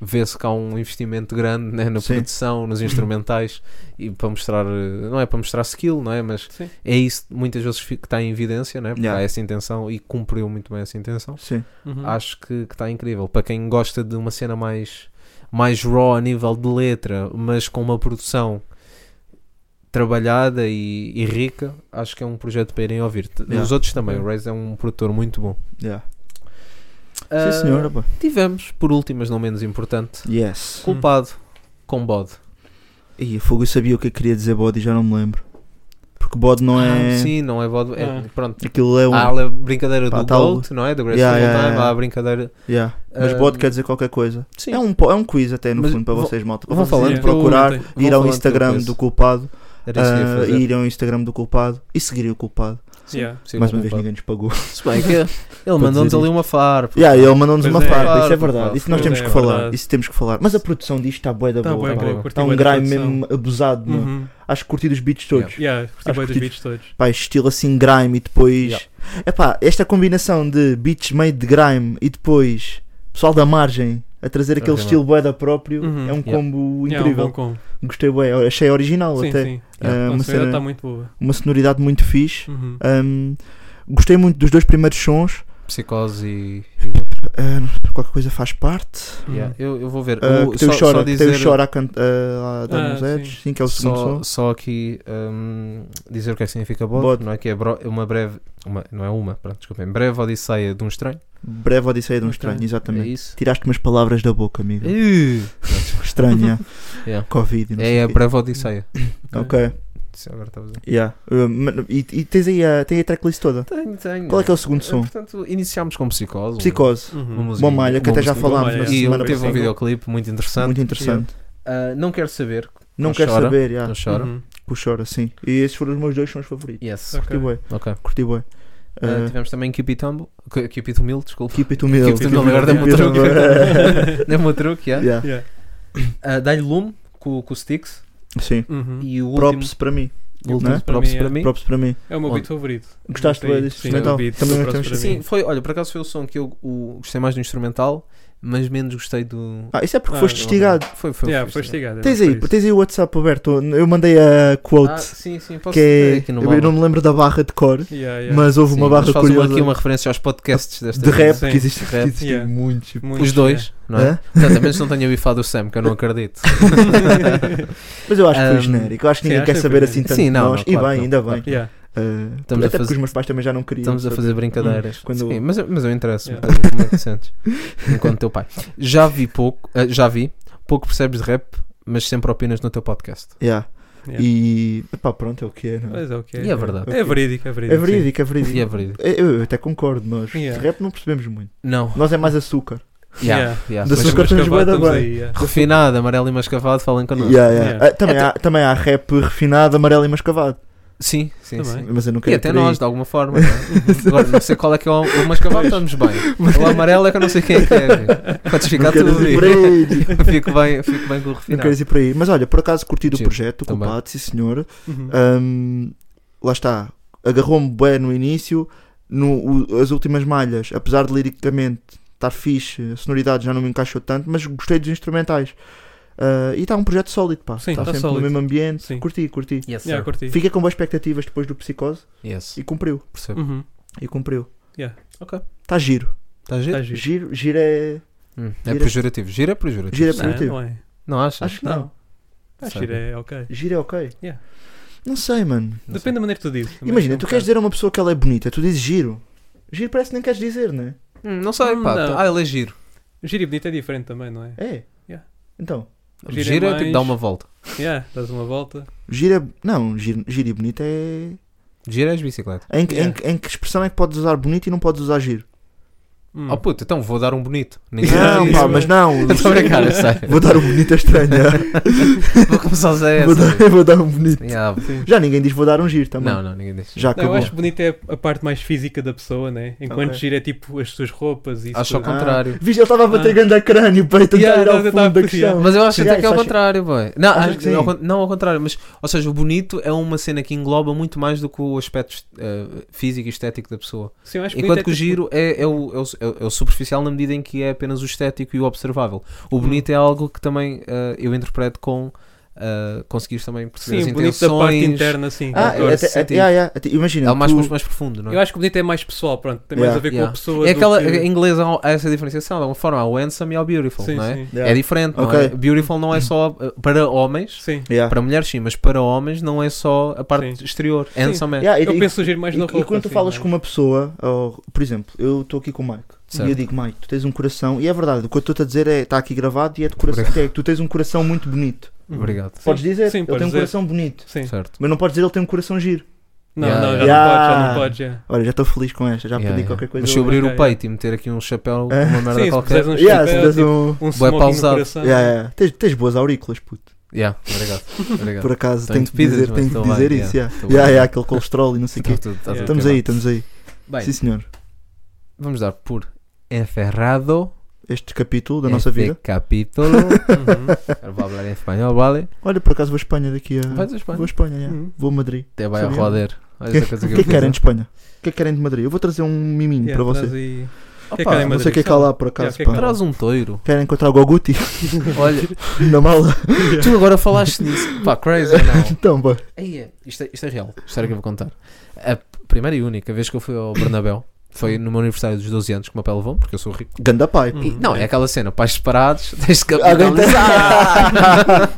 vê-se que há um investimento grande né, na Sim. produção, nos instrumentais, e para mostrar, eh, não é para mostrar skill, não é? Mas Sim. é isso muitas vezes fi- que está em evidência, né? Porque Yeah. há essa intenção e cumpriu muito bem essa intenção. Sim. Uhum. Acho que, que está incrível. Para quem gosta de uma cena mais, mais raw a nível de letra, mas com uma produção trabalhada e, e rica, acho que é um projeto para irem ouvir. T- Yeah. Os outros também. O Rez é um produtor muito bom. Yeah. Ah, Sim, senhora. pá. Tivemos, por último, mas não menos importante, Yes. culpado com bode. E fogo, eu sabia o que eu queria dizer bode e já não me lembro. Porque bode não é. Sim, não é bode. é- Ah. Pronto. Aquilo é um. Há a brincadeira Pá, do tá o- Gold, não é? Do Grace Yeah, Full yeah, Time. yeah. Há a brincadeira. Yeah. Mas Ah, bode quer dizer qualquer coisa. Sim. É um, po- é um quiz até no Mas fundo para vão- vocês, malta. Para vão vocês falando irem que eu- procurar, ontem- vão ir ao falando que eu Instagram penso. do culpado, Era isso que ia ah, fazer. ir ao Instagram do culpado e seguirem o culpado. Yeah. Sim, Mais com uma o vez culpado. ninguém nos pagou. Se bem que ele mandou-nos dizer ali uma farpa. Yeah, ele mandou-nos Pois uma é, farda, isso é farda, verdade. pá, Isso nós pois temos é, que falar. verdade. Isso temos que falar. Mas a produção disto está bué da Tá boa. bué, pá. boa, curti Está um bué da grime produção. mesmo abusado. meu. Uhum. Acho que curti dos beats todos. Yeah, curti Acho bem dos que- beats todos. Pá, estilo assim grime e depois. Yeah. Epá, esta combinação de beats meio de grime e depois pessoal da margem a trazer aquele Ok, estilo boeda próprio Uhum. é um Yeah. combo Yeah, incrível. um bom combo. Gostei bué, achei original Sim, até. sim. Ah, A uma, sonoridade cena- está muito boa. uma sonoridade muito fixe. Uhum. Um, gostei muito dos dois primeiros sons. Psicose e, e o outro. Uh, qualquer coisa faz parte. Hum. Yeah, Eu, eu vou ver. Uh, O- que tem o só- chora, só que tem o dizer- chora a, can- a- a dar Ah, uns sim. edges, sim, que é o segundo só, som. só aqui hum, dizer o que é que significa bode, Bode. não é que é bro- uma breve, uma, não é uma, pronto, desculpem, breve odisseia de um estranho, Breve Odisseia de um Ok. Estranho, é exatamente. isso? Tiraste umas palavras da boca, amigo. Uh, Estranha. Yeah. Covid e não sei é o a quê. breve odisseia. Ok. Isso agora estava a dizer. Yeah. Uh, ma- e, e tens aí a, tem a tracklist toda. Tenho, tenho. Qual é que é o segundo som? Portanto, iniciámos com psicose. um Psicose. Uhum. Uma musiquinha, Uma malha, que uma até já musiquinha. Uma falámos na malha, E yeah. semana ele teve um passada. videoclipe muito interessante. Muito interessante. Ah, não quero saber, Não Não quero chora. saber, yeah. não chora. Uhum. que o chora, sim. E esses foram os meus dois sons favoritos. Yes. Ok. Curti bué, Ok. curti bué. Ah, Uh, tivemos também Keep It Humble, que- Keep It Humble, desculpa. Keep it humilde. Keep it humilde, agora deu-me um truque. Deu-me um truque, yeah. Yeah. Yeah. Ah, Dá-lhe lume com, com o Sticks Sim. Uhum. e o último, Props para mim. o último né? props Para para mim mim. Props para mim. É o meu Onde? beat favorito. Gostaste Gostei. bué deste Sim, instrumental? o beat Também do Props gostamos para Sim, mim. foi, olha, por acaso foi o som que eu o- gostei mais do instrumental, mas menos gostei do. Ah, isso é porque Ah, foste não, instigado. Foi, foi, Yeah, foi foi instigado. estigado. Tens aí, tens aí o WhatsApp aberto. Eu mandei a Ah, quote, sim, sim, posso que ver é. aqui no eu não balão. me lembro da barra de cor, Yeah, yeah. mas houve Sim, uma mas barra faz uma- curiosa Ah, aqui uma referência aos podcasts desta de rap, Sim, que existe, rap. que existem Yeah. muitos. Muitos, Os dois, não é? Hã? Portanto, a menos não tenha ouvido falar do Sam, que eu não acredito. Mas eu acho que foi Um, genérico. Eu acho que sim, ninguém acho quer que saber foi assim tanto Sim, de não, nós. não, claro e bem, que ainda bem. yeah. Yeah. Uh, Estamos a até porque fazer- os meus pais também já não queriam. Estamos a saber. fazer brincadeiras. Quando- Sim, mas, eu- mas eu interesso Yeah. como é que te sentes enquanto teu pai. Já vi pouco, eh, já vi, pouco percebes de rap, mas sempre opinas no teu podcast. Yeah. Yeah. E pá, pronto, é o que é. não é? Mas é o que E é verdade. É verídico, é verídico. É verídico, é verídico. E é verídico. Eu, eu até concordo, nós Yeah. de rap não percebemos muito. Não. Nós é mais açúcar. Yeah, yeah. Da Mas Mas açúcar estamos temos bué da cavados, bem. estamos aí, yeah. Refinado, amarelo e mascavado, falem connosco. Yeah, yeah. Yeah. Ah, também, há, também há rap refinado, amarelo e mascavado. Sim, sim, Também. sim. Mas eu nunca E até nós, de alguma forma. não é? Agora, não sei qual é que é o, o mascavado, estamos bem. O amarelo é que eu não sei quem é que é. gente. Podes ficar Nunca tudo ir por aí. aí. Fico bem, fico bem com o Não refinado. queres ir por aí. Mas olha, por acaso curti do Giro, projeto, também. culpado, sim senhor. Uhum. Ahm, lá está. Agarrou-me bem no início. No, o- as últimas malhas, apesar de liricamente estar fixe, a sonoridade já não me encaixou tanto, mas gostei dos instrumentais. Ah, e está um projeto sólido, pá. Sim, Está tá sempre sólido. no mesmo ambiente. Sim. Curti, curti. Yes, sir. Yeah, curti. Fiquei com boas expectativas depois do Psicose Yes, e cumpriu. percebo. Uhum. E cumpriu. Yeah. Ok. Está giro. Está giro? Tá giro. Giro, giro é. Hum, É Gira- pejorativo. Gira é pejorativo. Gira é sim. Não, positivo. não é. Não achas? Acho que não. Acho Sabe. que é ok. Giro é ok. Yeah. Não sei, mano. Não sei. Depende da maneira que tu dizes. também. Imagina, Um tu bocado. queres dizer a uma pessoa que ela é bonita, tu dizes giro. Giro parece que nem queres dizer, não é? Hum, não sei, pá. Não. Ah, ele é giro. Giro e bonito é diferente também, não é? É. Yeah. Então, Giro é Giro é tipo mais- dar uma volta. Yeah, dás uma volta. giro é. Não, giro, giro e bonito é. Giro é as bicicletas. Em, que- em Yeah. que- em que expressão é que podes usar bonito e não podes usar giro? Hum. Oh puto, então vou dar um bonito. Ninguém Não, diz pá, isso. mas não. Estou a brincar, eu sei. Então, Vou dar um bonito é estranho. é. Vou começar a usar É, vou, essa. dar, vou dar um bonito. Yeah. Já ninguém diz vou dar um giro também. Não, não, ninguém diz. Já Não, eu acabou. acho que bonito é a parte mais física da pessoa, né? Enquanto Ok. giro é tipo as suas roupas e isso. Acho ao tudo. Ah. contrário. Viste, ele estava a bater Ah. grande a crânio para tentar Yeah, ir ao eu fundo tava da a puxar. questão. Mas eu acho Yeah, até que é ao isso acho- contrário, boy. Não, Achas acho que que sim? ao con- não ao contrário, mas, ou seja, o bonito é uma cena que engloba muito mais do que o aspecto eh, físico e estético da pessoa. Sim, eu acho bonito Enquanto é que o tipo- giro é, é o, é, o, é o- é o superficial na medida em que é apenas o estético e o observável. Hum. O bonito é algo que também eh, eu interpreto com conseguir conseguires também perceber as Sim, bonito da intenções. parte interna, sim. Ah, Agora, até- se até- senti- yeah, yeah, até- É Imagina, o mais, tu- mais, mais profundo, não é? Eu acho que bonito é mais pessoal, pronto. Tem mais Yeah, a ver com yeah. a pessoa. é do aquela, que- em inglês há há essa diferenciação, de alguma forma, há o handsome e há o beautiful, Sim, não é? sim. Yeah. É diferente, não Ok. é? Beautiful não é só eh, para homens, Sim. Yeah. para mulheres sim, mas para homens não é só a parte Sim. exterior. Handsome é. Yeah, e- Eu e- penso o giro mais e, na e roupa. quando tu assim, falas não é? com uma pessoa, ou, por exemplo, eu estou aqui com o Mike Certo. e eu digo, Mike, tu tens um coração, e é verdade, o que eu estou a dizer é, está aqui gravado e é de coração, é que tu tens um coração muito bonito. Uhum. Obrigado. podes dizer, sim, ele podes tem um dizer. coração bonito, Sim. Certo. mas não podes dizer ele tem um coração giro. Não, Yeah, não, já yeah. não Yeah. pode, já não pode, Olha, já estou feliz com esta, já Yeah, pedi yeah. qualquer coisa. Mas se eu abrir Ok, o yeah. peito e meter aqui um chapéu, Ah. uma merda Sim, se qualquer. puseres um Yeah, se chapéu, tens tipo, um- um smoking no pausado. coração. Yeah, yeah. Tens, tens boas aurículas, puto. Yeah, obrigado. obrigado. Por acaso, Estão tenho que entupidas, dizer, mas tenho que estão dizer bem, yeah, isso. yeah. estão Yeah, bem. Tá. yeah, aquele colesterol e não sei o Está quê. tudo- está tudo Yeah. Estamos queimado. aí, estamos aí. Bem, Sim, senhor. vamos dar por enferrado Este capítulo da este nossa vida. capítulo. Uhum. Agora vou falar em espanhol, vale? Olha, por acaso vou a Espanha daqui a. Vais a Espanha. Uhum. Vou a Espanha, yeah. Uhum. vou a Madrid. Até vai a Sabia? roder. Olha essa coisa O Hum. que que é eu que querem de fiz. Espanha? O que é que querem de Madrid? Eu vou trazer um miminho Yeah, para vocês. traz aí- Opa, que é que querem em Não sei o Madrid, que é que há sabe? lá por acaso. Yeah, o que é que pá. há lá? Traz um toiro. Querem encontrar o Goguti Olha, na mala? tu agora falaste nisso. Pá, crazy ou não? Então, pá. Aí é, isto, é, isto é real, história que eu vou contar. A primeira e única vez que eu fui ao Bernabéu foi no meu aniversário dos 12 anos que o meu pai levou, porque eu sou rico. Ganda pai. pá. E, não, é aquela cena, pais separados, tens de Uhum. Alguém tem- capitalizar.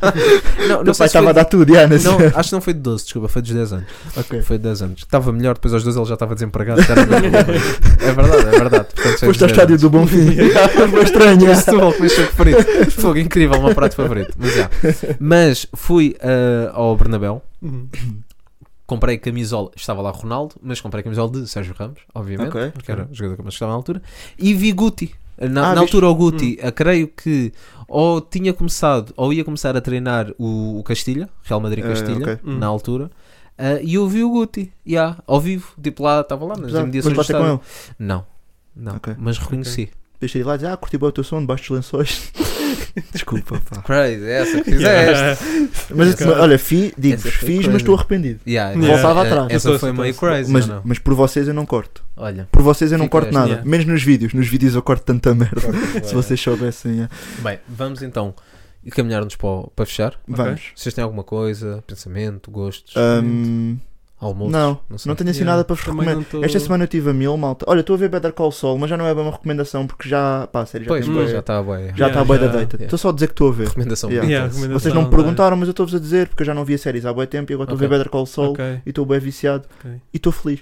não, não sei se Teu pai foi estava a dar tudo, yeah, de- nesse... É. não, acho que não foi de 12, desculpa, foi dos 10 anos. Ok. Foi de 10 anos. Estava melhor, depois aos 12 ele já estava desempregado. já era melhor. é verdade, é verdade. Portanto, foi Foste ao dos 10 anos. estádio do Bonfim. Foi estranho. é. Esse Setúbal que me deixou favorito. Fogo incrível, o meu prato favorito. Mas, já. Mas fui ah, ao Bernabéu Uhum. comprei camisola, estava lá Ronaldo, mas comprei camisola de Sérgio Ramos, obviamente, Ok. que era o jogador que eu mais gostava na altura, e vi Guti. Na, Ah, na viste? altura, o Guti, eh, creio que ou tinha começado ou ia começar a treinar o, o Castilha, Real Ah, Madrid-Castilha, ok. na altura. eh, e eu vi o Guti, yeah, ao vivo, tipo lá, estava lá nas Já, imediações Foste do bater com estádio. ele. Não, não, Ok. mas reconheci. Deixa ele lá e dizer, ah, curti bem o teu som, debaixo dos lençóis. Desculpa, pá. Crazy, é essa que fizeste. Yeah. Mas Cara. olha, fi, digo-vos, Essa foi fiz, crazy. mas estou arrependido. Yeah, Yeah. Voltava essa- atrás. Essa Doce, foi meio doce. crazy, Mas, ou é, não? mas por vocês eu não corto. Olha. Por vocês eu não Fica corto esta, nada. yeah. Menos nos vídeos. Nos vídeos eu corto tanta merda. Se Bem, vocês soubessem. é. Bem, vamos então caminhar-nos para, o- para fechar. Vamos. Vocês têm alguma coisa, pensamento, gostos, Ahm, almoço? Eh, não, sei. não tenho assim Yeah, nada para vos também não recomendar. tô- Esta semana eu tive a mil, malta. Olha, estou a ver Better Call Saul, mas já não é bem uma recomendação porque já. Pá, sério, já Pois, tem pois, bué- já está bem. Já está Yeah, a boia da já- data. Estou yeah. só a dizer que estou a ver. Recomendação. Yeah. Yeah, Beatles. recomendação. Vocês não me dá. perguntaram, mas eu estou-vos a dizer porque eu já não vi a série há bom tempo e agora estou a ver Ok. Better Call Saul Ok, e estou bem viciado ok, e estou feliz.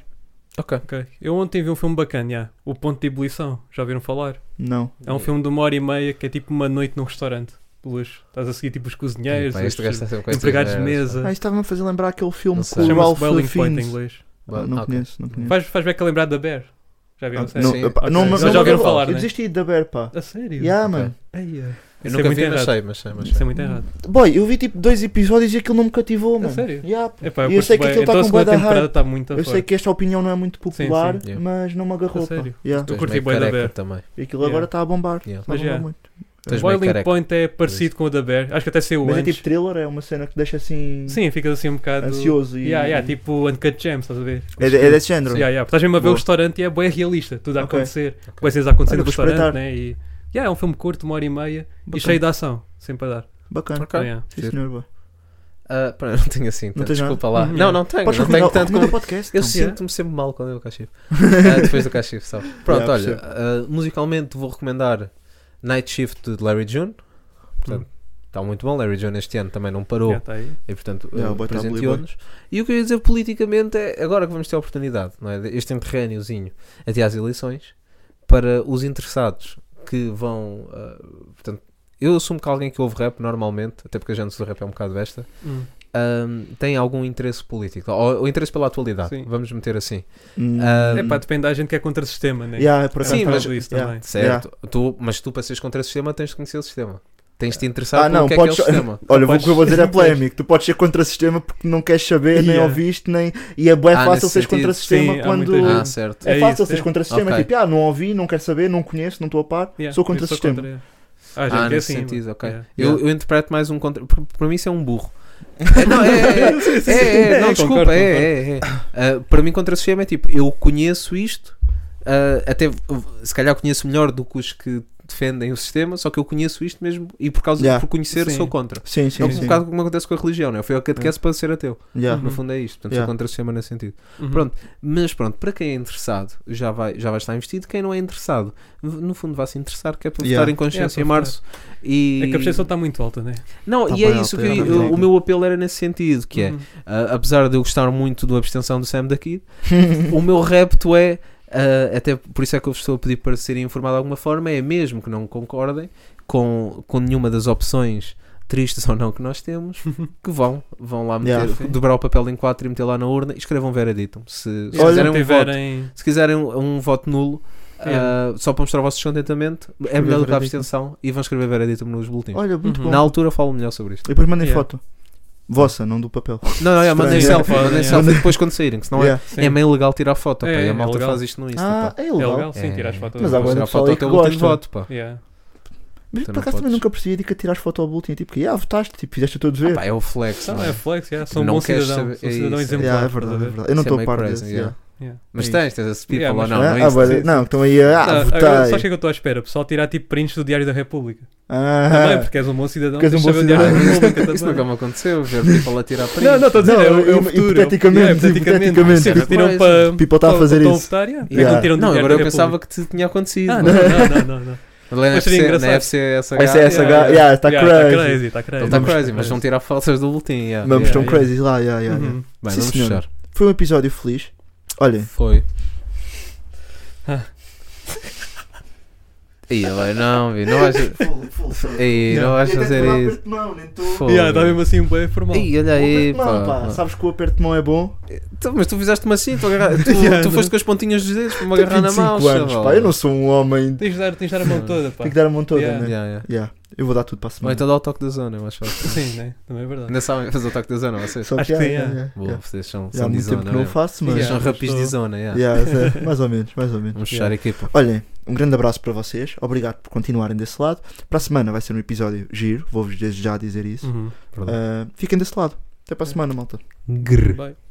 Ok. ok. Eu ontem vi um filme bacana, yeah. O Ponto de Ebulição. Já ouviram falar? Não. É um filme de uma hora e meia que é tipo uma noite num restaurante. de Luxo. Estás a seguir tipo os cozinheiros, Epá, este os gajo tá está sempre com estas empregados de merdas, mesa. Ah, isso estava-me a fazer lembrar aquele filme Não com sei. o Ralph Chama-se Boiling Point em Fiennes. inglês. pá. Ah, não Ok. conheço, não conheço. Faz, faz bem que lembrar da Bear. Já Ah, viram a série? não, Sim. epá, Ok. não, Mas não- já ouviram falar, Eu né? desisti da Bear, pá. A sério? Yeah, Ok. mano. Eu Eia. Isso é nunca muito vi, mas errado. sei, mas sei, mas Isso é sei. muito errado. Boy, eu vi tipo dois episódios e aquilo não me cativou, A mano. sério? Yeah, pá. Epá, eu, E eu sei curto que bué. aquilo tá então a com segunda bué da temporada hype. está muito Eu sei forte. que esta opinião não é muito Sim, popular, sim. Yeah. mas não me agarrou, A pá. sério? Yeah. Tu és curti meio bué da careca Bear. também. E aquilo agora Yeah. está a bombar. Yeah. Tá a Mas, bombar yeah. muito. Tu és meio Boiling careca. Point é parecido com o da Bear. Acho que até saiu Mas é antes. tipo thriller, é uma cena que deixa assim Sim, ficas assim um bocado. ansioso e. Yeah, yeah, tipo Uncut Gems, estás a ver? É, de- é desse género. Yeah, yeah. Estás mesmo a ver Boa. o restaurante e é bem realista, tudo a Ok. acontecer. Coisas a acontecer Olha, no vou restaurante, espreitar. né? E, yeah, é um filme curto, uma hora e meia, e Bacana. cheio de ação, sempre a dar. Bacana. Ok. Yeah. Sim, senhor. boa. Ah, pera, não tenho assim tanto. tens nada? Desculpa lá. Uhum. Não, não tenho. Podes Não tenho recomendar tanto recomenda como. o podcast? Eu então. sinto-me sempre mal quando eu cachifo. Ah, depois do cachifo, sabe? Pronto, Yeah, olha. ah, musicalmente vou recomendar Night Shift de Larry June. Portanto, Hum. está muito bom. Larry June este ano também não parou. Yeah, tá aí. E portanto, Yeah, eh, boy, tá presenteou-nos. E o que eu ia dizer politicamente é agora que vamos ter a oportunidade, não é? Este interréneozinho até às eleições, para os interessados que vão. eh, portanto, eu assumo que alguém que ouve rap normalmente, até porque a gente do rap é um bocado besta, Hum. ahm, tem algum interesse político, ou, ou interesse pela atualidade, Sim. vamos meter assim. Hum, Ah, Epá, Tá depende da gente que é contra o sistema, né? yeah, por acaso Sim, Sim, mas- mas isso yeah. também. Certo? Tu, mas tu, para seres contra o sistema, tens de conhecer o sistema. Tens de te interessar Ah, pelo não, que podes. é que é o sistema. Olha, o podes- que eu vou dizer é não podes. polémico. Tu podes ser contra o sistema porque não queres saber, nem Yeah. ouviste, nem. E é bué Ah, fácil nesse seres sentido. contra o sistema Sim, há quando. muita Ah, gente. certo. É, É fácil isso, seres é. contra o sistema. Ok. É tipo, ah, não ouvi, não quero saber, não conheço, não estou a par, Yeah, sou contra o eu sistema. Ah, gente, Ah, que é nesse assim. sentido, mano. ok. Yeah. Eu, eu interpreto mais um contra. porque Para mim, isso é um burro. É, não, é, é, é, é, é, não, Concordo, desculpa, é, é, é. Ah, para mim, contra sistema é tipo, eu conheço isto, ah, até v- se calhar conheço melhor do que os que defendem o sistema, só que eu conheço isto mesmo e por causa Yeah. por conhecer Sim. sou contra. Sim, É sim, um sim. bocado como acontece com a religião, né? eu fui ao catequese para ser ateu. Yeah. No fundo é isto, portanto Yeah. sou contra o sistema nesse sentido. Uhum. Pronto, mas pronto, para quem é interessado já vai, já vai estar investido, quem não é interessado, no no fundo vai se interessar, que é para Yeah. votar em consciência É, em para março. E... É que a prestação está muito alta, né? Não, Tá e é bem isso alta, que é, eu- tá eu- bem o meu apelo era nesse sentido, que é, Uhum. ah, apesar de eu gostar muito da abstenção do Sam daqui, o meu repto é, ah, até por isso é que eu vos estou a pedir para serem informados de alguma forma, é mesmo que não concordem com, com nenhuma das opções tristes ou não que nós temos, que vão, vão lá meter, Yeah. dobrar o papel em quatro e meter lá na urna e escrevam veredictum. Se, se Se quiserem não um voto, tiverem. se quiserem um, um voto nulo, Yeah. ah, só para mostrar o vosso descontentamento, é melhor do que a veredictum. abstenção e vão escrever veredictum nos boletins. Olha, muito Uhum. bom. assim. Na altura falo melhor sobre isto. E depois mandem Yeah. foto. Vossa, não do papel. Não, não, é, mandem Estranho. selfie, mandem É. selfie depois quando saírem, que senão é, Yeah. Sim. é meio ilegal tirar foto. pá, É, e é a malta legal. faz isto no Insta. Ah, pá. é É legal. legal, sim, tirar as fotos. Mas há Vou boa tirar de pessoal foto aí ao teu que boletim de gosta. voto, pá. Yeah. Mas Tu por não acaso também podes. nunca percebi de que tirar foto ao boletim. Tipo, que ah, votaste, tipo, fizeste a todos ver. Pá, é o flex, Não, não é é? flex, yeah. são Não bons queres cidadãos. saber- São é cidadãos isso. exemplares. Yeah, é estás verdade, a é ver? verdade. Eu Isso não é estou a meio par crazy, desse. yeah. yeah. Yeah. Mas É tens, tens esse people Yeah, ou não? é Ah, não ah, existe. vai- não, estão aí a ah, Ah, agora, sabes o que é votar. que eu estou à espera? Pessoal tirar tipo prints do Diário da República. Também, Ah, porque és um bom cidadão. Porque és um tens de bom saber o Diário Ah, da cidadão. é República isso, isso nunca também. me aconteceu, ver people a tirar print. Não, não, estou a dizer, Não, é, o- é eu- o futuro. hipoteticamente, é, hipoteticamente. hipoteticamente. Sim, mas tiram Sim. para. People tá a para- fazer para isso. votar, yeah. É que Yeah. não tiram do Não, Diário agora eu da pensava República. que te tinha acontecido. Ah, mano. não, não, não, não. Mas lá na Mas seria FC, na engraçado. FCSH, yeah, SSH, tá yeah. yeah, está tá crazy. Está tá crazy, Uhum. Ele está está Vamos- Então tá crazy, mas não né? tirar fotos do boletim. yeah. Yeah, Vamos, estão yeah. crazy lá, yeah, yeah, yeah. Uhum. Bem, Sim, vamos senhora. fechar. Foi um episódio feliz. Olhem, Foi. Ah. Ia bem, não, vi, não vais. Ei, não vais tá fazer isso. Fogo. Yeah, Está mesmo assim, bem formal. Ei, olha aí, pá. Sabes que o aperto de mão é bom? Tu- mas tu fizeste-me assim, tu, agarra- tu, Yeah, tu não. foste com as pontinhas dos dedos para me Tenho agarrar na mão. 25 anos, chaval. Tipo, pá. Eu não sou um homem. Tens de dar, tens de dar a mão toda, pá. Tenho que dar a mão toda, Yeah. né? Yeah, yeah. Yeah. Eu vou dar tudo para a Ou semana. então dá o toque da zona, eu acho. fácil. Sim, né? Também é verdade. Ainda sabem fazer o toque da zona, vocês? Só que, Acho já, que sim, já, é. já, Boa, já. vocês são, Já há são de muito tempo zona. que não é. o faço, mas. Vocês Yeah. são rapis de Estou- zona, yeah. Yeah, é, mais ou menos, mais ou menos. Vamos fechar a equipa. Olhem, um grande abraço para vocês. Obrigado por continuarem desse lado. Para a semana vai ser um episódio giro. Vou-vos desde já dizer isso. Uhum. Perdão. Ah, fiquem desse lado. Até para a semana, malta. Bem.